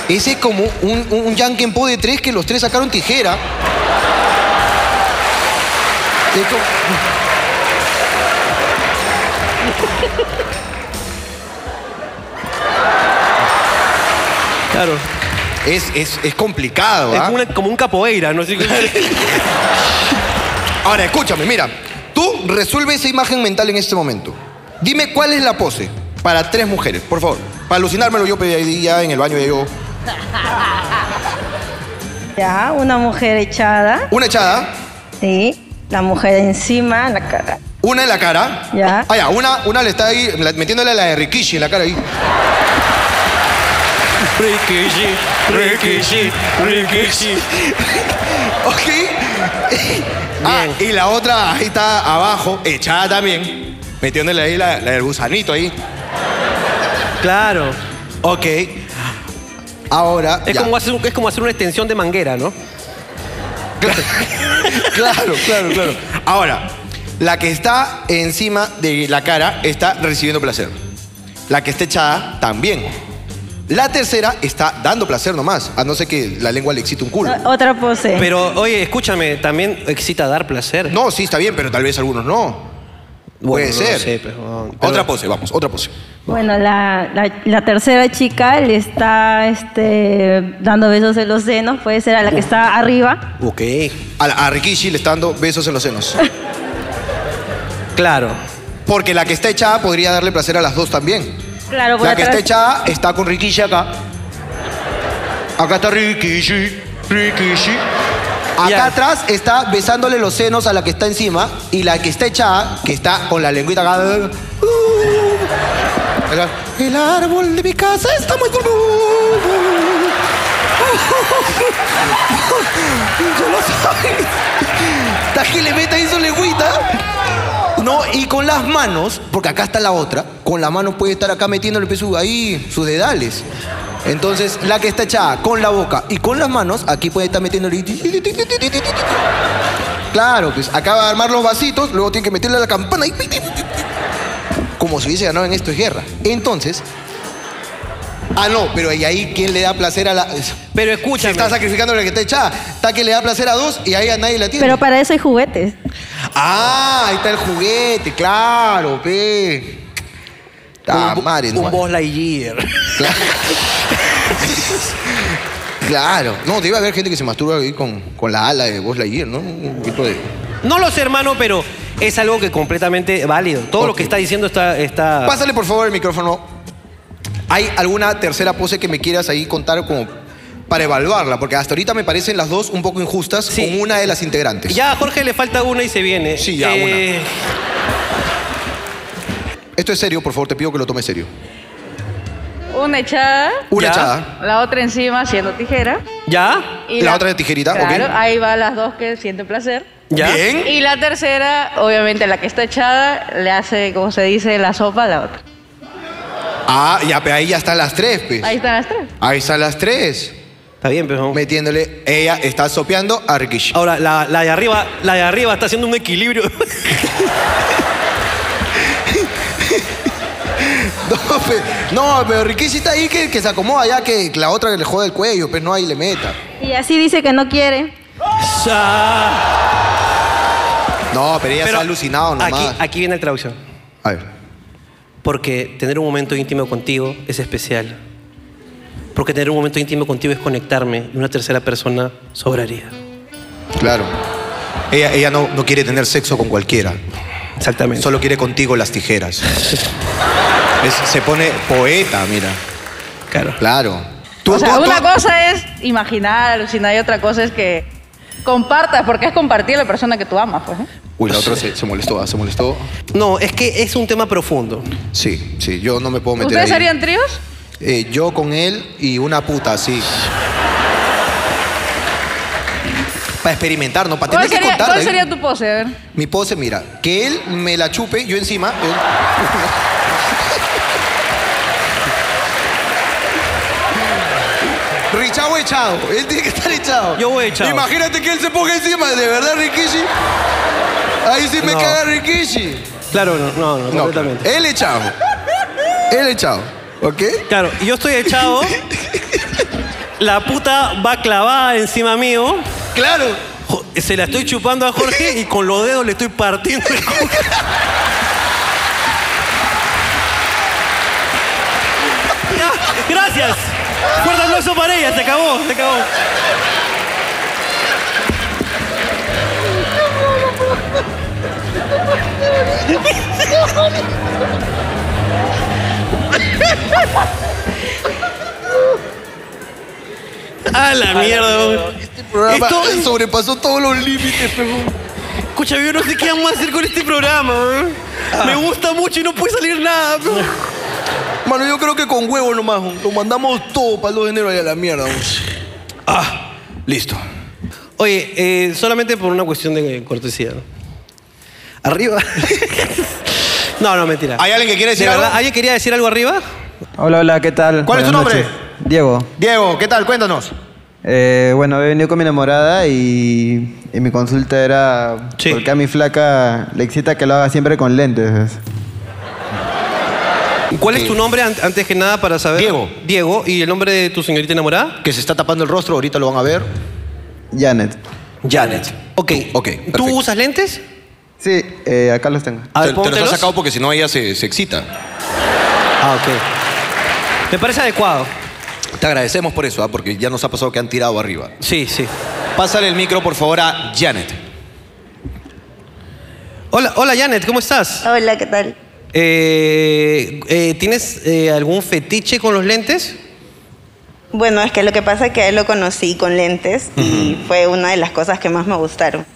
S1: Ese es como un, un, un Yankee Po de tres que los tres sacaron tijera. Es como-
S2: Claro.
S1: Es, es, es complicado,
S2: Es
S1: ¿ah?
S2: como, una- como un capoeira, ¿no? Así que-
S1: Ahora, escúchame, mira. Tú resuelve esa imagen mental en este momento. Dime cuál es la pose para tres mujeres, por favor. Para alucinármelo yo pedí ya en el baño ya yo.
S19: Ya, una mujer echada.
S1: Una echada.
S19: Sí. La mujer encima, la cara.
S1: Una en la cara.
S19: Ya.
S1: Ah, ya, una, una le está ahí la- metiéndole la de Rikishi en la cara ahí.
S2: Rikishi, Rikishi, Rikishi.
S1: ok. ah, y la otra ahí está abajo, echada también. Metiéndole ahí la, la del gusanito ahí.
S2: Claro.
S1: Ok. Ahora.
S2: Es
S1: ya.
S2: como, hacer, un- es como hacer una extensión de manguera, ¿no?
S1: Claro, claro, claro. Ahora, la que está encima de la cara está recibiendo placer. La que está echada también. La tercera está dando placer nomás, a no ser que la lengua le excite un culo.
S19: Otra pose.
S2: Pero, oye, escúchame, también excita dar placer.
S1: No, sí, está bien, pero tal vez algunos no. Puede
S2: no
S1: ser.
S2: sé,
S1: Otra pose, vamos, otra pose.
S19: Bueno, la, la- la tercera chica le está este, dando besos en los senos, puede ser a la que está arriba.
S1: Ok. A, la- a Rikishi le está dando besos en los senos.
S2: claro.
S1: Porque la que está echada podría darle placer a las dos también.
S19: Claro, por
S1: La que
S19: atrás.
S1: está echada está con Rikishi acá. Acá está Rikishi, Rikishi. Acá atrás está besándole los senos a la que está encima y la que está echada, que está con la lengüita acá. Acá. El árbol de mi casa está muy duro. Yo lo sabía. Taji le mete ahí su lengüita. No, y con las manos, porque acá está la otra, con las manos puede estar acá metiéndole pues, su- ahí sus dedales. Entonces, la que está echada con la boca y con las manos, aquí puede estar metiéndole. Claro, pues acá va a armar los vasitos, luego tiene que meterle a la campana y. Como si hubiese ganado en esto es guerra. Entonces. Ah, no, pero ¿y ahí quién le da placer a la.?
S2: Pero escucha.
S1: Está sacrificando a la que está echada. Está que le da placer a dos y ahí a nadie la tiene.
S19: Pero para eso hay juguetes.
S1: Ah, ahí está el juguete, claro, pe. Ta madre,
S2: un Buzz
S1: Lightyear. Claro. claro. No, debe haber gente que se masturba ahí con, con la ala de Buzz Lightyear, ¿no? Un tipo de...
S2: No lo sé, hermano, pero es algo que completamente válido. Todo lo que está diciendo está... está...
S1: Pásale, por favor, el micrófono. ¿Hay alguna tercera pose que me quieras ahí contar como para evaluarla? Porque hasta ahorita me parecen las dos un poco injustas con una de las integrantes.
S2: Ya a Jorge le falta una y se viene. Eh. Sí,
S1: ya, Esto es serio, por favor, te pido que lo tomes serio.
S3: Una echada.
S1: Una echada.
S3: La otra encima haciendo tijera.
S2: ¿Ya?
S3: Y
S1: la, otra de tijerita,
S3: Claro,
S1: ¿ok?
S3: ahí va las dos que sienten placer.
S1: ¿Ya? Bien.
S3: Y la tercera, obviamente la que está echada, le hace, como se dice, la sopa a la otra.
S1: Ah, ya, pero ahí ya están las tres, pues.
S3: Ahí están las tres.
S1: Ahí están las tres.
S2: Está bien, pero.
S1: Metiéndole, ella está sopeando a Rikishi.
S2: Ahora, la, la de arriba, la de arriba está haciendo un equilibrio.
S1: No, pe- no, pero Rikishi está ahí que, que se acomoda ya que la otra que le jode el cuello, pues no ahí le meta.
S19: Y así dice que no quiere.
S1: No, pero ella
S2: Pero
S1: está alucinado nomás.
S2: Aquí, aquí viene la traducción.
S1: A ver.
S2: Porque tener un momento íntimo contigo es especial. Porque tener un momento íntimo contigo es conectarme y una tercera persona sobraría.
S1: Claro. Ella, ella no, no quiere tener sexo con cualquiera.
S2: Exactamente.
S1: Solo quiere contigo las tijeras. Es- se pone poeta, mira.
S2: Claro.
S1: Claro. Tú-
S3: O sea,
S1: tú-
S3: una
S1: tú-
S3: cosa es imaginar, alucinar, y otra cosa es que compartas, porque es compartir a la persona que tú amas, pues. ¿no?
S1: Uy, la otra se, se molestó, ah, se molestó.
S2: No, es que es un tema profundo.
S1: Sí, sí, yo no me puedo meter
S3: ¿Ustedes
S1: ahí.
S3: harían tríos?
S1: Eh, yo con él y una puta así. Para experimentar, ¿no? Para tener
S3: ¿Cuál
S1: Ah, que
S3: sería,
S1: contar.
S3: cuál
S1: David.
S3: sería tu pose? A ver.
S1: Mi pose, mira, que él me la chupe, yo encima. él- Richao echado, él tiene que estar echado.
S2: Yo voy echado.
S1: Imagínate que él se ponga encima, de verdad, Rikishi. Ahí sí me
S2: No.
S1: caga Rikishi.
S2: Claro, no, no, no,
S1: No,
S2: completamente.
S1: él echado. Él echado, ¿ok?
S2: Claro, y yo estoy echado. la puta va clavada encima mío.
S1: Claro.
S2: Se la estoy chupando a Jorge y con los dedos le estoy partiendo el culo. Ya, Gracias. Fuerte aplauso para ella. Se acabó, se acabó. A la mierda.
S1: Este programa
S2: Esto-
S1: sobrepasó todos los límites, perdón.
S2: Escucha, yo no sé qué vamos a hacer con este programa. weón. Me gusta mucho y no puede salir nada. weón.
S1: Mano, yo creo que con huevo nomás, un- lo mandamos todo para el 2 de enero allá a la mierda. un.
S2: Listo. Oye, eh, solamente por una cuestión de cortesía. ¿no? Arriba. No, no, mentira.
S8: ¿Hay alguien que quiere decir
S2: ¿De
S8: algo?
S2: verdad? ¿Alguien quería decir algo arriba?
S20: Hola, hola, ¿qué tal?
S8: ¿Cuál es tu nombre?
S20: noches. Diego.
S8: Diego, ¿qué tal? Cuéntanos.
S20: Eh, bueno, he venido con mi enamorada y, y mi consulta era por qué a mi flaca le excita que lo haga siempre con lentes.
S2: ¿Cuál es tu nombre an- antes que nada para saber? Diego. Diego, ¿y el nombre de tu señorita enamorada?
S8: Que se está tapando el rostro, ahorita lo van a ver.
S20: Janet.
S2: Janet. Ok.
S8: Ok.
S2: ¿Tú usas lentes?
S20: Sí, eh, acá los tengo.
S8: te, te los has sacado porque si no ella se, se excita.
S2: Ah, ok. ¿Te parece adecuado?
S1: Te agradecemos por eso, ¿ah? porque ya nos ha pasado que han tirado arriba.
S2: Sí, sí.
S1: Pásale el micro, por favor, a Janet.
S2: Hola, hola Janet, ¿cómo estás?
S21: Hola, ¿qué tal?
S2: Eh, eh, ¿Tienes eh, algún fetiche con los lentes?
S21: Bueno, es que lo que pasa es que a él lo conocí con lentes y fue una de las cosas que más me gustaron.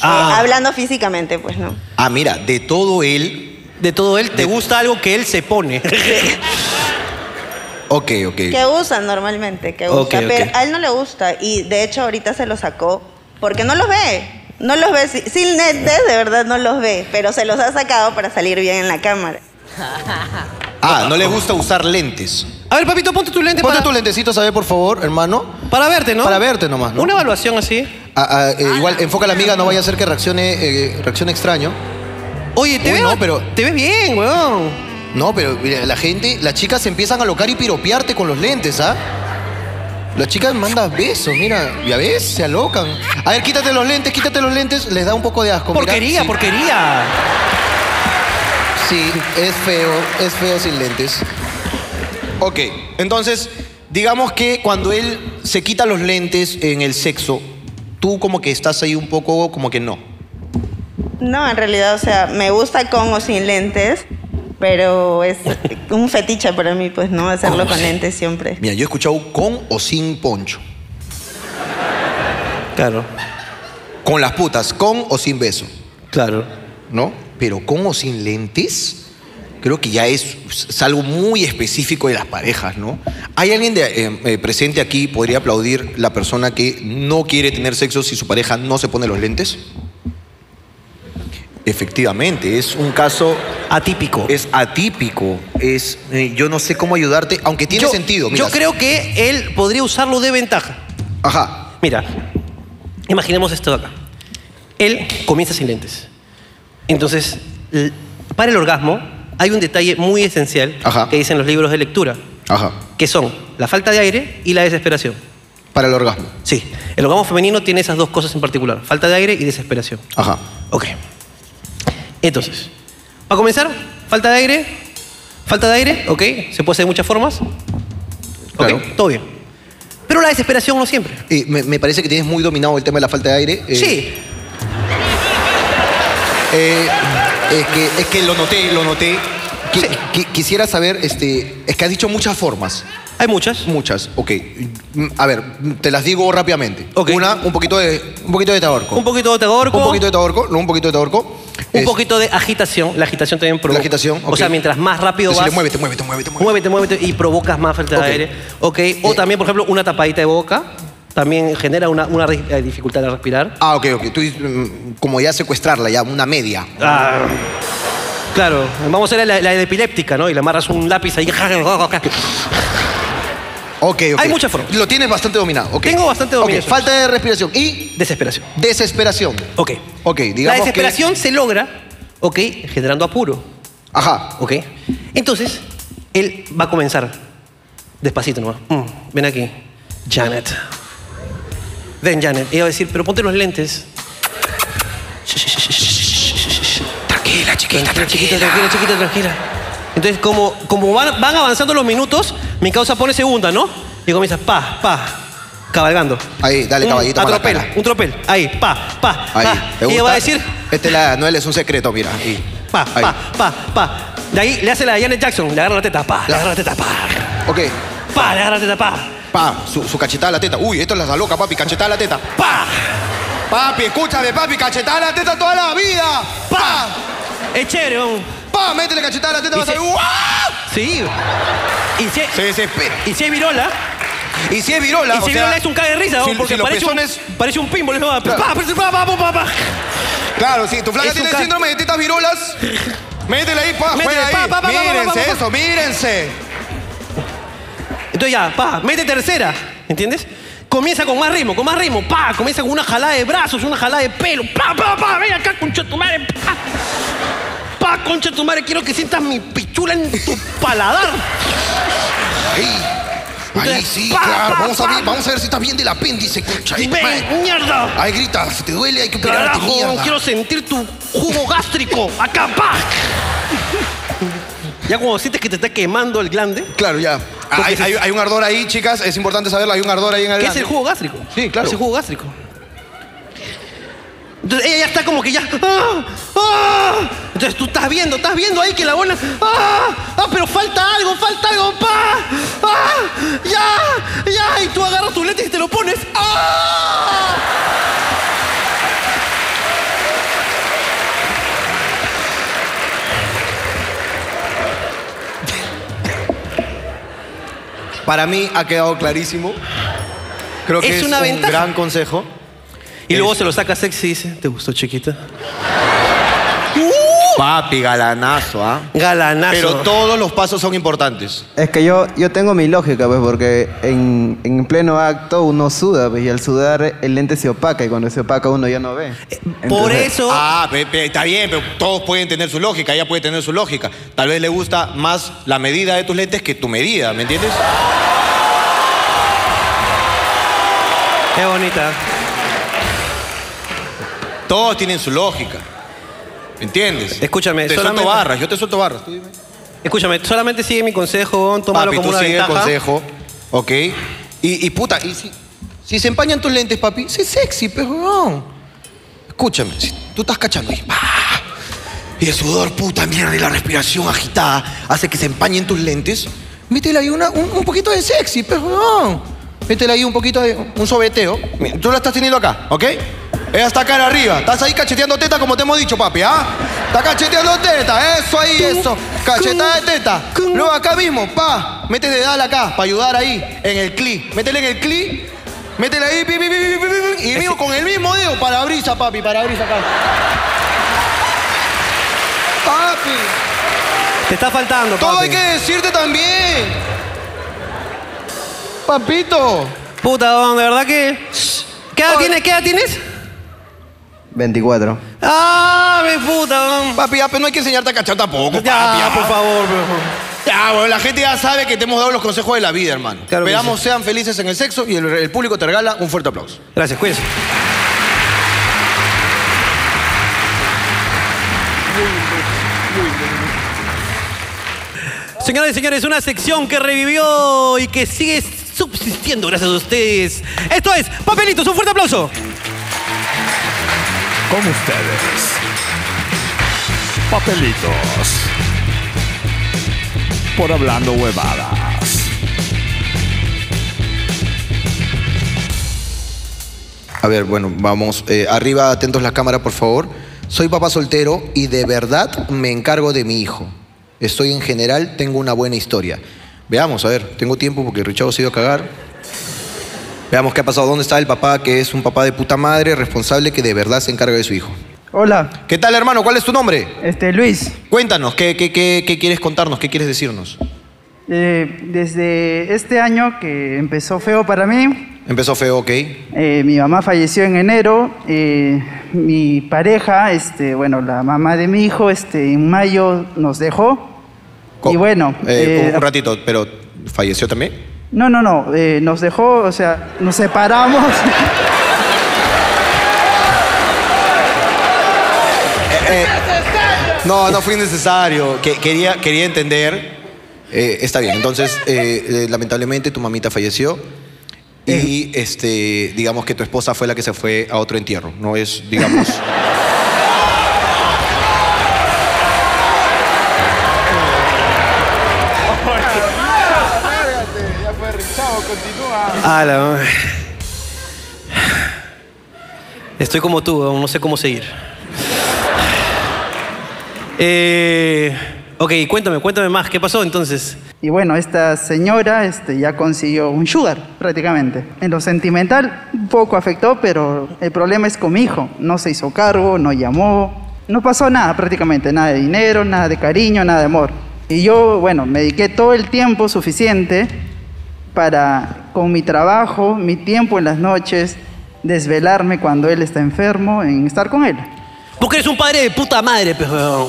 S2: Ah.
S21: Eh, hablando físicamente, pues no.
S1: Ah, mira, de todo él.
S2: De todo él, te gusta algo que él se pone.
S1: ok, ok.
S21: Que usa normalmente, que usa,
S1: Ok, ok.
S21: pero a él no le gusta y de hecho ahorita se lo sacó porque no los ve. No los ve, si- sin lentes de verdad no los ve, pero se los ha sacado para salir bien en la cámara.
S1: Ah, no le gusta usar lentes.
S2: A ver, papito, ponte tu lente.
S1: Ponte tus lentecitos a ver, por favor, hermano.
S2: Para verte, ¿no?
S1: Para verte nomás, ¿no?
S2: Una evaluación así.
S1: Ah, ah, eh, igual, enfoca a la amiga, no vaya a ser que reaccione, eh, reaccione extraño.
S2: Oye, te veo-
S1: No, pero,
S2: te ves bien, weón.
S1: No, pero mira, la gente, las chicas se empiezan a locar y piropearte con los lentes, ¿ah? Las chicas mandan besos, mira, ya ves, se alocan. A ver, quítate los lentes, quítate los lentes, les da un poco de asco. mira,
S2: Porquería,
S1: sí.
S2: porquería.
S1: Sí, es feo, es feo sin lentes. Ok, entonces, digamos que cuando él se quita los lentes en el sexo, tú como que estás ahí un poco como que no.
S21: No, en realidad, o sea, me gusta con o sin lentes, pero es un fetiche para mí, pues no, hacerlo con lentes siempre.
S1: Mira, yo he escuchado con o sin poncho.
S2: Claro.
S1: Con las putas, con o sin beso.
S2: Claro.
S1: ¿No? Pero con o sin lentes, creo que ya es, es algo muy específico de las parejas, ¿no? ¿Hay alguien de, eh, eh, presente aquí podría aplaudir la persona que no quiere tener sexo si su pareja no se pone los lentes? Efectivamente, es un caso
S2: atípico.
S1: Es atípico. Es, eh, yo no sé cómo ayudarte, aunque tiene
S2: Yo-
S1: sentido.
S2: Yo creo que él podría usarlo de ventaja.
S1: Ajá.
S2: Mira, imaginemos esto de acá. Él comienza sin lentes. Entonces, l- para el orgasmo hay un detalle muy esencial que dicen los libros de lectura,
S1: Ajá.
S2: que son la falta de aire y la desesperación.
S1: Para el orgasmo.
S2: Sí, el orgasmo femenino tiene esas dos cosas en particular, falta de aire y desesperación.
S1: Ajá.
S2: Ok. Entonces, para comenzar, falta de aire, falta de aire, ok, se puede hacer de muchas formas. Ok, todo bien. Pero la desesperación no siempre.
S1: me, me parece que tienes muy dominado el tema de la falta de aire. eh,
S2: Sí,
S1: Eh, es, que, es que lo noté, lo noté. Qui- qui- quisiera saber, este, es que has dicho muchas formas.
S2: Hay muchas.
S1: Muchas, ok. Mm, A ver, mm, te las digo rápidamente. Una, un poquito de, un poquito de taborco.
S2: Un poquito de taborco.
S1: Un poquito de taborco, no, un poquito de taborco.
S2: Un poquito de agitación. La agitación también provoca. La agitación. O
S1: ok.
S2: sea, mientras más rápido
S1: Decirle,
S2: vas.
S1: muévete, muévete, muévete,
S2: muévete. Muévete, y provocas más falta de
S1: Ok. Eh.
S2: aire. Ok. O también, por ejemplo, una tapadita de boca. También genera una, una re- eh, dificultad al respirar.
S1: Ah, ok, ok. Tú, mm, como ya secuestrarla, ya una media.
S2: Ah, claro. Vamos a hacer la, la epiléptica, ¿no? Y le amarras un lápiz ahí.
S1: Ok, ok.
S2: Hay muchas formas.
S1: Lo tienes bastante dominado. ok.
S2: Tengo bastante
S1: Ok,
S2: dominación.
S1: Falta de respiración y
S2: Desesperación.
S1: desesperación.
S2: Ok.
S1: Ok,
S2: La
S1: digamos
S2: desesperación se logra, ok, generando apuro.
S1: Ajá.
S2: Ok. Entonces, él va a comenzar. Despacito nomás. Mm, ven aquí. Janet. Ven, Janet. Ella va a decir, pero ponte los lentes. Tranquila, chiquita, tranquila. Tranquila, chiquita, tranquila. Entonces, como, como van, van avanzando los minutos, mi causa pone segunda, ¿no? Y comienza, pa, pa, cabalgando.
S1: Ahí, dale,
S2: un
S1: caballito, mala
S2: atropel,
S1: cara.
S2: un tropel. Ahí, pa, pa,
S1: Ahí.
S2: pa.
S1: ¿te
S2: Y Mm. ella
S1: gusta?
S2: va a decir,
S1: Esta es la Noel, es un secreto, mira. ahí.
S2: pa,
S1: Ahí.
S2: pa, pa, pa. De ahí le hace la de Janet Jackson, le agarra la teta, pa, le agarra la teta, pa.
S1: Ok.
S2: Pa, le agarra la teta, pa.
S1: Pa, su, su cachetada a la teta. Uy, esto es la loca, papi, cachetada a la teta.
S2: Pa.
S1: Papi, escúchame, papi, cachetada a la teta toda la vida. Pa.
S2: Es chévere, vamos.
S1: Pa, métele cachetada a la teta,
S2: Y
S1: vas a
S2: se-
S1: ver. ¡guau!
S2: Sí. Y si,
S1: Se desespera.
S2: Y si es virola.
S1: Y si es virola,
S2: Y si
S1: o
S2: es
S1: sea,
S2: virola es un cague de risa,
S1: si-
S2: ¿no?
S1: si
S2: porque
S1: los
S2: parece,
S1: pezones-
S2: un, parece un pinball. eso va, pa,
S1: Claro.
S2: pa, pa, pa, pa, pa.
S1: Claro, sí, tu flaca
S2: Es un
S1: tiene
S2: ca-
S1: síndrome de tetas virolas.
S8: Métele ahí, pa,
S2: Métele,
S8: juega
S2: pa,
S8: ahí.
S2: pa, pa, pa, pa, pa,
S8: mírense
S2: pa, pa.
S8: eso, mírense.
S2: Entonces ya, pa, mete tercera, ¿entiendes? Comienza con más ritmo, con más ritmo, pa, comienza con una jalada de brazos, una jalada de pelo, pa, pa, pa, ven acá, concha de tu madre, pa. Pa, concha de tu madre, quiero que sientas mi pichula en tu paladar.
S8: Ahí. Ahí sí, claro. vamos, a ver, vamos a ver si estás bien del apéndice, concha. de tu
S2: Ven,
S8: madre.
S2: mierda.
S8: Ahí gritas, te duele, hay que operarte,
S2: Carajo,
S8: mierda.
S2: quiero sentir tu jugo gástrico, acá, pa. Ya cuando sientes que te está quemando el glande.
S8: Claro, ya. Ah, Hay, hay- hay un ardor ahí, chicas, es importante saberlo, hay un ardor ahí en el...
S2: ¿Qué es el jugo gástrico? Sí, claro. Es el jugo gástrico. Entonces ella ya está como que ya. ¡ah! ¡ah! Entonces tú estás viendo, estás viendo ahí que la buena. ¡ah! ¡ah! Pero falta algo, falta algo. ¡pa! ¡ah! ¡ya! ¡ya! Y tú agarras tu lente y te lo pones. ¡ah!
S8: Para mí ha quedado clarísimo. Creo que
S2: Es
S8: es,
S2: una
S8: un
S2: ventaja.
S8: gran consejo.
S2: Y luego se lo saca sexy y dice: ¿Te gustó, chiquita? ¡Uh!
S8: Papi, galanazo, ¿ah?
S2: Galanazo.
S8: Pero todos los pasos son importantes.
S20: Es que yo, yo tengo mi lógica, pues, porque en, en pleno acto uno suda, pues, y al sudar el lente se opaca, y cuando se opaca uno ya no ve.
S9: Eh, Por
S2: eso.
S9: Ah, pe- pe- está bien, pero todos pueden tener su lógica, ella puede tener su lógica. Tal vez le gusta e- más la medida de tus lentes que tu medida, ¿me entiendes?
S2: Qué bonita.
S9: Todos tienen su lógica. ¿Me entiendes?
S2: Escúchame,
S9: te suelto
S2: solamente-
S9: barras, yo te suelto barras.
S2: Escúchame, solamente sigue mi consejo, weón, tómalo
S9: Papi,
S2: como
S9: tú
S2: una
S9: sigue el
S2: ventaja.
S9: consejo, ¿ok?
S8: Y, y puta, y si, si se empañan tus lentes, papi, sé sexy, pues, weón. Escúchame, si tú estás cachando y, ¡ah! y el sudor, puta mierda, y la respiración agitada hace que se empañen tus lentes, métele ahí una- un, un poquito de sexy, pues, weón. Métele ahí un poquito de un sobeteo. Mira, Tú la estás teniendo acá, ¿ok? Ella está acá arriba. Estás ahí cacheteando teta como te hemos dicho, papi, ¿ah? Está cacheteando teta, eso ahí, eso. Cachetada de teta. Luego acá mismo, pa. Métele dedal acá, para ayudar ahí, en el cli. Métele en el cli. Métele ahí, pi, pi, pi, pi, pi, pi, pi, y mismo con el mismo dedo, para brisa, papi, para brisa acá. Papi.
S2: Te está faltando,
S8: Todo
S2: papi.
S8: hay que decirte también. Papito.
S2: Puta, don, de verdad que. ¿Qué edad tienes? ¿Qué edad tienes?
S20: 24.
S2: ¡Ah, mi puta!
S8: Papi,
S1: pues,
S8: ya, pero no hay que enseñarte a cachar tampoco,
S9: Ya,
S8: papi. ya.
S9: por
S2: favor,
S8: Ya, Ah, bueno, la gente ya sabe que te hemos dado los consejos de la vida, hermano.
S9: que
S8: Esperamos sean felices en el sexo y el, el público te regala un fuerte aplauso.
S2: Gracias, cuídense. Señoras y señores, una sección que revivió y que sigue subsistiendo gracias a ustedes. Esto es Papelitos, un fuerte aplauso.
S22: Con ustedes. Papelitos. Por hablando huevadas.
S1: A ver, bueno, vamos. eh, arriba, atentos la cámara, por favor. Soy papá soltero y de verdad me encargo de mi hijo. Estoy en general, tengo una buena historia. Veamos, a ver, tengo tiempo porque Richard se ha ido a cagar. Veamos qué ha pasado. ¿Dónde está el papá que es un papá de puta madre responsable que de verdad se encarga de su hijo?
S5: Hola,
S1: ¿Qué tal, hermano? ¿Cuál es tu nombre?
S5: este Luis,
S1: Cuéntanos, ¿qué, qué, qué- qué quieres contarnos? ¿Qué quieres decirnos?
S5: eh, desde este año que empezó feo para mí,
S1: Empezó feo, ¿ok?
S5: eh, mi mamá falleció en enero, eh, mi pareja, este, bueno, la mamá de mi hijo, este, en mayo nos dejó. Y bueno,
S1: Eh,
S5: eh,
S1: un ratito, pero falleció también.
S5: no, no, no, eh, nos dejó, o sea, nos separamos.
S1: Eh,
S9: No, no fue innecesario. Que- quería, quería entender.
S1: Eh, está bien, entonces eh, eh, lamentablemente tu mamita falleció
S5: Eh.
S1: y este, digamos que tu esposa fue la que se fue a otro entierro, no es, digamos...
S2: Ah, la madre. Estoy como tú, aún no sé cómo seguir. Eh, ok, cuéntame, cuéntame más. ¿Qué pasó entonces?
S5: Y bueno, esta señora este, ya consiguió un sugar prácticamente. En lo sentimental un poco afectó, pero el problema es con mi hijo. No se hizo cargo, no llamó. No pasó nada prácticamente, nada de dinero, nada de cariño, nada de amor. Y yo, bueno, me dediqué todo el tiempo suficiente para, con mi trabajo, mi tiempo en las noches, desvelarme cuando él está enfermo, en estar con él.
S2: Porque eres un padre de puta madre, pues, weón.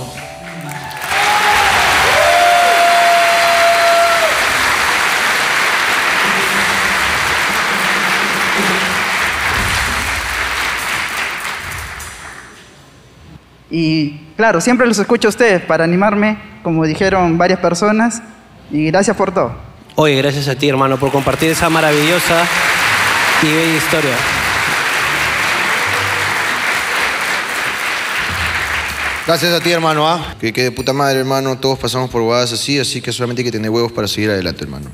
S5: Y claro, siempre los escucho a ustedes para animarme, como dijeron varias personas, y gracias por todo.
S2: Oye, gracias a ti, hermano, por compartir esa maravillosa y bella historia.
S1: Gracias a ti, hermano, ¿ah? Que, que de puta madre, hermano. Todos pasamos por huevadas así, así que solamente hay que tener huevos para seguir adelante, hermano.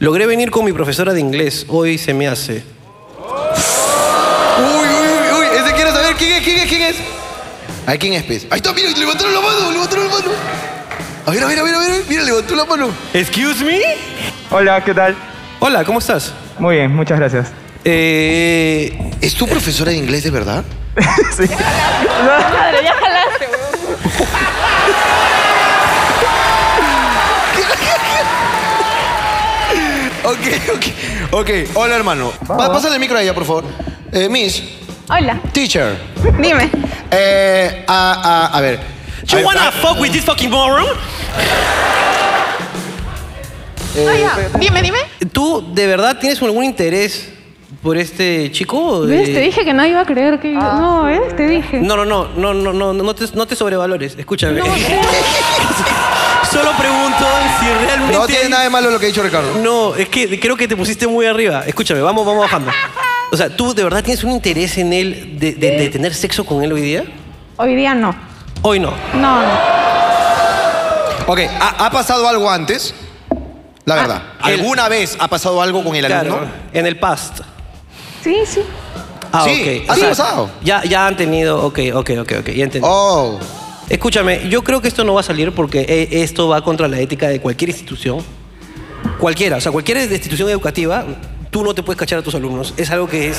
S2: Logré venir con mi profesora de inglés. Hoy se me hace.
S1: Uy, uy, uy, uy. Ese quiero saber quién es, quién es, quién es. ¿A quién es, pues? pez? Ahí está, mira, levantaron la mano, levantaron la mano. A ver, a ver, a ver, a ver. Mira, levantó la mano.
S2: Excuse me.
S23: Hola, ¿qué tal?
S2: Hola, ¿cómo estás?
S23: Muy bien, muchas gracias.
S1: ¿Es tu profesora de inglés de verdad?
S14: Madre, ya jalaste,
S1: Ok, ok, ok. Hola, hermano. Pa- pásale el micro a ella, por favor. Eh, miss.
S3: Hola.
S1: Teacher.
S3: Dime.
S1: Eh, a, a, a ver.
S2: You wanna fuck with this fucking moron?
S24: Ah,
S3: Dime, dime.
S2: ¿Tú de verdad tienes algún interés por este chico?
S24: ¿Ves? Te
S2: Eh,
S24: dije que no iba a creer que... no, ¿ves? Te dije.
S2: No, no, no, no, no, no, no te, no te sobrevalores. Escúchame. Solo pregunto si realmente.
S1: No tiene nada de malo lo que ha dicho Ricardo.
S2: No, es que creo que te pusiste muy arriba. Escúchame, vamos, vamos bajando. O sea, ¿tú de verdad tienes un interés en él de, de- de tener sexo con él hoy día?
S24: Eh. Hoy día no.
S2: Hoy no.
S24: No, no.
S1: Ok, ¿ha, ha pasado algo antes? La verdad. ¿Alguna vez ha pasado algo con el alumno?
S2: Ah, En el past.
S24: Sí, sí.
S2: Ah,
S1: Sí,
S2: ok.
S1: ha
S2: O sea,
S1: pasado.
S2: Ya, ya han tenido. Ok, ok, ok, ok. Ya entendí.
S1: Oh.
S2: Escúchame, yo creo que esto no va a salir porque eh, esto va contra la ética de cualquier institución. Cualquiera, o sea, cualquier institución educativa, tú no te puedes cachar a tus alumnos. Es algo que es.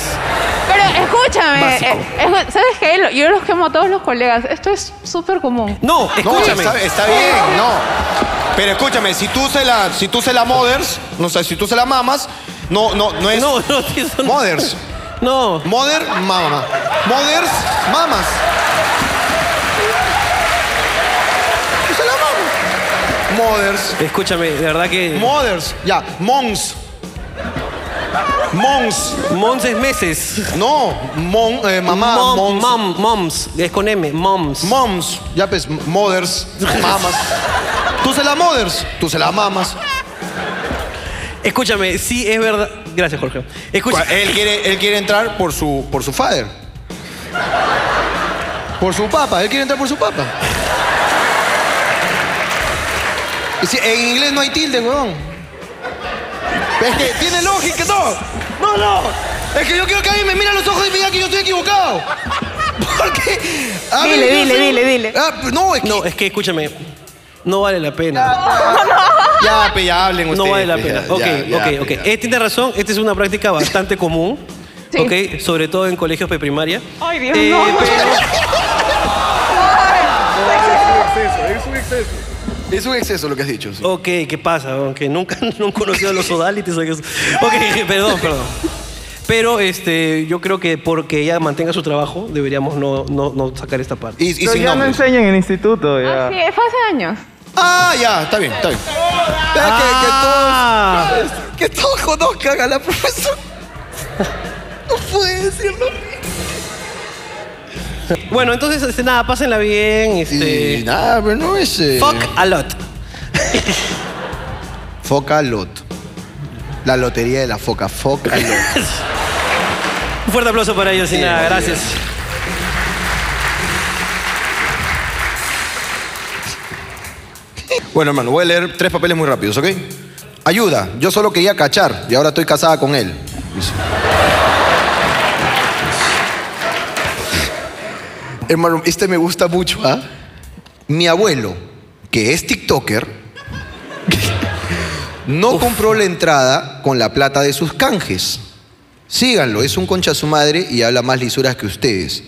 S24: Pero escúchame,
S2: Básico.
S24: eh, escu- ¿sabes qué? Lo- Yo los quemo a todos los colegas. Esto es súper común.
S2: No,
S1: No, está, está bien, no. Pero escúchame, si tú se la, si tú se la moders, no sé, si tú se la mamas, no, no, no es. No,
S2: no,
S1: Moders.
S2: No.
S1: Mother, mama. Mothers, mamas. Tú se la mamas. Mothers.
S2: Escúchame, de verdad que.
S1: Mothers, ya. Mons. Mons.
S2: Mons es meses.
S1: No, mon, eh, mamá.
S2: Mom,
S1: mons.
S2: mom, moms. Es con M, moms.
S1: Moms. Ya pues, mothers, mamas. tú se la mothers, tú se la mamas.
S2: Escúchame, sí es verdad. Gracias, Jorge. Escucha.
S1: Él quiere, él quiere entrar por su, por su father. Por su papa, él quiere entrar por su papa. Y si- en inglés no hay tilde, weón. Es que tiene lógica, no. No, no. Es que yo quiero que alguien me mire a los ojos y me diga que yo estoy equivocado. Porque. a ver, yo sé- Ah, pues no, es que.
S2: No, es que escúchame. No vale la pena.
S1: Ya, pe, ya hablen ustedes.
S2: No vale la
S1: pe,
S2: pena.
S1: ya,
S2: ok,
S1: ya, ya,
S2: ok,
S1: pe,
S2: ok.
S1: ya.
S2: Eh, tiene razón, esta es una práctica bastante común.
S24: Sí.
S2: Ok, sobre todo en colegios preprimaria.
S24: Ay, Dios,
S2: Eh,
S24: no.
S1: Es un exceso. Es un exceso lo que has dicho. sí.
S2: Ok, ¿qué pasa? Aunque nunca no he conocido a los odalites. Ok, perdón, perdón. Pero este, yo creo que porque ella mantenga su trabajo, deberíamos no, no, no sacar esta parte.
S1: Y,
S23: Pero ya no enseñan en el instituto, eh. ya.
S24: Sí, fue hace años.
S1: Ah, ya, está bien, está bien.
S2: Ah.
S1: Que, que todos, que todos conozcan a la profesora. No pude decirlo.
S2: Bueno, entonces, este, nada, pásenla bien. Este,
S1: Y nada, pero no es. eh,
S2: Fuck a lot.
S1: Foca Lot. La lotería de la foca. Foca Lot.
S2: Un fuerte aplauso para ellos
S1: Eh,
S2: y nada, gracias.
S1: bueno, hermano, voy a leer tres papeles muy rápidos, ¿ok? Ayuda, yo solo quería cachar y ahora estoy casada con él. Dice. hermano, este me gusta mucho, ¿ah? Mi abuelo, que es TikToker, no compró la entrada con la plata de sus canjes. Síganlo, es un concha su madre y habla más lisuras que ustedes.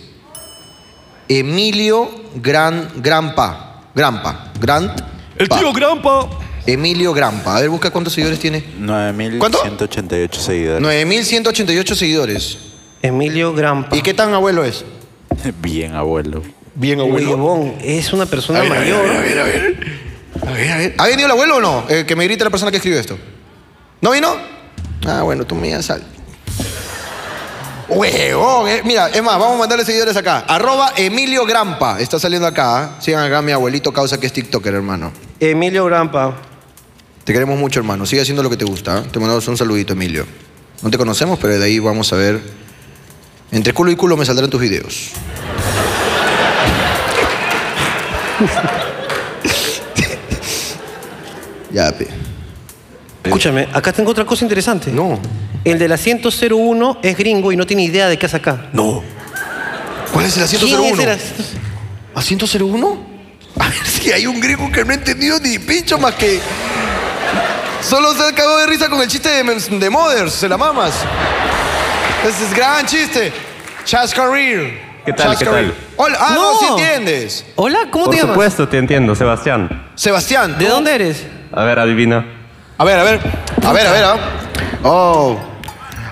S1: Emilio Gran, Granpa. Grampa. Grant. El tío
S25: Grampa.
S1: Emilio Grampa. A ver, busca cuántos seguidores tiene.
S26: 9.188 seguidores.
S1: 9188 seguidores.
S2: Emilio Grampa.
S1: ¿Y qué tan abuelo es?
S26: Bien, abuelo.
S1: Bien
S2: Huevón, es una persona
S1: A ver, a ver,
S2: mayor.
S1: a ver, a ver. A ver, a ver. ¿Ha venido el abuelo o no? Eh, que me grite la persona que escribió esto. ¿No vino? Ah, bueno, tú me sal. Huevón, eh. mira, es más, vamos a mandarle seguidores acá. Arroba Emilio Grampa. Está saliendo acá. ¿ah? Sigan acá a mi abuelito causa que es TikToker, hermano.
S2: Emilio Grampa.
S1: Te queremos mucho, hermano. Sigue haciendo lo que te gusta. ¿ah? Te mandamos un saludito, Emilio. No te conocemos, pero de ahí vamos a ver. Entre culo y culo me saldrán tus videos. ya, pe.
S2: Escúchame, acá tengo otra cosa interesante.
S1: No.
S2: El del asiento 01 es gringo y no tiene idea de qué hace acá.
S1: No. ¿Cuál es el asiento
S2: ¿Quién
S1: 01?
S2: es el asiento-
S1: ¿Asiento 01? A ver si hay un griego que no ha entendido ni pincho más que. Solo se cagó de risa con el chiste de, Mem- de Mothers, se la mamas. Ese es gran chiste. Chas Career.
S12: ¿Qué tal,
S1: Chas
S12: qué
S1: Career.
S12: tal?
S1: Hola, ah, no,
S12: No.
S1: sí entiendes.
S2: Hola, ¿cómo
S12: Por supuesto, te entiendo, Sebastián.
S1: Sebastián. ¿De
S2: dónde eres?
S12: A ver, adivina.
S1: A ver, a ver. A ver, a ver. ah. Oh.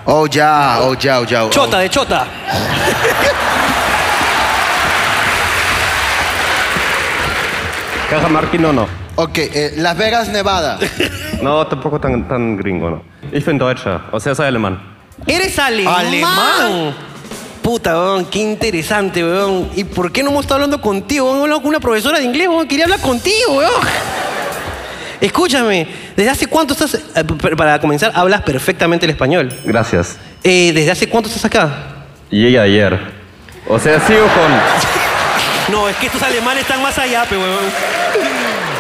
S1: Oh, ya, oh, ya, oh, ya. oh.
S2: Chota, de chota.
S12: Caja Marquino, no.
S1: Ok, eh, Las Vegas, Nevada.
S12: No, tampoco tan, tan gringo, no. Ich bin Deutscher, o sea, soy alemán.
S2: Eres alemán. Puta, weón, qué interesante, weón. ¿Y por qué no hemos estado hablando contigo? weón? Hemos hablado con una profesora de inglés, weón. Quería hablar contigo, weón. Escúchame, ¿desde hace cuánto estás? eh, p- Para comenzar, hablas perfectamente el español.
S12: Gracias.
S2: Eh, ¿Desde hace cuánto estás acá?
S12: Llegué ayer. O sea, sigo con...
S2: No, es que estos alemanes están más allá, pe, weón.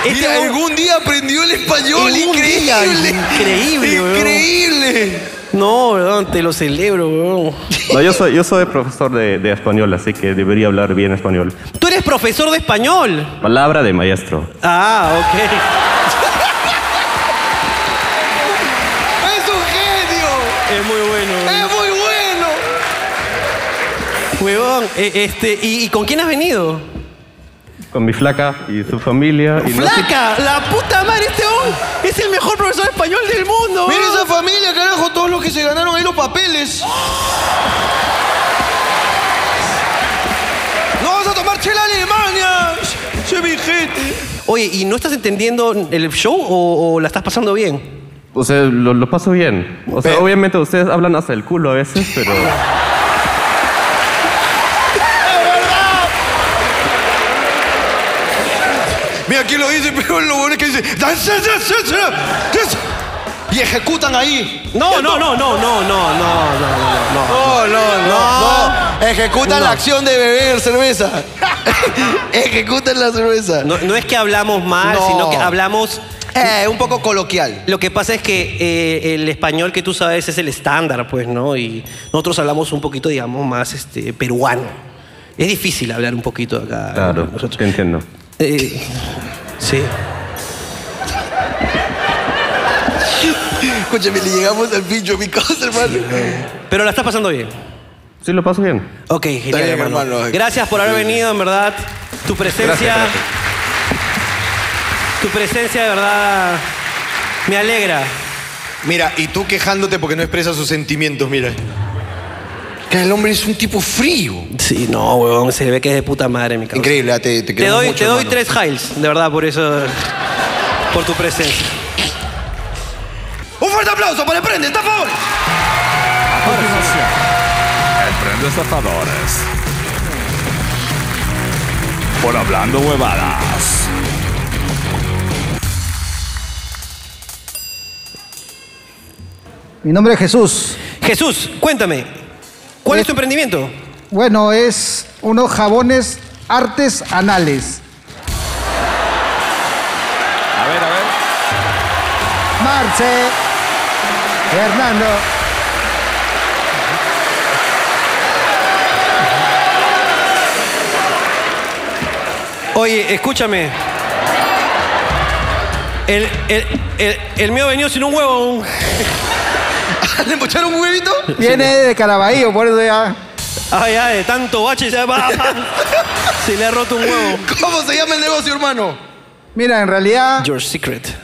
S2: Este
S1: Mira,
S12: eh,
S1: algún día aprendió el español.
S2: Algún
S1: Increíble.
S2: día, increíble, weón.
S1: Increíble.
S2: No, weón, te lo celebro, weón.
S12: No, yo soy, yo soy profesor de, de español, así que debería hablar bien español.
S2: Tú eres profesor de español.
S12: Palabra de maestro.
S2: Ah, ok.
S8: ¡Es un genio!
S2: Es muy bueno.
S8: ¡Es muy bueno!
S2: Huevón, eh, este, ¿y, y con quién has venido?
S12: Con mi flaca y su familia. Y no sé-
S2: ¡Flaca! ¡La puta madre! Este hombre es el mejor profesor de español del mundo.
S8: Mira
S2: huevón.
S8: esa familia, carajo, todos los que se ganaron ahí los papeles.
S2: ¡No vas a tomar chela Alemania! ¡Se mi gente! Oye, ¿y no estás entendiendo el show o, o la estás pasando bien?
S12: O sea, lo, lo paso bien. O sea, obviamente ustedes hablan hasta el culo a veces, pero...
S8: Mira quién lo dice, pero lo bueno es que dice. "Danza, danza, danza, danza". Y ejecutan ahí.
S2: No, no, no, no, no, no, no, no, no,
S8: Oh, no. No, no,
S1: No, ejecutan la acción de beber cerveza. ejecutan la cerveza.
S2: No, no es que hablamos mal,
S1: No.
S2: sino que hablamos.
S1: Eh, un poco coloquial.
S2: Lo que pasa es que eh, el español que tú sabes es el estándar, pues, ¿no? Y nosotros hablamos un poquito, digamos, más este, peruano. Es difícil hablar un poquito acá.
S12: Claro, te entiendo.
S2: Eh, sí.
S1: Escúchame, le llegamos al pincho a mi casa, hermano.
S2: Pero la estás pasando bien.
S12: Sí, lo paso bien.
S2: Ok, genial,
S12: bien,
S2: hermano.
S12: hermano.
S2: Gracias por haber venido, en verdad. Tu presencia.
S12: Gracias,
S2: Tu presencia, de verdad, me alegra.
S1: Mira, y tú quejándote porque no expresas sus sentimientos, mira. Que el hombre es un tipo frío.
S2: Sí, no, huevón, se ve que es de puta madre, mi cabrón.
S1: Increíble, ah, te, te
S2: Te
S1: queremos
S2: doy,
S1: mucho,
S2: te doy
S1: hermano.
S2: tres Hiles, de verdad, por eso. Por tu presencia.
S8: Un fuerte aplauso para Emprende, está favor.
S4: Emprende estafadores. Por hablando huevadas.
S27: Mi nombre es Jesús. Eh.
S2: Jesús, cuéntame. ¿Cuál es tu emprendimiento?
S27: Bueno, es unos jabones artesanales.
S4: A ver, a ver.
S27: Marce, Hernando.
S2: Oye, escúchame. El, el, el, el mío venido sin un huevo.
S8: ¿Le embocharon un huevito?
S27: Viene de Caraballo, por eso ya.
S2: Ay, ay, de tanto bache. Ya va. Se le ha roto un huevo.
S8: ¿Cómo se llama el negocio, hermano?
S28: Mira, en realidad,
S2: Your secret.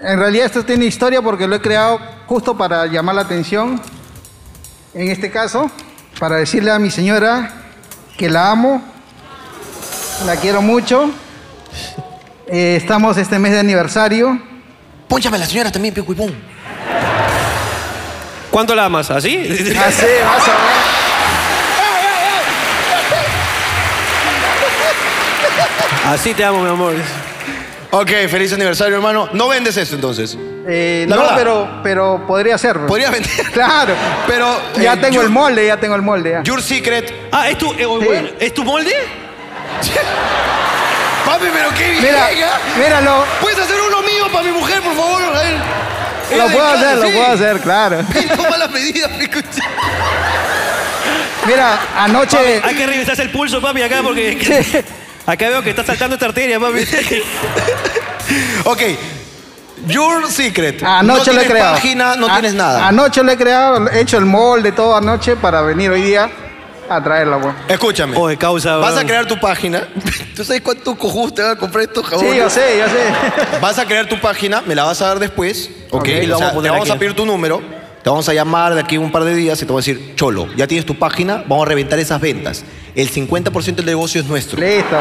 S28: en realidad esto tiene historia porque lo he creado justo para llamar la atención. En este caso, para decirle a mi señora que la amo, la quiero mucho. Eh, estamos este mes de aniversario.
S1: Pónchame a la señora también, pio cuipón.
S2: ¿Cuánto la amas? ¿Así?
S28: Así, vas a ver.
S2: Así te amo, mi amor.
S8: Ok, feliz aniversario, hermano. No vendes eso entonces.
S28: Eh,
S8: La
S28: no,
S8: verdad.
S28: pero, pero podría ser. pues.
S8: Podría vender.
S28: Claro.
S8: Pero.
S28: Ya
S8: eh,
S28: tengo
S8: your-
S28: el molde, ya tengo el molde. ya.
S8: Your Secret.
S2: Ah, ¿es tu, eh, bueno, ¿es tu molde?
S8: Papi, pero qué bien.
S28: Mira,
S8: ¿ah?
S28: míralo.
S8: ¿Puedes hacer uno mío para mi mujer, por favor? A ver.
S28: Lo
S8: Ella
S28: puedo
S8: de-
S28: hacer, lo
S8: sí.
S28: puedo hacer, claro.
S8: Él toma las medidas, me escucha.
S28: Mira, anoche.
S2: Hay que revisarse el pulso, papi, acá porque. Acá veo que está saltando esta arteria, papi.
S8: Ok. Your Secret.
S28: Anoche
S8: no
S28: Ah, lo he
S8: tienes
S28: creado. Ah.
S8: página, no
S28: A-
S8: tienes nada.
S28: Anoche lo he creado, he hecho el molde todo anoche para venir hoy día a traerla, pues.
S8: Escúchame.
S2: Oye, causa.
S8: Vas a
S2: weón.
S8: crear tu página. ¿Tú sabes cuántos cojus te van a comprar estos jabones?
S28: Sí, yo sé, yo sé.
S8: Vas a crear tu página, me la vas a dar después. Ok.
S2: Ok, lo
S8: O sea,
S2: vamos a poner
S8: te vamos
S2: aquí.
S8: a pedir tu número. Te vamos a llamar de aquí un par de días y te vamos a decir, Cholo, ya tienes tu página, vamos a reventar esas ventas. El 50% del negocio es nuestro.
S28: Listo.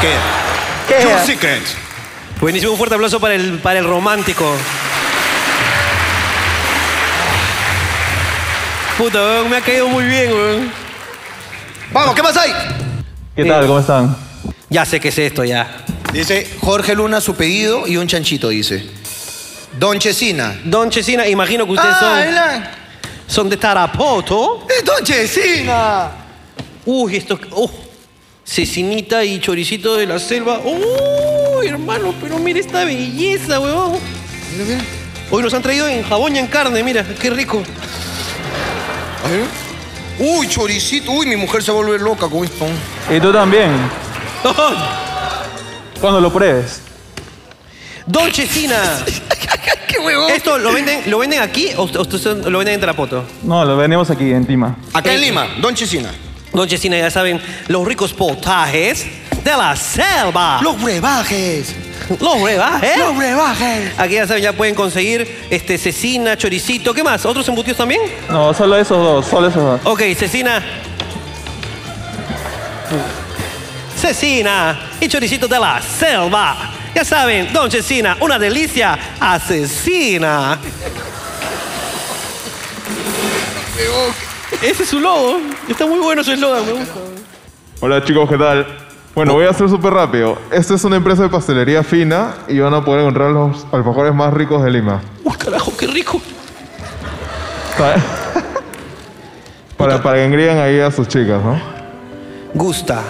S8: ¿Qué?
S28: ¿Qué?
S8: Your Secret.
S2: Buenísimo, un fuerte aplauso para el, para el romántico. Puta, weón, me ha caído muy bien, weón.
S8: Vamos, ¿qué más hay?
S23: ¿Qué tal? ¿Cómo están?
S2: Ya sé qué es esto, ya.
S1: Dice Jorge Luna su pedido y un chanchito, dice. Don Chesina. Ah,
S2: Don Chesina, imagino
S28: Ah,
S2: que ustedes son, son de Tarapoto.
S8: Don Chesina.
S2: Uy, esto. Uh, cecinita y choricito de la selva. Uy, hermano, pero mira esta belleza, weón. Mira, mira. Hoy nos han traído en jabón y en carne, mira, qué rico.
S1: Uy, choricito. Uy, mi mujer se va a volver loca con esto.
S23: Y tú también, cuando lo pruebes.
S2: Don Chesina.
S8: ¡Qué huevón!
S2: ¿Esto lo venden, lo venden aquí o o ustedes son- lo venden en Tarapoto?
S23: No, lo venimos aquí en Tima.
S8: Acá en Lima, Don Chesina.
S2: Don Chesina, ya saben, los ricos potajes de la selva.
S8: Los brebajes.
S2: Ah. Los rebajes.
S8: Los brebajes.
S2: Aquí ya saben, ya pueden conseguir este, cecina, choricito. ¿Qué más? ¿Otros embutidos también?
S23: No, solo esos dos, solo esos dos.
S2: Ok, cecina. Cecina y choricito de la selva. Ya saben, Don Chesina, una delicia asesina. Ese es su logo. Está muy bueno su eslogan, me gusta.
S23: Hola chicos, ¿qué tal? Bueno, voy a hacer súper rápido. Esta es una empresa de pastelería fina y van a poder encontrar los alfajores más ricos de Lima.
S2: Uy, carajo, qué rico.
S23: Pa- para, para que engríen ahí a sus chicas, ¿no?
S2: Gusta.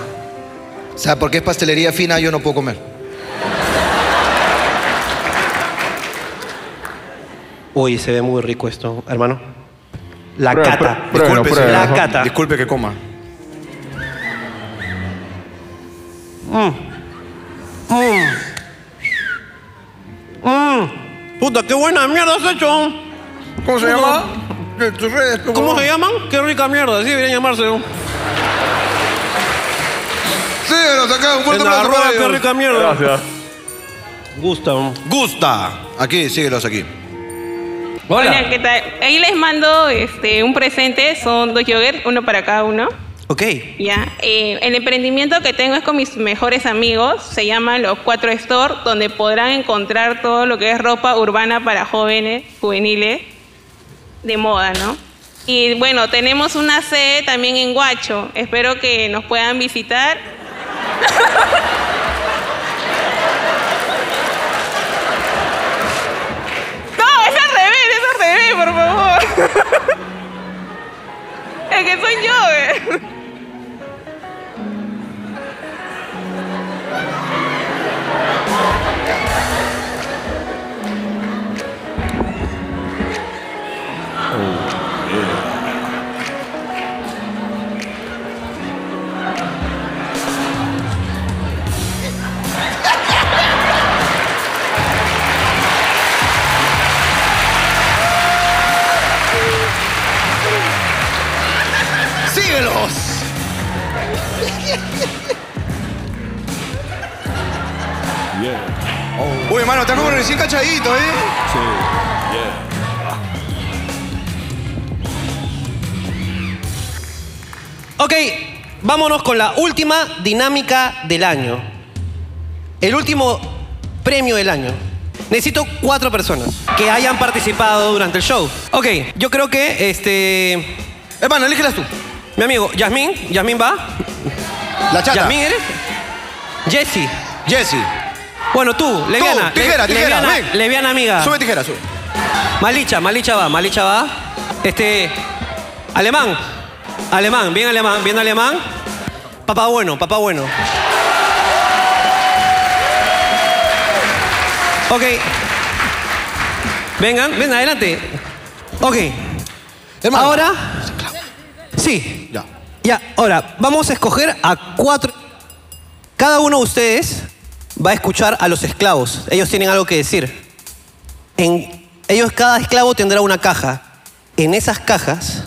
S1: O sea, porque es pastelería fina, yo no puedo comer.
S2: Oye, se ve muy rico esto, hermano. La
S23: Prueba,
S2: cata.
S23: prueba,
S2: Disculpe,
S23: prueba,
S2: la
S23: ajá.
S2: cata.
S8: Disculpe que coma.
S2: Mm. Puta, qué buena mierda has hecho.
S8: ¿Cómo se llama? De tus redes, por
S2: ¿Cómo
S8: favor.
S2: se llaman? Qué rica mierda, así deberían llamarse. ¿no?
S8: Síguenos acá, un fuerte
S2: En
S8: aplauso
S2: arroba,
S8: para
S2: qué
S8: ellos.
S2: rica mierda. Gusta. ¿no?
S1: Gusta. Aquí, síguelos aquí.
S2: Hola.
S4: ¿qué tal? Ahí les mando este, un presente, son dos yogurt, uno para cada uno.
S2: Ok.
S4: Ya. Eh, el emprendimiento que tengo es con mis mejores amigos, se llama Los Cuatro Store, donde podrán encontrar todo lo que es ropa urbana para jóvenes, juveniles, de moda, ¿no? Y bueno, tenemos una sede también en Guacho, espero que nos puedan visitar. No, es al revés, es al revés, por favor. Es que soy yo. eh.
S8: Síguelos.
S1: Uy, hermano, está como recién cachadito, ¿eh? Sí.
S2: Ok, vámonos con la última dinámica del año. El último premio del año. Necesito cuatro personas que hayan participado durante el show. Ok, yo creo que este. Hermano, elígelas tú. Mi amigo, Yasmín, Yasmín va.
S1: La chata.
S2: Yasmín eres. Jesse.
S1: Jesse.
S2: Bueno, tú, Leviana. le-
S1: tijera, tijera,
S2: leviana,
S1: ven.
S2: leviana amiga.
S1: Sube tijera, sube.
S2: Malicha, Malicha va, Malicha va. Este. Alemán. Alemán, bien alemán, bien alemán. Papá bueno, papá bueno. Ok. Vengan, ven, adelante. Ok. Ahora. Sí.
S1: Ya.
S2: Ya, ahora, vamos a escoger a cuatro. Cada uno de ustedes va a escuchar a los esclavos. Ellos tienen algo que decir. En, ellos, cada esclavo tendrá una caja. En esas cajas,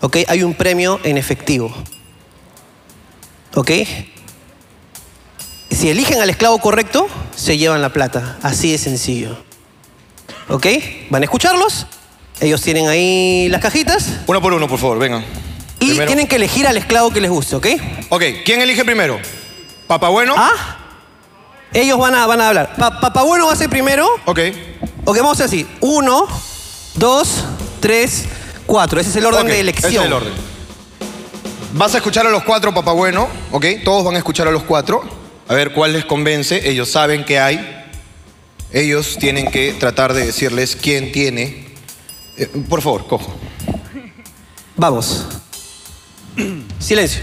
S2: ¿ok? Hay un premio en efectivo. ¿Ok? Si eligen al esclavo correcto, se llevan la plata. Así de sencillo. ¿Ok? ¿Van a escucharlos? Ellos tienen ahí las cajitas.
S1: Uno por uno, por favor, vengan.
S2: Y
S1: Primero.
S2: tienen que elegir al esclavo que les guste, ¿ok?
S1: Ok, ¿quién elige primero? ¿Papá Bueno?
S2: ¿Ah? Ellos van a, van a hablar. Pa- Papá Bueno va a ser primero.
S1: Ok.
S2: Ok, vamos a hacer así. Uno, dos, tres, cuatro. Ese es el orden
S1: Ok,
S2: de elección.
S1: ese es el orden. Vas a escuchar a los cuatro, papá bueno, ¿ok? Todos van a escuchar a los cuatro. A ver cuál les convence. Ellos saben que hay. Ellos tienen que tratar de decirles quién tiene. Eh, por favor, cojo.
S2: Vamos. Silencio.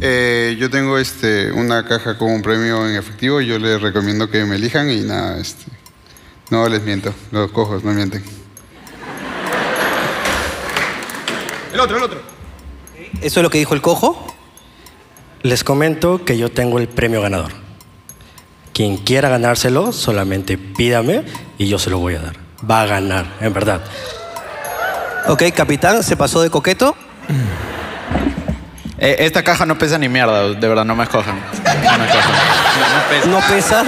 S12: Eh, yo tengo este, una caja con un premio en efectivo y yo les recomiendo que me elijan y nada, este, no les miento, los cojos no mienten.
S1: El otro, el otro.
S2: Eso es lo que dijo el cojo.
S29: Les comento que yo tengo el premio ganador. Quien quiera ganárselo, solamente pídame y yo se lo voy a dar. Va a ganar, en verdad.
S2: Ok, capitán, se pasó de coqueto.
S30: Eh, esta caja no pesa ni mierda, de verdad, no me escojan. No me escojan.
S2: No pesas.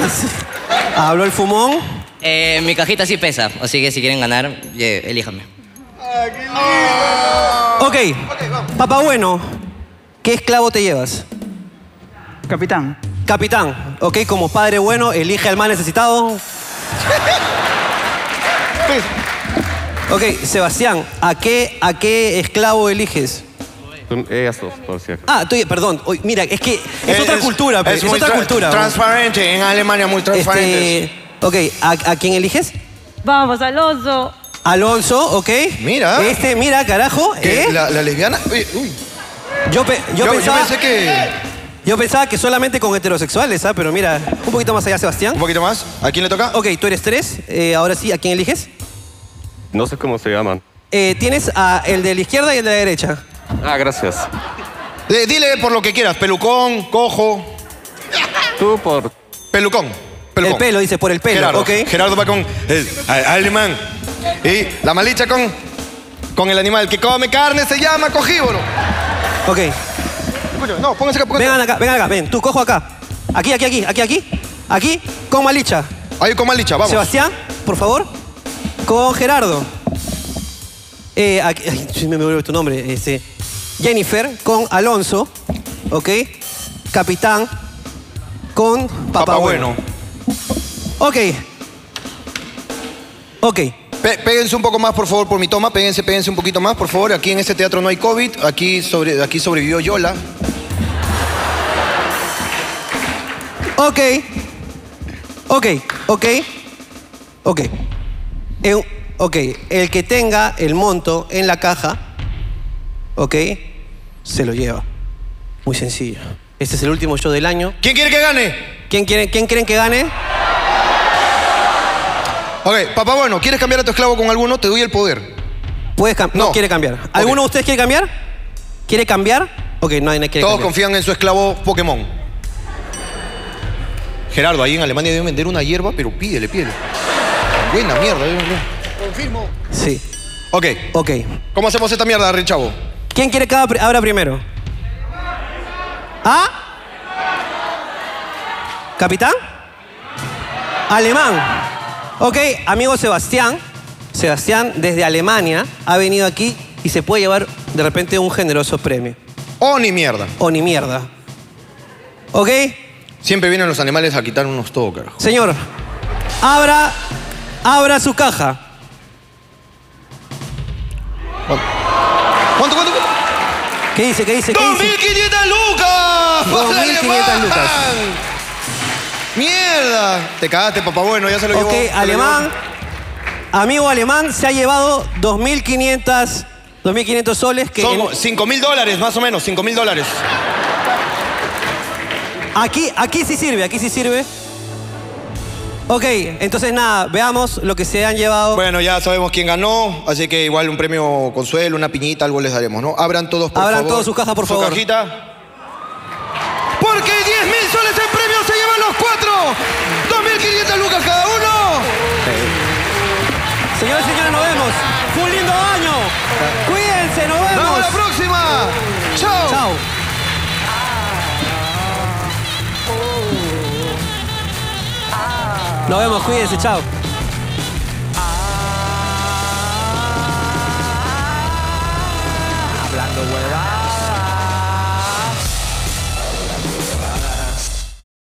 S2: Habló el fumón.
S31: Eh, mi cajita sí pesa, así que si quieren ganar, ye- elíjanme.
S2: Ok. Papá Bueno, ¿qué esclavo te llevas?
S32: Capitán.
S2: Capitán. Ok, como padre bueno, elige al más necesitado. Ok, Sebastián, ¿a qué, a qué esclavo eliges?
S8: Son pues. ellas dos, por cierto.
S2: Ah, estoy, perdón. Oye, mira, es que es
S8: Eh,
S2: otra
S8: es-
S2: cultura. pe,
S8: es
S2: Es,
S8: muy
S2: otra
S8: tra-
S2: cultura.
S1: Transparente, en Alemania muy transparente.
S2: Este, ok, ¿a, a quién eliges?
S19: Vamos, Alonso.
S2: Alonso, ok. Mira. Este, mira, carajo.
S1: ¿Qué?
S2: ¿eh?
S1: La, la lesbiana. Oye, uy.
S2: Yo, pe- yo
S1: Yo- yo
S2: pensaba,
S1: pensé que-
S2: Yo pensaba que solamente con heterosexuales, ¿ah? Pero mira, un poquito más allá, Sebastián. Un
S1: poquito más. ¿A quién le toca?
S2: Ok, tú eres tres. Eh, ahora sí, ¿a quién eliges?
S8: No sé cómo se llaman.
S2: Eh, tienes a el de la izquierda y el de la derecha.
S8: Ah, gracias.
S1: Eh, dile por lo que quieras, pelucón, cojo.
S8: Tú por.
S1: Pelucón. pelucón.
S2: El pelo, dice, por el pelo,
S1: Gerardo,
S2: ok.
S1: Gerardo va con el a- alemán. Y la malicha con, con el animal que come carne se llama cogívoro.
S2: Ok.
S1: Escucha, no, pónganse acá.
S2: Vengan acá, vengan acá, ven, tú cojo acá. Aquí, aquí, aquí, aquí, aquí. Aquí, con Malicha.
S1: Ahí con Malicha, vamos.
S2: Sebastián, por favor. Con Gerardo. Eh, aquí- ay, sí, me olvidó tu nombre. Este. Jennifer, con Alonso. ¿Ok? Capitán, con Papá,
S1: Papá
S2: Ah, bueno.
S1: bueno.
S2: Ok. Ok.
S1: péguense un poco más, por favor, por mi toma. Péguense, péguense un poquito más, por favor. Aquí en este teatro no hay COVID. Aquí, sobre, aquí sobrevivió Yola.
S2: Ok. Ok, ok. Ok. Eu- ok. El que tenga el monto en la caja, ok, se lo lleva. Muy sencillo. Este es el último show del año.
S1: ¿Quién quiere que gane?
S2: ¿Quién, quiere, quién creen que gane?
S1: Ok, papá bueno, ¿quieres cambiar a tu esclavo con alguno? Te doy el poder.
S2: Puedes cam- no. quiere cambiar. ¿Alguno de ustedes quiere cambiar? ¿Quiere cambiar? Ok, no hay nadie quiere
S1: Todos
S2: cambiar.
S1: confían en su esclavo Pokémon. Gerardo, ahí en Alemania deben vender una hierba, pero pídele, pídele. Buena mierda, Confirmo.
S2: Sí.
S1: Ok.
S2: Ok.
S1: ¿Cómo hacemos esta mierda, Richavo?
S2: ¿Quién quiere que abra abra primero? ¿Ah? ¿Capitán? Alemán. Ok, amigo Sebastián. Sebastián, desde Alemania, ha venido aquí y se puede llevar de repente un generoso premio.
S8: O ni mierda.
S2: O ni mierda. ¿Ok?
S8: Siempre vienen los animales a quitarnos todo, carajo.
S2: Señor, abra, abra su caja.
S8: ¿Cuánto, cuánto, cuánto?
S2: ¿Qué dice? ¿Qué Este dice? ¿Qué dice?
S8: 2.500 lucas. para el
S2: 2.500 lucas.
S8: alemán. Mierda. Te cagaste, papá. Bueno, ya se lo llevó.
S2: Ok,
S8: se lo
S2: alemán,
S8: llevó.
S2: amigo alemán, se ha llevado 2.500 2.500 soles que
S8: Son
S2: en-
S8: 5 mil dólares, más o menos. 5 mil dólares.
S2: Aquí, aquí sí sirve, aquí sí sirve. Ok, entonces nada, veamos lo que se han llevado.
S8: Bueno, ya sabemos quién ganó, así que igual un premio consuelo, una piñita, algo les daremos, ¿no? Abran todos, por
S2: Abran
S8: favor.
S2: todos sus cajas, por favor.
S8: Su cajita. Porque 10 mil soles en premio se llevan los cuatro. 2.500 lucas cada uno.
S2: Señores y señores, nos vemos. Fue un lindo año. Cuídense, nos vemos.
S8: Nos vemos la próxima. Chao.
S2: Chao. Nos vemos, cuídense, chao. Hablando huevadas.